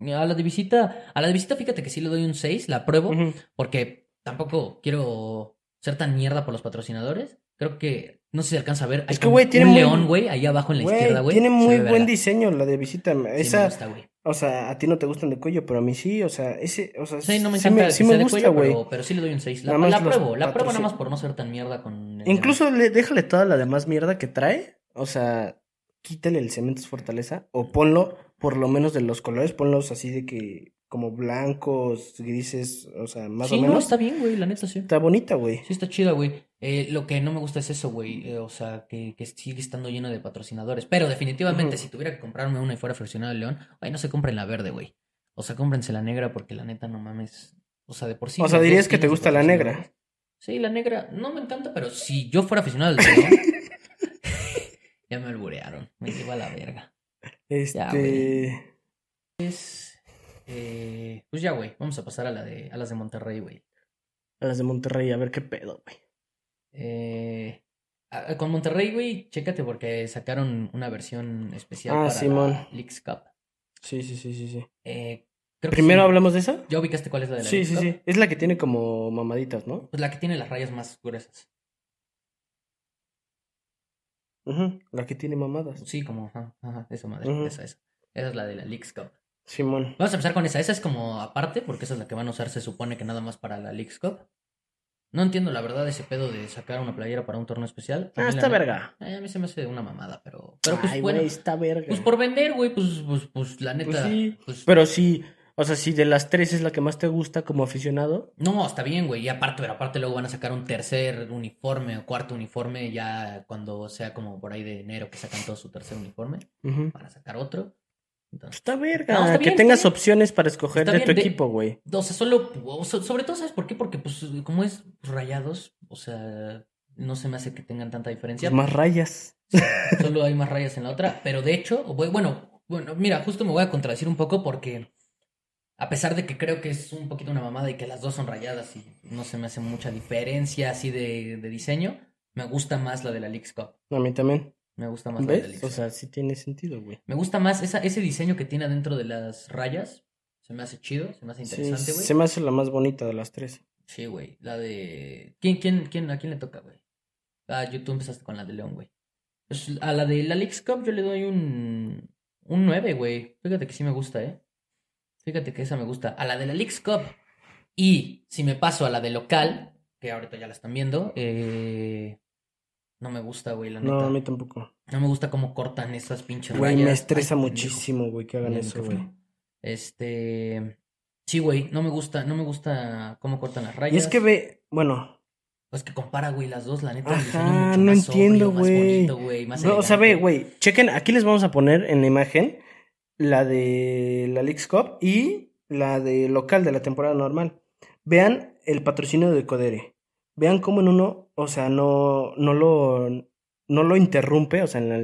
A la de visita, a la de visita fíjate que sí le doy un 6, la apruebo.
Ujú.
porque tampoco quiero ser tan mierda por los patrocinadores. Creo que no sé si se alcanza a ver. hay
Es que,
como
güey, tiene
un
muy-
león, güey, ahí abajo en la
Güey,
izquierda, güey.
tiene
Se
muy
ve
buen
verga.
diseño la de visita.
Sí, me
Esa,
gusta, güey.
o sea, a ti no te gustan de cuello, pero a mí sí, o sea, ese, o sea,
Sí, no me
sí
encanta. que
sí
sea
me
de
gusta,
cuello,
güey.
Pero, pero sí le doy un 6. La,
Nada más
la
los
pruebo, la pruebo
patrocin-
nada más por no ser tan mierda con. el
Incluso le, déjale toda la demás mierda que trae. O sea, quítale el cemento fortaleza. O ponlo, por lo menos de los colores, ponlos así de que como blancos, grises, o sea,
demás.
más
Sí,
o
no,
menos.
está bien, güey, la neta sí.
Está bonita, güey.
Sí, está chida, güey. Eh, lo que no me gusta es eso, güey. eh, o sea, que, que sigue estando lleno de patrocinadores. Pero definitivamente,
Ujú.
si tuviera que comprarme una y fuera fraccionada de León, güey, no se compren la verde, güey. O sea, cómprense la negra porque la neta no mames. O sea, de por sí.
O sea,
los
dirías
dos
que te
tienen sus
gusta la negra.
patrocinadores. Sí, la negra no me encanta, pero si yo fuera aficionado al León. ya me alburearon. Me lleva a la verga.
Este.
güey. Pues, Eh, pues ya, güey. Vamos a pasar a, la de, a las de Monterrey, güey.
a las de Monterrey, a ver qué pedo, güey.
Eh, a- con Monterrey, güey, chécate porque sacaron una versión especial
Ah,
para
Simón.
la Leagues Cup.
Sí, sí, sí, sí, sí.
Eh, creo que
Primero
sí.
hablamos de esa.
¿Ya ubicaste cuál es la de la
Sí,
Leagues
sí,
Cup?
sí. Es la que tiene como mamaditas, ¿no?
Pues la que tiene las rayas más gruesas.
Ujú, La que tiene mamadas.
Sí, como, ajá, ajá, esa madre,
Ujú.
esa, esa. Esa es la de la Leagues Cup.
Simón.
Vamos a empezar con esa. Esa es como aparte, porque esa es la que van a usar, se supone que nada más para la Leagues Cup. No entiendo la verdad ese pedo de sacar una playera para un torneo especial. A
Ah,
mí la
está
neta-
verga.
Ay, a mí se me hace una mamada, pero. Pero pues
Ay,
bueno.
güey, está verga.
Pues por vender, güey, pues, pues, pues la neta.
Pues sí.
pues-
Pero sí, o sea, si de las tres es la que más te gusta como aficionado,
No, está bien, güey. Y aparte, pero aparte luego van a sacar un tercer uniforme o cuarto uniforme ya cuando sea como por ahí de enero que sacan todo su tercer uniforme.
ujú, Pues,
Van a sacar otro. Entonces,
está verga.
No, está
que
bien,
tengas
está bien.
opciones para escoger
Está
de
bien,
tu
de-
equipo, güey.
o sea, solo, o so- sobre todo, ¿sabes por qué? Porque, pues, como es rayados, o sea, no se me hace que tengan tanta diferencia.
Pues más rayas.
Solo hay más rayas en la otra. Pero de hecho, voy- bueno, bueno, mira, justo me voy a contradecir un poco porque a pesar de que creo que es un poquito una mamada y que las dos son rayadas y no se me hace mucha diferencia así de, de diseño, me gusta más la de la Leagues Cup.
A mí también.
Me gusta más la de la
¿Ves?
Leagues
O
Cup.
sea, sí tiene sentido, güey.
Me gusta más esa, ese diseño que tiene adentro de las rayas. Se me hace chido, se me hace
Sí,
interesante, güey.
se me hace la más bonita de las tres.
Sí, güey. La de. ¿Quién, quién, quién, ¿A quién le toca, güey? Ah, yo, tú empezaste con la de León, güey. Pues, a la de la Leagues Cup yo le doy un. Un 9, güey. Fíjate que sí me gusta, ¿eh? Fíjate que esa me gusta. A la de la Leagues Cup. Y si me paso a la de local, que ahorita ya la están viendo, eh, No me gusta, güey, la neta.
No,
No,
a mí tampoco.
me gusta cómo cortan esas pinches
Güey, me
rayas.
estresa
Ay, pendejo.
muchísimo, güey, que hagan
Mira el
eso,
micrófono.
güey.
Este. Sí, güey, no me gusta, no me gusta cómo cortan las rayas.
Y es que ve, bueno,
Pues que compara, güey, las dos, la neta.
Ajá,
el diseño es mucho
no
más sobrio,
entiendo,
más
güey.
bonito, güey, más
no, o sea, ve,
elegante.
güey, chequen, aquí les vamos a poner en la imagen la de la Leagues Cup y la de local de la temporada normal. Vean el patrocinio de Codere. Vean cómo en uno, o sea, no, no lo, no lo interrumpe, o sea, en la,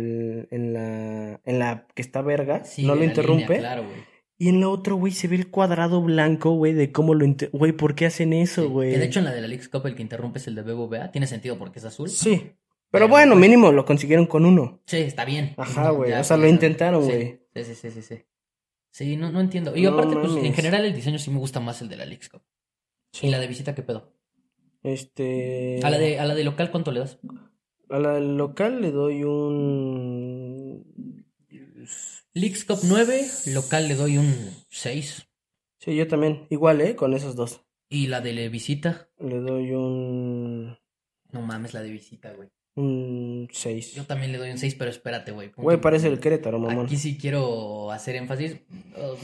en la, en la que está verga,
Sigue
no lo
la
interrumpe.
línea, claro, güey.
Y en la otra, güey, se ve el cuadrado blanco, güey, de cómo lo... inter- Güey, ¿por qué hacen
Sí,
eso, güey?
Que de hecho en la de la Leagues Cup el que interrumpe es el de BBVA. Tiene sentido porque es azul. Sí,
Sí. Pero bueno, mínimo lo consiguieron con uno.
está bien.
Ajá, güey,
pues, ya,
o sea, lo
ya.
intentaron,
Sí,
güey.
Sí, sí, sí, sí, sí. Sí, no, no entiendo. Y
No
aparte, pues, en
mames.
general el diseño sí me gusta más el de la Leagues Cup. ¿Y la de visita qué pedo?
Este...
A la de, a la de local, ¿cuánto le das?
A la local le doy un...
Leagues Cup 9, local le doy un 6.
Sí, yo también. Igual, ¿eh? Con esos dos.
Y la de la visita.
Le doy un...
No mames, la de visita, güey.
Un 6.
Yo también le doy un 6, pero espérate, güey. punto
Güey, parece el
importante.
Querétaro, mamón.
Aquí sí quiero hacer énfasis. eh,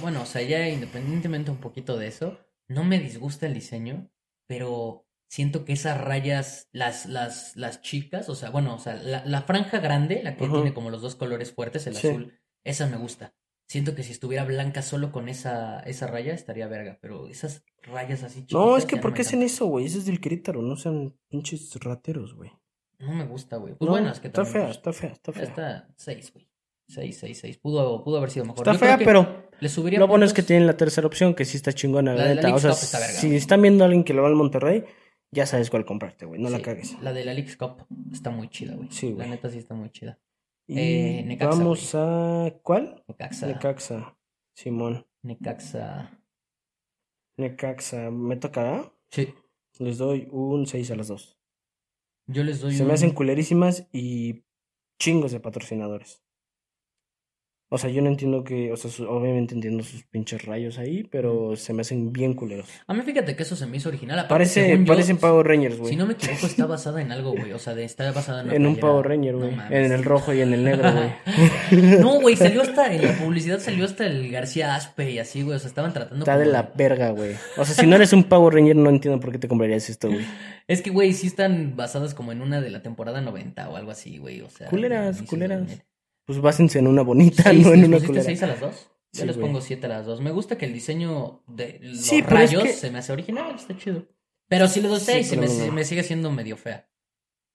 Bueno, o sea, ya independientemente un poquito de eso, no me disgusta el diseño, pero siento que esas rayas, las, las, las chicas, o sea, bueno, o sea, la, la franja grande, la que
Ujú.
tiene como los dos colores fuertes, el
Sí.
azul, esa me gusta. Siento que si estuviera blanca solo con esa, esa raya estaría verga, pero esas rayas así chiquitas.
No, es que
ya
¿por
me
qué hacen
encantan.
eso, güey? Ese es del Querétaro, no sean pinches rateros, güey.
No me gusta, güey. Pues
No,
bueno, es que
está
también,
fea,
pues,
está fea, está fea.
Está 6, güey. 6, 6, 6. Pudo, pudo haber sido mejor.
Está
Yo creo
fea,
que
pero
Le subiría
lo bueno es que
puntos.
tienen la tercera opción, que sí está chingona,
La
la
de la
neta. O
Leagues
sea,
Cup está verga,
si
güey.
están viendo a alguien que le va al Monterrey, ya sabes cuál comprarte, güey. No la
Sí,
cagues.
La de la Leagues Cup está muy chida, güey.
Sí, güey.
La neta sí está muy chida.
Y
Eh, Necaxa,
vamos a. ¿Cuál?
Necaxa.
Necaxa. Simón.
Necaxa.
Necaxa. ¿Me tocará?
Sí.
Les doy un 6 a las dos.
Yo les doy
Se
un...
me hacen culerísimas y chingos de patrocinadores. O sea, yo no entiendo que. O sea, su- obviamente entiendo sus pinches rayos ahí, pero se me hacen bien culeros.
A mí fíjate que eso se me hizo original. Aparte,
Parece,
Ah, según yo,
parecen Power Rangers, güey.
Si no me equivoco, está basada en algo, güey. O sea, de- está basada en una
En un
playera.
Power Ranger,
No
güey.
mames.
en el rojo y en el negro, güey.
No, güey, salió hasta... En la publicidad salió hasta el García Aspe y así, güey. O sea, estaban tratando...
Está de
como
la verga, güey. O sea, si no eres un Power Ranger, no entiendo por qué te comprarías esto, güey.
Es que, güey, sí están basadas como en una de la temporada 90 o algo así, güey. O sea...
Culeras,
de inicio
culeras.
2000.
Pues básense en una bonita,
Seis,
no en
¿les
una
pusiste
culera.
seis a las dos? Yo
Sí,
les
güey.
pongo siete a las dos. Me gusta que el diseño de los
Sí, pero es
rayos
que-
se me hace original, está chido. Pero si le doy
Sí,
seis, se
pero
me,
no.
se me sigue siendo medio fea.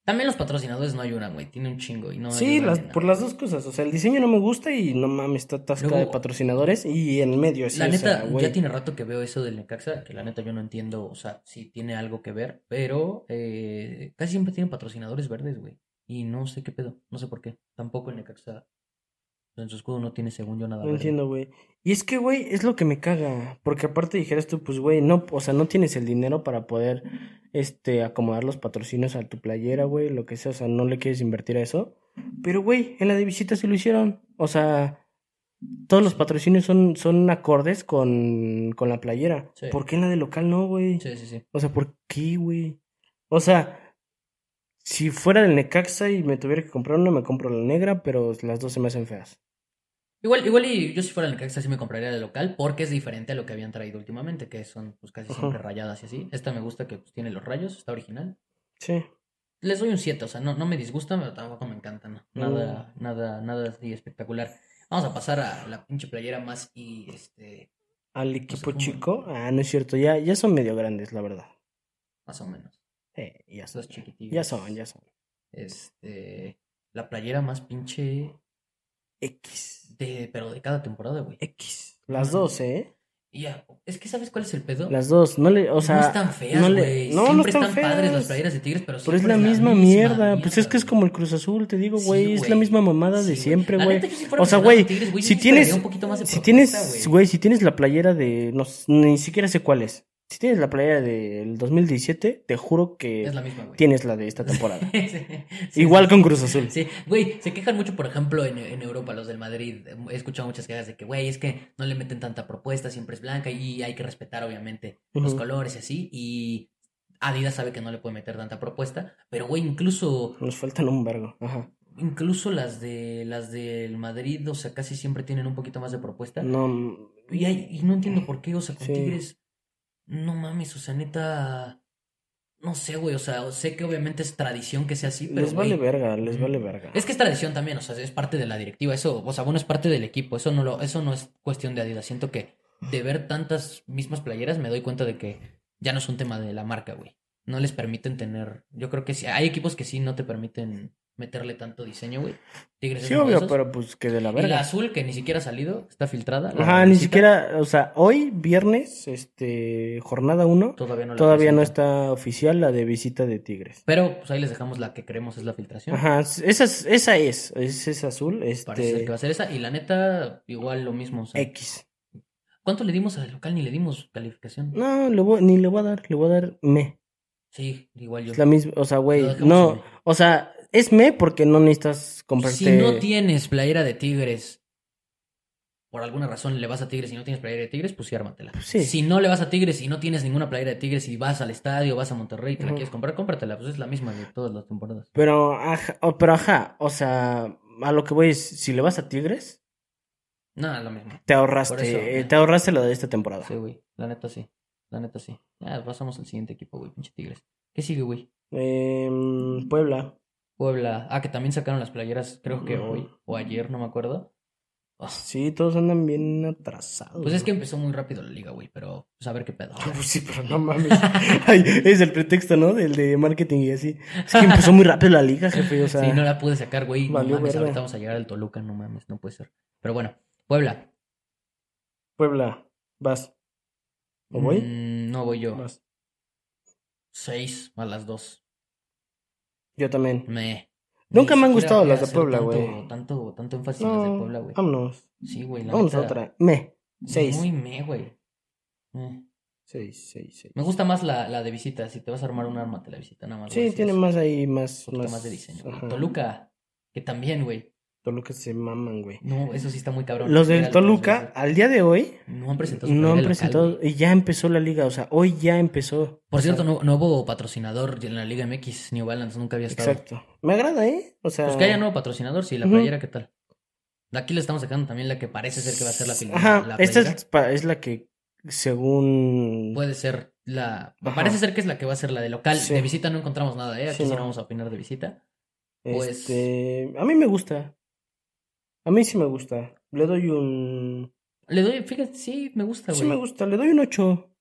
También los patrocinadores no ayudan, güey. Tiene un chingo y no
Sí,
ayudan
las-
en nada.
por las dos cosas. O sea, el diseño no me gusta y no mames, está atascada
Luego-
de patrocinadores y en medio, sí,
La
o sea,
neta,
güey.
ya tiene rato que veo eso del Necaxa, que la neta yo no entiendo, o sea, si tiene algo que ver, pero eh, casi siempre tienen patrocinadores verdes, güey. Y no sé qué pedo, no sé por qué. Tampoco el Necaxa en su escudo no tiene, según yo, nada
No
verde.
entiendo, güey. Y es que, güey, es lo que me caga. Porque aparte dijeras tú, pues, güey, no, o sea, no tienes el dinero para poder, este, acomodar los patrocinios a tu playera, güey, lo que sea, o sea, no le quieres invertir a eso. Pero, güey, en la de visita se lo hicieron. O sea, todos los patrocinios son, son acordes con, con la playera.
Sí.
¿Por qué en la de local no, güey?
Sí, sí, sí.
O sea, ¿por qué, güey? O sea, si fuera del Necaxa y me tuviera que comprar una, me compro la negra, pero las dos se me hacen feas.
Igual, igual y yo si fuera el Necaxa sí me compraría la local porque es diferente a lo que habían traído últimamente, que son pues casi
Ajá.
siempre rayadas y así. Esta me gusta que pues, tiene los rayos, está original.
Sí.
Les doy un 7, o sea, no, no me disgustan, pero tampoco me encantan. Nada,
Mm.
nada, nada así espectacular. Vamos a pasar a la pinche playera más y este,
Al equipo
cómo-
chico, ah, no es cierto, ya, ya son medio grandes, la verdad.
más o menos.
Eh, ya son.
Los chiquitillos.
Ya son, ya son.
Este, la playera más pinche
X.
de, pero de cada temporada, güey.
X. Las dos, ¿eh?
Y ya, es que ¿sabes cuál es el pedo?
Las dos, no le, o sea,
no están feas,
no le-
güey.
no, no
Siempre
están
están, padres las
feas.
playeras de Tigres, pero
pero es
siempre
la misma, mierda. Pues es que es
güey.
como el Cruz Azul, te digo,
Sí,
güey, es la
güey.
misma mamada
Sí,
de siempre,
La
güey.
neta, yo si fuera
O sea,
aficionado
güey,
a Tigres, güey, yo
si
sí esperaría
tienes-
un poquito más de
Si
propuesta,
tienes, güey, si tienes la playera de, no, s- ni siquiera sé cuál es. Si tienes la playera del 2017, te juro que
Es la misma, güey.
tienes la de esta temporada.
Sí, sí,
Igual
sí.
con Cruz Azul.
Sí, güey, se quejan mucho, por ejemplo, en, en Europa, los del Madrid. He escuchado muchas quejas de que, güey, es que no le meten tanta propuesta, siempre es blanca y hay que respetar, obviamente, los
Ujú.
colores y así. Y Adidas sabe que no le puede meter tanta propuesta, pero, güey, incluso
Nos faltan un vergo. Ajá.
incluso las de las del Madrid, o sea, casi siempre tienen un poquito más de propuesta.
No,
Y, hay- y no entiendo por qué, o sea, con
Sí.
Tigres, no mames, o sea, neta, no sé, güey, o sea, sé que obviamente es tradición que sea así, pero
les vale
güey,
verga, les
Ujú.
vale verga.
es que es tradición también, o sea, es parte de la directiva, eso, o sea, bueno, es parte del equipo, eso no lo, eso no es cuestión de Adidas, siento que de ver tantas mismas playeras me doy cuenta de que ya no es un tema de la marca, güey. No les permiten tener, yo creo que sí, hay equipos que sí no te permiten meterle tanto diseño, güey. Tigres es
Sí,
uno de
obvio,
esos.
pero pues que de la
Y la
verga.
azul que ni siquiera ha salido, está filtrada. la
Ajá, ni
blanquita,
siquiera, o sea, hoy, viernes, este, jornada 1,
Todavía no la
todavía no
presentan.
está oficial la de visita de Tigres.
Pero pues ahí les dejamos la que creemos es la filtración.
Ajá, esa es, esa es, es, es azul,
Parece ser que
este,
va a ser esa. Y la neta, igual lo mismo. o sea,
X.
¿Cuánto le dimos al local? Ni le dimos calificación.
No, le voy- ni le voy a dar, le voy a dar me.
Sí, igual yo.
Es la misma, o sea, güey,
Lo dejamos en
no,
me.
o sea, es me porque no necesitas comprarte.
Si no tienes playera de Tigres, por alguna razón le vas a Tigres y no tienes playera de Tigres, pues sí, ármatela.
Pues sí.
Si no le vas a Tigres y no tienes ninguna playera de Tigres y vas al estadio, vas a Monterrey y te la
Ujú.
quieres comprar, cómpratela. Pues es la misma de todas las temporadas.
Pero, ajá, o- pero ajá, o sea, a lo que voy es, si le vas a Tigres,
No, es lo mismo.
te ahorraste,
Por eso,
eh,
ajá.
te ahorraste la de esta temporada.
Sí, güey. La neta sí. La neta sí. Ya, pasamos al siguiente equipo, güey. Pinche Tigres. ¿Qué sigue, güey?
Em, Puebla.
Puebla. Ah, que también sacaron las playeras, creo que
Ujú.
hoy o ayer, no me acuerdo. Ah,
Sí, todos andan bien atrasados.
Pues es
¿no?
que empezó muy rápido la liga, güey, pero pues a ver qué pedo.
No, pues sí, pero no mames. Ay, es el pretexto, ¿no? Del de marketing y así. Es que empezó muy rápido la liga, jefe. O sea,
sí, no la pude sacar, güey. No
valió
mames,
verga.
ahorita vamos a llegar al Toluca, no mames, no puede ser. Pero bueno, Puebla.
Puebla, vas. ¿O voy?
Mm, no voy yo.
Vas.
Seis a las dos.
Yo también.
Me.
Nunca me han gustado
siquiera
las de
hacer
Puebla,
tanto-
güey.
Tanto, tanto énfasis en las de
No,
Puebla, güey.
vámonos.
Sí, güey. la
Vamos a
neta,
otra. Me. Seis.
Muy me, güey. Eh.
Seis, seis, seis.
Me gusta más la, la de visita. Si te vas a armar un arma, te la visita nada más. voy a
Sí,
decir
tiene
eso.
más ahí, más.
poquito más, de diseño. güey. Toluca, que también, güey.
Toluca se maman, güey.
No, eso sí está muy cabrón.
Los del
Mira,
Toluca, al día de hoy,
No han presentado. su
no han
playera local,
presentado.
güey.
y ya empezó la liga, o sea, hoy ya empezó.
Por
O sea,
cierto, no, no hubo patrocinador en la Liga MX. New Balance nunca había estado.
Exacto. Me agrada, ¿eh? O sea.
Pues que haya nuevo patrocinador, sí. La
Ujú.
playera, ¿qué tal? De aquí le estamos sacando también la que parece ser que va a ser la, pil-
Ajá,
la
esta
playera.
es, pa- es la que, según.
Puede ser la.
Ajá.
Parece ser que es la que va a ser la de local.
Sí.
De visita no encontramos nada, ¿eh? Aquí
Sí,
sí, no
no.
vamos a opinar de visita. pues-
Este. A mí me gusta. A mí sí me gusta. Le doy un.
Le doy, fíjate, sí, me gusta, güey.
Sí me gusta, le doy un 8.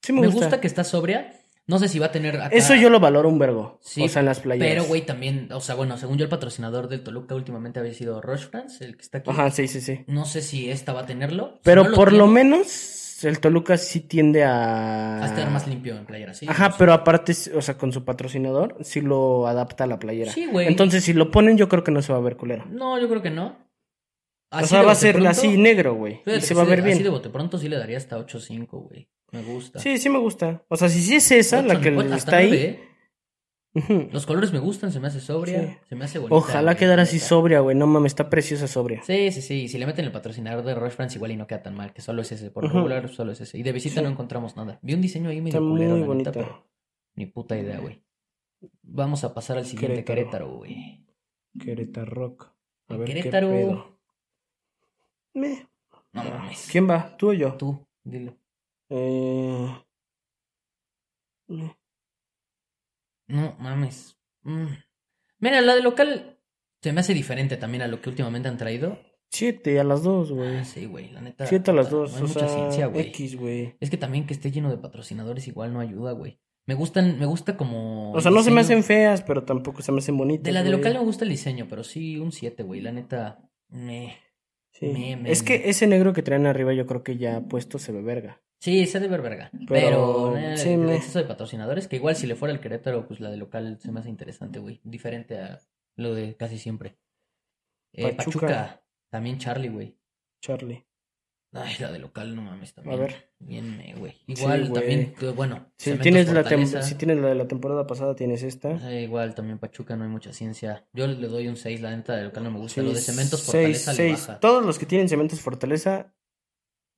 Sí me,
Me
gusta.
gusta que está sobria. No sé si va a tener. acá-
Eso yo lo valoro un vergo.
Sí,
o sea, en las playeras.
Pero, güey, también, o sea, bueno, según yo, el patrocinador del Toluca últimamente había sido Roche France, el que está aquí.
Ajá, sí, sí, sí.
No sé si esta va a tenerlo. Si
Pero
no
por lo
tiene,
menos el Toluca sí tiende a.
Va a estar más limpio en playera, sí.
Ah. Ajá,
Sí.
pero aparte, o sea, con su patrocinador, sí lo adapta a la playera.
Sí, güey.
Entonces, si lo ponen, yo creo que no se va a ver culero.
No, yo creo que no.
O
Así
sea,
de
va a
bote
ser
pronto-
así negro, güey.
fíjate que
Y se va a
así
ver
de- Así de
bien.
bote pronto sí le daría hasta 8.5, güey. Me gusta.
Sí, sí me gusta. O sea, si sí es esa la
Ocho,
que
hasta
está ahí.
nueve, ¿eh?
ujú.
Los colores me gustan, se me hace sobria,
Sí.
se me hace bonita.
Ojalá
güey,
quedara
la
así
neta.
sobria, güey. No mames, está preciosa sobria.
Sí, sí, sí. y Si le meten el patrocinador de Roche France, igual y no queda tan mal, que solo es ese. Por
Ujú.
regular, solo es ese. Y de visita
Sí.
no encontramos nada. Vi un diseño ahí medio
Está
culero,
muy
la neta,
bonita.
pero Ni puta idea, güey. Vamos a pasar al siguiente
Querétaro.
Querétaro, güey.
Querétaro Rock. A ver
Querétaro.
qué pedo. Meh.
No mames.
¿Quién va? ¿Tú o yo?
Tú, dilo.
Eh, meh.
No mames. Mm. Mira, la de local se me hace diferente también a lo que últimamente han traído.
Siete a las dos, güey.
Ah, sí, güey, la neta.
Siete a las
puta,
dos.
no hay
o
mucha
sea,
ciencia, güey.
X, güey.
Es que también que esté lleno de patrocinadores igual no ayuda, güey. Me gustan, me gusta como.
O sea, no se me
diseño.
hacen feas, pero tampoco se me hacen bonitas.
De la de
güey.
local me gusta el diseño, pero sí un 7, güey. La neta. meh.
Sí.
me- me-
es que ese negro que traen arriba, yo creo que ya puesto se ve verga.
Sí, se ha de ver verga.
Pero,
Pero, eh,
sí,
el
me-
exceso de patrocinadores, que igual si le fuera el Querétaro, pues la de local se me hace interesante, güey. Diferente a lo de casi siempre. Eh,
Pachuca.
Pachuca. También Charlie, güey.
Charlie.
Ay, la de local, no mames, también.
A ver.
Bien, me, güey.
Sí,
Igual
güey.
también, que, bueno.
Si
Cementos
tienes, la tem-
Fortaleza.
si tienes la de la temporada pasada, tienes esta.
Eh, igual también Pachuca no hay mucha ciencia. Yo le doy un 6, la neta de local no me gusta.
Sí,
lo de Cementos
seis,
Fortaleza le
seis.
baja.
Todos los que tienen Cementos Fortaleza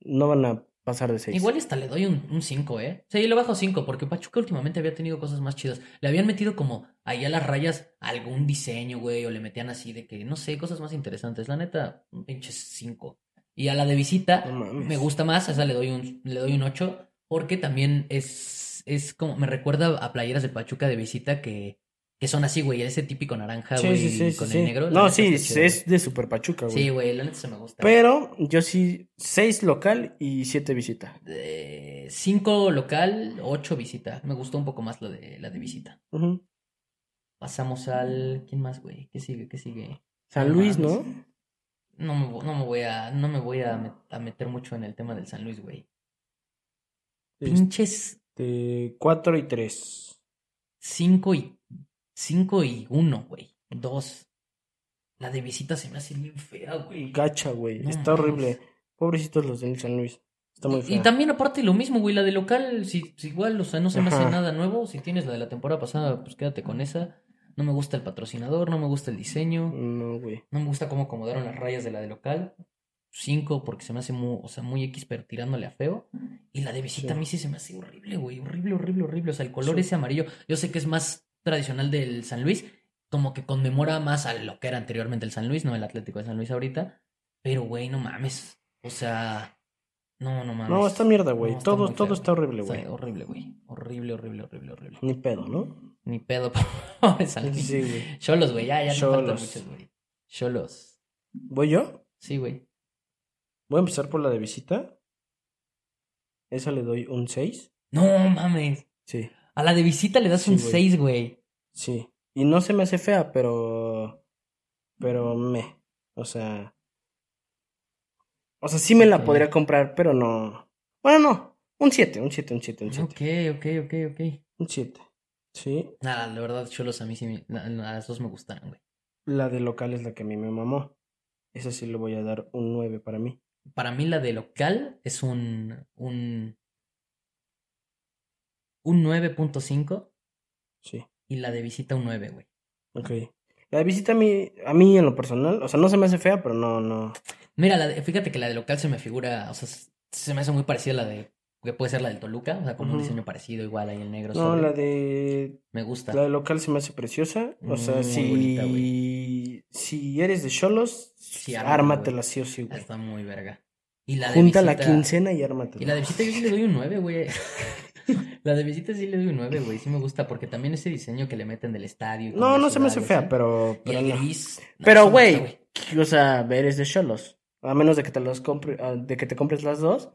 no van a pasar de 6.
Igual hasta le doy un 5, ¿eh? Sí, le bajo 5, porque Pachuca últimamente había tenido cosas más chidas. Le habían metido como ahí a las rayas algún diseño, güey, o le metían así de que, no sé, cosas más interesantes. La neta, un pinche 5. Y a la de visita,
No mames.
me gusta más, a esa le doy un, le doy un 8, porque también es, es como, me recuerda a playeras de Pachuca de visita que, que son así, güey, ese típico naranja, güey, con el negro. La
No,
neta
sí,
está chido,
es de Super Pachuca,
güey.
güey.
Sí, güey, la neta se me gusta.
Pero yo sí, 6 local y 7 visita.
5 local, 8 visita. Me gustó un poco más la de, la de visita.
Ujú.
Pasamos al. ¿Quién más, güey? ¿Qué sigue? ¿Qué sigue?
San
No
Luis, ¿no?
mames. No me, vo- no me voy a. No me voy a, met- a meter mucho en el tema del San Luis, güey. Pinches
Este, 4 y 3.
5 y. 5 y 1, güey. 2. La de visita se me hace bien fea, güey.
Gacha, güey.
No
Está
mames.
horrible. Pobrecitos los del San Luis. Está muy
Y
feo.
también aparte lo mismo, güey, la de local, si, si igual, o sea, no se me hace
Ajá.
nada nuevo, si tienes la de la temporada pasada, pues quédate con esa. No me gusta el patrocinador, no me gusta el diseño,
No, güey.
no me gusta cómo acomodaron las rayas de la de local. Cinco, porque se me hace muy, o sea, muy X, pero tirándole a feo. Y la de visita
Sí.
a mí sí se me hace horrible, güey, horrible, horrible, horrible. O sea, el color
Sí.
ese amarillo, yo sé que es más tradicional del San Luis, como que conmemora más a lo que era anteriormente el San Luis, no el Atlético de San Luis ahorita. Pero, güey, no mames. O sea, no, no mames.
No, está mierda, güey.
No, está
todo
muy
todo
feo,
está horrible,
Está
güey.
horrible, güey. Horrible, horrible, horrible, horrible.
Ni pedo, ¿no?
Ni pedo, pobre San Luis.
Sí, güey.
Cholos, güey, ya, ya no faltan
Cholos.
muchos, güey. Cholos.
¿Voy yo?
Sí, güey.
Voy a empezar por la de visita. Esa le doy un 6.
No mames.
Sí,
A la de visita le das
Sí,
un
güey.
6, güey.
sí. Y no se me hace fea, pero. Pero me. O sea. O sea, sí me la
Ok.
podría comprar, pero no. Bueno, no. Un 7, un 7, un 7, un 7.
Ah, Ok, ok, ok, ok.
Un 7. Sí.
Nada, la verdad, Cholos a mí sí, me- na- na- las dos me gustaron, güey.
La de local es la que a mí me mamó. Esa sí le voy a dar un 9 para mí.
Para mí la de local es un... Un, un 9.5
Sí.
y la de visita un 9, güey.
Ok. La de visita a mí, a mí en lo personal, o sea, no se me hace fea, pero no, no.
Mira, la de- fíjate que la de local se me figura, o sea, s- se me hace muy parecida a la de, que puede ser la del Toluca, o sea, con un
Ujú.
diseño parecido, igual ahí el negro.
No,
sobre.
la de
Me gusta.
La de local se me hace preciosa. O sea,
Muy
si,
bonita,
si eres de Cholos,
ármala,
ármatela
güey.
sí o sí, güey.
Está muy verga. Y la de
Junta la
visita-
quincena y ármatela.
Y la de visita yo sí le doy un 9, güey. la de visita sí le doy un 9, güey. Sí me gusta, porque también ese diseño que le meten del estadio. y con
No,
la
no se
ciudad,
me hace
o
fea,
sea,
pero.
Y
Pero,
el
no.
gris. no, sí
Pero,
me gusta,
güey, o sea, eres de Cholos. A menos de que te las compre, ah, de que te compres las dos.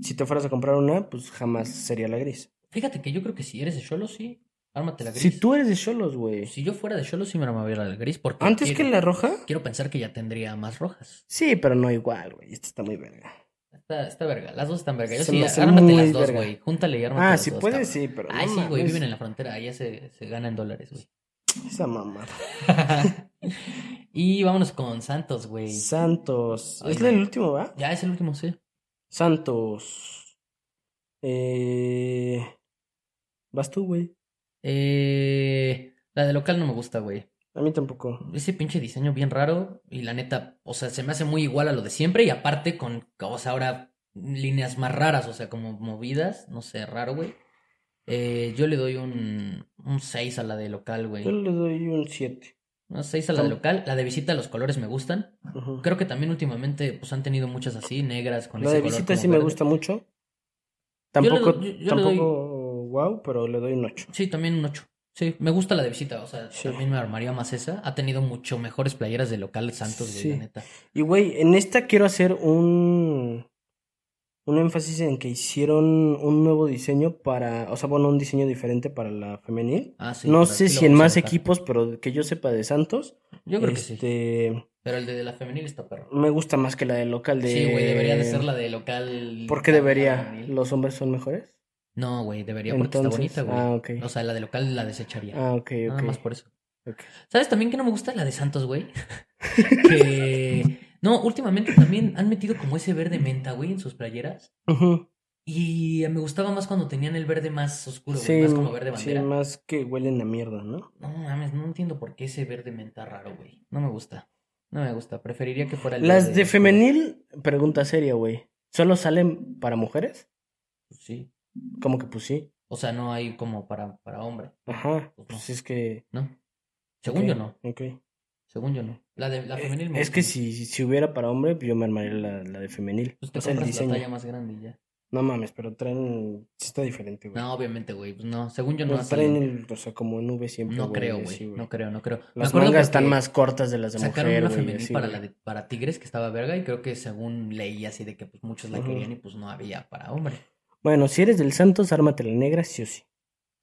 Si te fueras a comprar una, pues jamás sería la gris.
Fíjate que yo creo que si eres de Cholo, sí. Ármate la gris.
Si tú eres de Cholos, güey.
Si yo fuera de Cholo, sí me armaría la gris. Porque
Antes que
quiero-
la roja.
Quiero pensar que ya tendría más rojas.
Sí, pero no igual, güey. Esta está muy verga.
Está, está verga, las dos están verga. Yo
Se
sí,
me hace
ármate
muy
las dos,
verga.
güey. Júntale y ármate
Ah,
las
si
dos,
puedes,
cabrón.
sí, pero.
Ay,
no
sí, güey,
mames,
viven en la frontera, allá se, se gana en dólares, güey.
Esa mamada.
y vámonos con Santos, güey.
Santos.
Ay,
es
no.
el último, ¿va?
Ya es el último, sí.
Santos. Eh... Vas tú, güey.
Eh, la de local no me gusta, güey.
A mí tampoco.
Ese pinche diseño bien raro y la neta, o sea, se me hace muy igual a lo de siempre y aparte con, o sea, ahora líneas más raras, o sea, como movidas, no sé, raro, güey. Eh, yo le doy un, un 6 a la de local, güey.
Yo le doy un 7.
Un 6 a la de local. La de visita, los colores me gustan. Creo que también últimamente pues, han tenido muchas así, negras, con
La
ese
de
color
visita
como
sí me
verde.
gusta mucho.
Yo le doy-
Tampoco,
yo- yo le
tampoco
doy-
wow, pero le doy un 8.
Sí, también un 8. Sí, me gusta la de visita, o sea,
Sí.
también me armaría más esa. Ha tenido mucho mejores playeras de local Santos, güey,
Sí.
la neta.
Y güey, en esta quiero hacer un un énfasis en que hicieron un nuevo diseño para, o sea, bueno, un diseño diferente para la femenil.
Ah, sí,
no
por
sé
aquí lo
si en
vamos a
más
anotar.
equipos, pero que yo sepa de Santos,
Yo creo que sí.
este
Pero el de, de la femenil está perro.
me gusta más que la del local de
Sí, güey, debería de ser la de local.
¿Por qué
la- la
debería?
femenil.
¿Los hombres son mejores?
No, güey, debería porque está
Entonces,
bonita, güey.
ah, ok.
O sea, la de local la desecharía.
Ah, ok,
Nada
ok.
más por eso.
ok.
¿Sabes también que no me gusta la de Santos, güey? que. No, últimamente también han metido como ese verde menta, güey, en sus playeras.
Ujú.
Y me gustaba más cuando tenían el verde más oscuro, güey,
Sí,
más como verde
sí,
bandera.
más que huelen a mierda, ¿no?
No mames, no entiendo por qué ese verde menta raro, güey. No me gusta. No me gusta. Preferiría que fuera el
Las
verde
de
oscuro.
femenil, pregunta seria, güey. ¿Solo salen para mujeres?
pues Sí.
Como que pues sí.
O sea, no hay como para, para hombre,
Ajá,
Pues
pues es que...
¿no? Según
ok,
yo no.
ok. Eh,
Según yo no. La de la femenil me
Es que
gusta.
si, si hubiera para hombre, yo me armaría la, la de femenil.
Pues te
o sea, el
compras la
diseño.
talla más grande y ya.
No mames, pero traen... Sí está diferente, güey.
No, obviamente, güey. Pues no, según yo no.
Pero
hacen-
traen el... O sea, como en V siempre,
No creo, güey.
así,
no creo, no creo. Me
Las
acuerdo
mangas están
porque
más cortas de las de
Sacaron
mujer,
una
güey,
femenil
así,
para,
güey.
la de- para tigres que estaba verga y creo que según leí así de que pues muchos la
Ujú.
querían y pues no había para hombre.
Bueno, si eres del Santos, ármate la negra, sí o sí.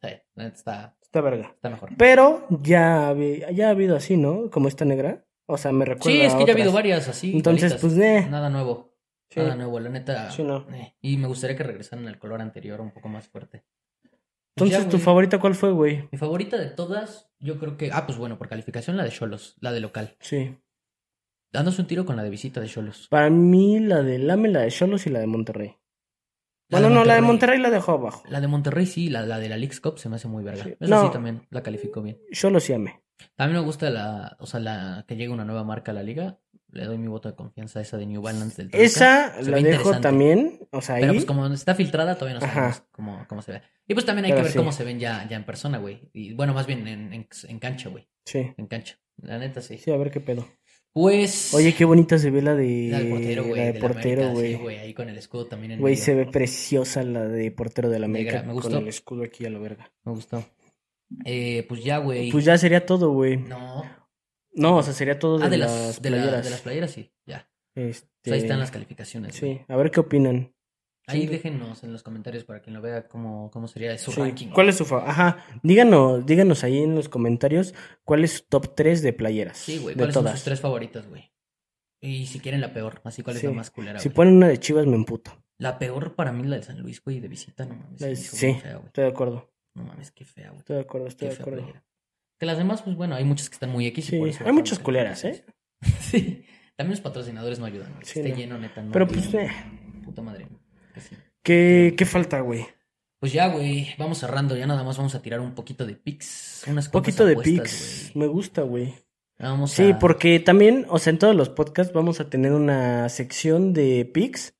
O sea, la neta está,
Está verga.
está mejor.
Pero ya, habi- ya ha habido así, ¿no? Como esta negra. O sea, me recuerda
Sí, es
a
que ya ha
otras.
habido varias así.
Entonces,
igualitas.
pues, eh.
Nada nuevo.
Sí.
Nada nuevo, la neta.
Sí, no.
eh. Y me gustaría que regresaran al color anterior un poco más fuerte. Pues
Entonces,
ya,
¿tu
güey.
favorita cuál fue, güey?
Mi favorita de todas, yo creo que. Ah, pues bueno, por calificación la de Cholos, la de local.
Sí.
Dándose un tiro con la de visita de Cholos.
Para mí, la de Lame, la de Cholos y la de Monterrey.
La
bueno,
de
no, la de
Monterrey.
Monterrey la dejó abajo.
La de Monterrey sí, la, la de la Leagues Cup se me hace muy verga.
Sí.
Esa sí
No.
también la califico bien.
Cholos y Ame.
También me gusta la, o sea, la que llegue una nueva marca a la liga. Le doy mi voto de confianza a esa de New Balance del Toluca.
Esa
Se
la
ve
dejo
interesante.
también. O sea, ahí.
Pero pues como está filtrada, todavía no
Ajá.
sabemos cómo, cómo se ve. Y pues también hay que
Pero
ver
sí.
cómo se ven ya, ya en persona, güey. Y bueno, más bien en, en, en cancha, güey.
Sí.
En cancha. La neta, sí.
Sí, a ver qué pedo.
Pues.
Oye, qué bonita se ve la de.
La del portero, güey.
la de
del
portero,
América, sí,
güey.
güey. Ahí con el escudo también en
Güey,
medio.
se ve preciosa la de portero de la
Negra,
América.
me gustó.
Con el escudo aquí a la verga.
Me gustó. Eh, pues ya, güey.
Pues ya sería todo, güey. No.
No.
o sea, sería todo de,
Ah, de
las,
las, de, la-
playeras.
de las playeras, sí. Ya.
Este,
O sea, ahí están las calificaciones. güey.
Sí, a ver qué opinan.
Ahí
Sí.
déjenos en los comentarios para quien lo vea cómo, cómo sería su
Sí.
ranking.
¿Cuál es su favorito? Ajá, díganos, díganos ahí en los comentarios cuál es su top 3 de playeras.
Sí, güey.
De
¿Cuáles son
todas.
sus tres favoritas, güey? Y si quieren la peor, así cuál es
Sí.
la más culera,
si
güey?
ponen una de Chivas, me emputo.
La peor para mí es la de San Luis, güey, de visita, no mames.
La de-
me hizo
sí.
bien fea, güey.
Estoy de acuerdo,
No mames, qué fea, güey.
estoy de acuerdo, estoy
Qué
de
fea
acuerdo.
playera. Que las demás, pues bueno, hay muchas que están muy X. y
Sí,
por eso
hay
bajaron
muchas
las
culeras, ¿eh?
calificaciones. Sí. También los patrocinadores no ayudan, güey.
Sí,
Esté
no.
lleno, neta. No
Pero pues,
ayudan.
eh,
Puta madre. Que sí.
¿qué, qué falta, güey?
Pues ya, güey, vamos cerrando. Ya nada más vamos a tirar un poquito de pics. Unas cuantas
Poquito de
apuestas,
pics.
güey.
Me gusta, güey.
Vamos
Sí,
a-
porque también, o sea, en todos los podcasts vamos a tener una sección de pics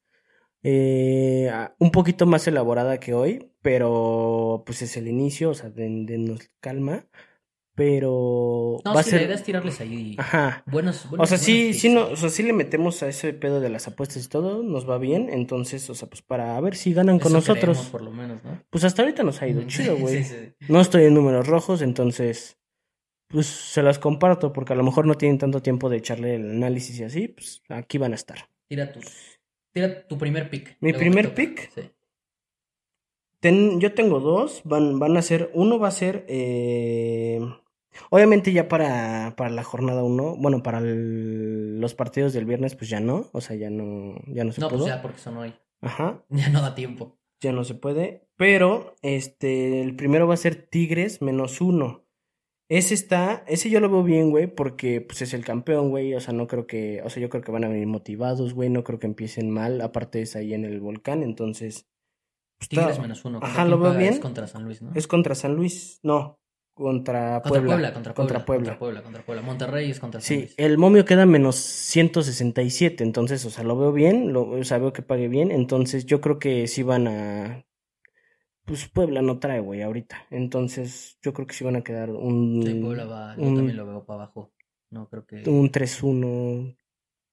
eh, a- un poquito más elaborada que hoy, pero pues es el inicio, o sea, den- dennos calma, pero
No,
va a
sí, la idea
ser...
es tirarles ahí.
Ajá.
Buenos, buenos.
O sea,
buenos
sí,
picks,
sí, no,
güey.
o sea, sí le metemos a ese pedo de las apuestas y todo, nos va bien, entonces, o sea, pues para a ver si ganan con
Eso
nosotros.
creemos, por lo menos, ¿no?
Pues hasta ahorita nos ha ido chido,
Sí,
güey.
sí, sí.
No estoy en números rojos, entonces pues se las comparto porque a lo mejor no tienen tanto tiempo de echarle el análisis y así, pues aquí van a estar.
Tira tus. Tira tu primer pick.
¿Mi
Luego te
primer
toca.
pick?
Sí.
Ten- yo tengo dos, van, van a ser, uno va a ser, eh, obviamente ya para, para la jornada uno, bueno, para el- los partidos del viernes pues ya no, o sea, ya no, ya no se
No,
pudo.
pues ya, porque son hoy.
Ajá,
Ya no da tiempo.
ya no se puede, pero este, el primero va a ser Tigres menos uno. Ese está, ese yo lo veo bien, güey, porque pues es el campeón, güey, o sea, no creo que, o sea, yo creo que van a venir motivados, güey, no creo que empiecen mal, aparte es ahí en el volcán, entonces pues, está-
Tigres menos uno. ¿Contra
Ajá,
quién
lo veo
juega? Es
bien.
contra San Luis, ¿no?
es contra San Luis, no,
contra
contra, Puebla,
contra Puebla.
contra Puebla.
Contra Puebla, contra Puebla. Monterrey es contra San
Sí,
Luis.
el momio queda menos 167, entonces, o sea, lo veo bien, lo, o sea, veo que pague bien, entonces yo creo que sí van a, pues Puebla no trae, güey, ahorita. Entonces, yo creo que sí van a quedar un.
Sí, Puebla va, yo
un-
también lo veo para abajo. No creo que.
Un 3-1.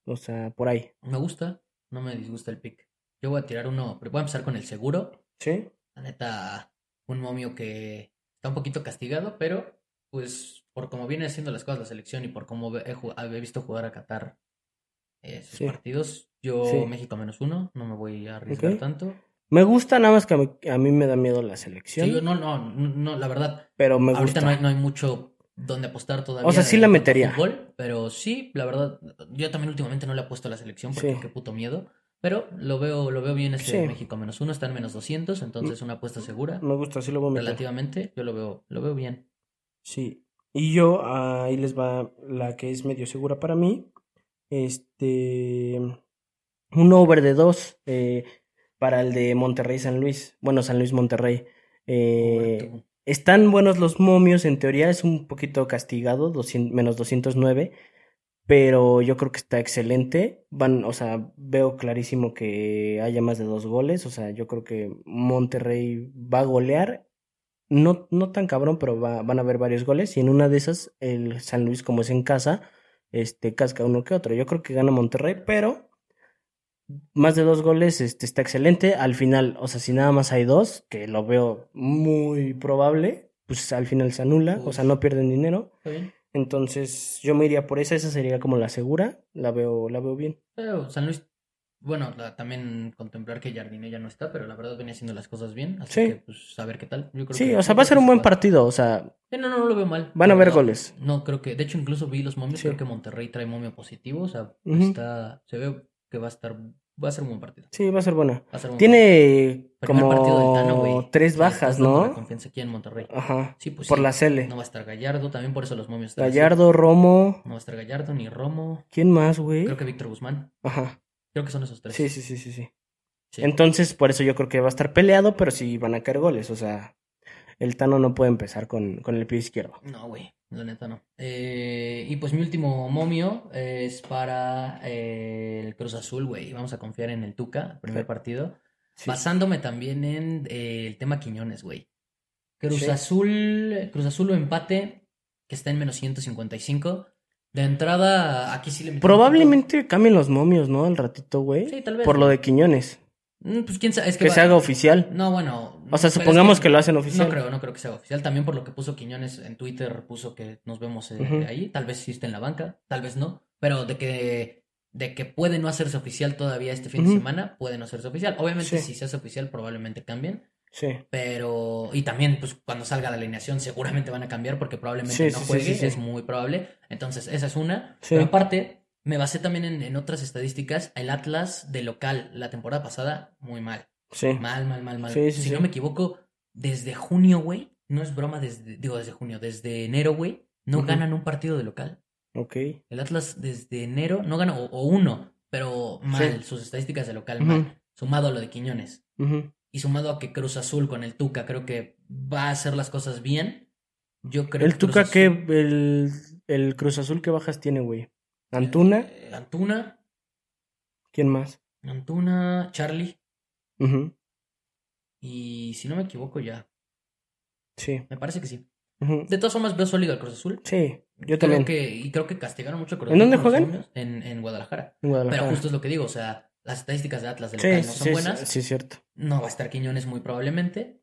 O sea, por ahí.
Me gusta, no me disgusta el pick. Yo voy a tirar uno, pero voy a empezar con el seguro.
¿Sí?
La neta, un momio que está un poquito castigado, pero pues por cómo viene haciendo las cosas la selección y por cómo ve- he, ju- he visto jugar a Qatar eh, sus
Sí.
partidos, yo
Sí.
México menos uno, no me voy a arriesgar
Ok.
tanto.
Me gusta, nada más que a mí, a mí me da miedo la selección.
Sí, yo no, no, no, la verdad,
Pero me
ahorita
gusta.
no hay, no hay mucho donde apostar todavía.
O sea, sí
en
la
cuanto a
metería.
fútbol, pero sí, la verdad, yo también últimamente no le apuesto a la selección porque
Sí.
qué puto miedo. Pero lo veo, lo veo bien este
Sí.
México menos uno, está en menos 200, entonces una apuesta segura.
Me gusta, sí lo voy a meter.
Relativamente, yo lo veo, lo veo bien.
Sí. Y yo, ah, ahí les va la que es medio segura para mí. Este. Un over de dos eh, para el de Monterrey-San Luis. Bueno, San Luis-Monterrey. Eh,
Pobre tú.
Están buenos los momios, en teoría es un poquito castigado, 200 menos 209, pero yo creo que está excelente. Van, o sea, veo clarísimo que haya más de dos goles, o sea, yo creo que Monterrey va a golear, no, no tan cabrón, pero va- van a haber varios goles, y en una de esas, el San Luis, como es en casa, este, casca uno que otro. Yo creo que gana Monterrey, pero más de dos goles este, está excelente. Al final, o sea, si nada más hay dos, que lo veo muy probable, pues al final se anula, o sea,
Uf.
no pierden dinero.
Está bien.
Entonces, yo me iría por esa, esa sería como la segura, la veo, la veo bien.
Pero San Luis, bueno, la- también contemplar que Jardine ya no está, pero la verdad venía haciendo las cosas bien, así
Sí.
que pues a ver qué tal. Yo creo
Sí,
que-
o sea,
yo
va a
creo
ser
que
un
sí
buen
va.
partido, o sea,
Eh, no, no, no lo veo mal.
Van a
La
haber
verdad,
goles.
No, creo que. De hecho, incluso vi los momios.
Sí.
Creo que Monterrey trae momio positivo. O sea,
Ujú.
está, se ve que va a estar. Va a ser un buen partido.
sí, va a ser buena.
Va a ser un buen
Tiene
partido. Primer partido del Tano,
como
güey. O
tres
sea, le estás
bajas,
dando La
¿no?
confianza aquí en Monterrey.
Ajá,
Sí, pues
por
sí.
la Cele.
No va a estar Gallardo. También por eso los momios están así.
Gallardo, Romo,
No va a estar Gallardo ni Romo.
¿quién más, güey?
Creo que Víctor Guzmán.
Ajá,
Creo que son esos tres.
sí, sí, sí, sí, sí.
Sí.
Entonces, por eso yo creo que va a estar peleado, pero sí van a caer goles. O sea, el Tano no puede empezar con, con el pie izquierdo.
No, güey, la neta no. Eh, y pues mi último momio es para eh, el Cruz Azul, güey. Vamos a confiar en el Tuca, primer
Sí.
partido.
Sí.
Basándome también en eh, el tema Quiñones, güey. Cruz
Sí.
Azul, Cruz Azul o empate, que está en menos 155. De entrada, aquí sí le metí un
Probablemente cambien los momios, ¿no? Al ratito, güey.
poquito- Sí, tal vez.
por lo de Quiñones.
Mm, Pues quién sabe, es que
Que se
va-
haga oficial.
No, bueno.
O
pero
sea,
es
supongamos que lo hacen oficial.
No creo, no creo que sea oficial. También por lo que puso Quiñones en Twitter, puso que nos vemos eh,
Ujú.
ahí. Tal vez sí esté en la banca, tal vez no. Pero de que, de que puede no hacerse oficial todavía este fin de
Ujú.
semana, puede no hacerse oficial. Obviamente,
Sí.
si se hace oficial, probablemente cambien.
Sí.
Pero, y también, pues cuando salga la alineación, seguramente van a cambiar porque probablemente
Sí,
no
sí, sí,
juegue,
sí, sí.
es muy probable. Entonces, esa es una.
Sí.
Pero aparte, me basé también en, en otras estadísticas. El Atlas de local la temporada pasada, muy mal.
Sí.
Mal, mal, mal, mal.
Sí, sí,
si
sí.
no me equivoco, desde junio, güey, no es broma, desde, digo desde junio, desde enero, güey, no
Ujú.
ganan un partido de local.
Ok.
El Atlas desde enero no gana, o, o uno, pero mal, sus estadísticas de local
Ujú.
mal, sumado a lo de Quiñones.
Ujú.
Y sumado a que Cruz Azul con el Tuca creo que va a hacer las cosas bien. Yo creo
El
que Cruz
Tuca que.
Azul-
El, el Cruz Azul, ¿qué bajas tiene, güey? Antuna.
Eh, Antuna,
¿Quién más?
Antuna, Charlie.
Ujú.
Y si no me equivoco ya,
Sí.
me parece que sí.
Ujú.
De todas formas veo sólido al Cruz Azul.
Sí. Yo
Creo
también.
que, y creo que castigaron mucho a Cruz
¿En dónde
Azul con los
juegan?
cambios En, en Guadalajara.
En
Pero
Guadalajara.
justo es lo que digo, o sea, las estadísticas de Atlas del
Sí,
local
sí,
no son
sí,
buenas.
sí, cierto.
No va a estar Quiñones muy probablemente.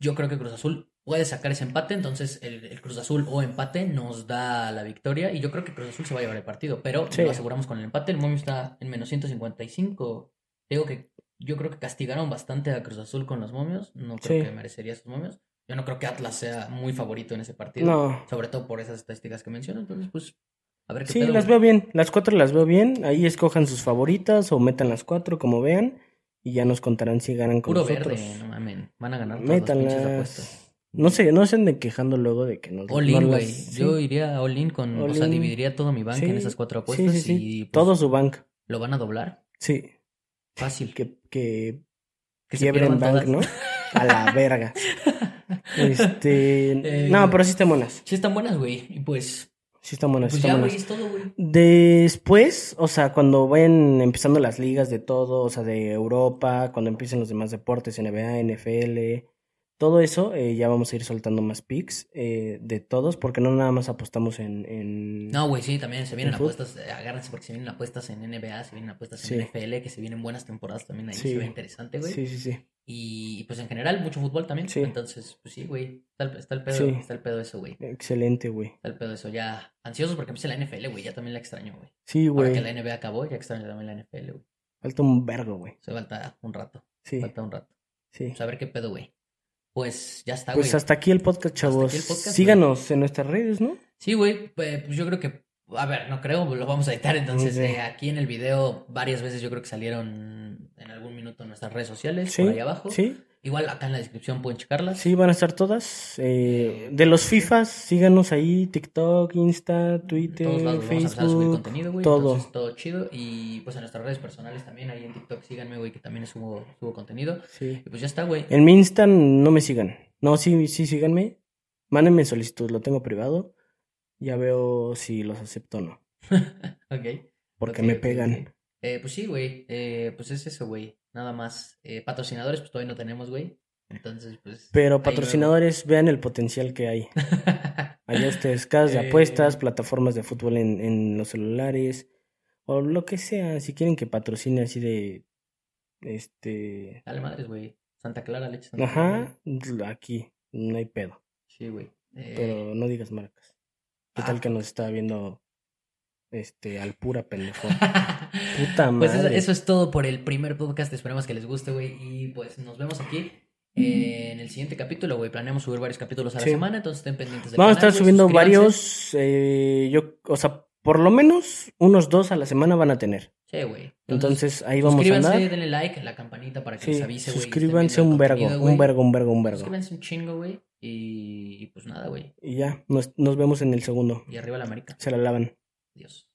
Yo creo que Cruz Azul puede sacar ese empate, entonces el, el Cruz Azul o empate nos da la victoria y yo creo que Cruz Azul se va a llevar el partido, pero
Sí.
lo aseguramos con el empate. El momio está en menos 155. Digo que yo creo que castigaron bastante a Cruz Azul con los momios, no creo
Sí.
que merecería sus momios. Yo no creo que Atlas sea muy favorito en ese partido.
No.
Sobre todo por esas estadísticas que menciono. Entonces, pues, a ver qué
Sí,
pedo,
las
güey.
veo bien. Las cuatro las veo bien. Ahí escojan sus favoritas o metan las cuatro, como vean. Y ya nos contarán si ganan con
Puro
nosotros.
verde, no mamen. Van a ganar todas las pinches apuestas.
Métanlas. No sé, no se anden quejando luego de que nos
All in,
no las-
güey.
sí.
Yo iría all in con. O sea,
All in.
dividiría todo mi banca en
Sí.
esas cuatro
Sí,
apuestas
sí, sí.
y. pues,
Todo su banca.
Lo van a doblar.
Sí.
Fácil.
Que, que
Que se
quiebren
pierdan
bank,
todas.
¿no? A la verga. Este.
Eh,
No, pero sí están buenas.
Sí, están buenas, güey. Y pues.
Sí están buenas, sí
Pues
están
ya,
buenas.
güey, es todo, güey.
Después, o sea, cuando vayan empezando las ligas de todo, o sea, de Europa, cuando empiecen los demás deportes, NBA, NFL, Todo eso, eh, ya vamos a ir soltando más picks eh, de todos, porque no nada más apostamos en... en-
No, güey, sí, también se vienen
¿En fut?
apuestas, eh, agárrense porque se vienen apuestas en NBA, se vienen apuestas en
Sí.
NFL, que se vienen buenas temporadas también ahí,
Sí.
se ve interesante, güey.
sí, sí, sí.
Y pues en general, mucho fútbol también.
Sí.
Entonces, pues sí, güey, está, el- está el pedo,
Sí.
está el pedo eso, güey.
Excelente, güey.
Está el pedo eso, ya ansiosos porque empieza la NFL, güey, ya también la extraño, güey.
Sí,
Ahora
güey.
que la NBA acabó, ya extraño también la NFL, güey.
Falta un vergo, güey.
Se falta un rato,
Sí,
falta un rato.
sí.
Pues a ver qué pedo, güey. Pues ya está, güey.
Pues hasta aquí el podcast,
Hasta aquí
chavos.
el podcast, güey.
Síganos en nuestras redes, ¿no?
Sí, güey, pues pues, yo creo que, a ver, no creo, lo vamos a editar, entonces
Ok.
eh, aquí en el video varias veces yo creo que salieron en algún minuto nuestras redes sociales,
Sí,
por ahí abajo.
Sí,
Igual acá en la descripción pueden checarlas.
sí, van a estar todas. Eh, de los FIFAs, síganos ahí, TikTok, Insta,
En
Twitter,
todos lados vamos a empezar a subir
Facebook.
contenido, güey.
todo.
Entonces, todo chido. Y pues en nuestras redes personales también, ahí en TikTok, síganme, güey, que también subo, subo contenido.
Sí.
Y pues ya está, güey.
En mi Insta no me sigan. No, sí, sí, síganme. Mándenme solicitud, lo tengo privado. Ya veo si los acepto o no.
Ok.
Porque
Ok,
me
ok, ok.
pegan.
Eh, pues sí, güey. Eh, pues es eso, güey. Nada más. Eh, patrocinadores, pues todavía no tenemos, güey. Entonces, pues. ahí
Pero
luego.
patrocinadores, vean el potencial que hay. Allá ustedes, este, casas de
Eh.
apuestas, plataformas de fútbol en, en los celulares, o lo que sea, si quieren que patrocine así de este
Dale madres, güey. Santa Clara, leche Santa Clara. güey.
ajá, pues, aquí, no hay pedo,
Sí, güey. Eh,
pero no digas marcas. ¿Qué
ah.
tal que nos está viendo este al pura pendejo? Puta madre.
Pues eso, eso es todo por el primer podcast. Esperemos que les guste, güey. Y pues nos vemos aquí eh, en el siguiente capítulo, güey. Planeamos subir varios capítulos a la
Sí.
semana, entonces estén pendientes del
Vamos a
canal,
estar
güey,
subiendo
suscríbanse.
varios, eh, yo, o sea, por lo menos unos dos a la semana van a tener.
Sí, güey.
Entonces ahí vamos a
suscríbanse,
andar.
denle like, la campanita para que
Sí,
les avise, güey. y estén
suscríbanse
viendo el
un vergo,
contenido,
un
güey.
vergo, un vergo, un vergo.
Suscríbanse un chingo, güey. Y, y pues nada, güey.
Y ya, nos, nos vemos en el segundo.
Y arriba la marica.
Se la lavan.
Adiós.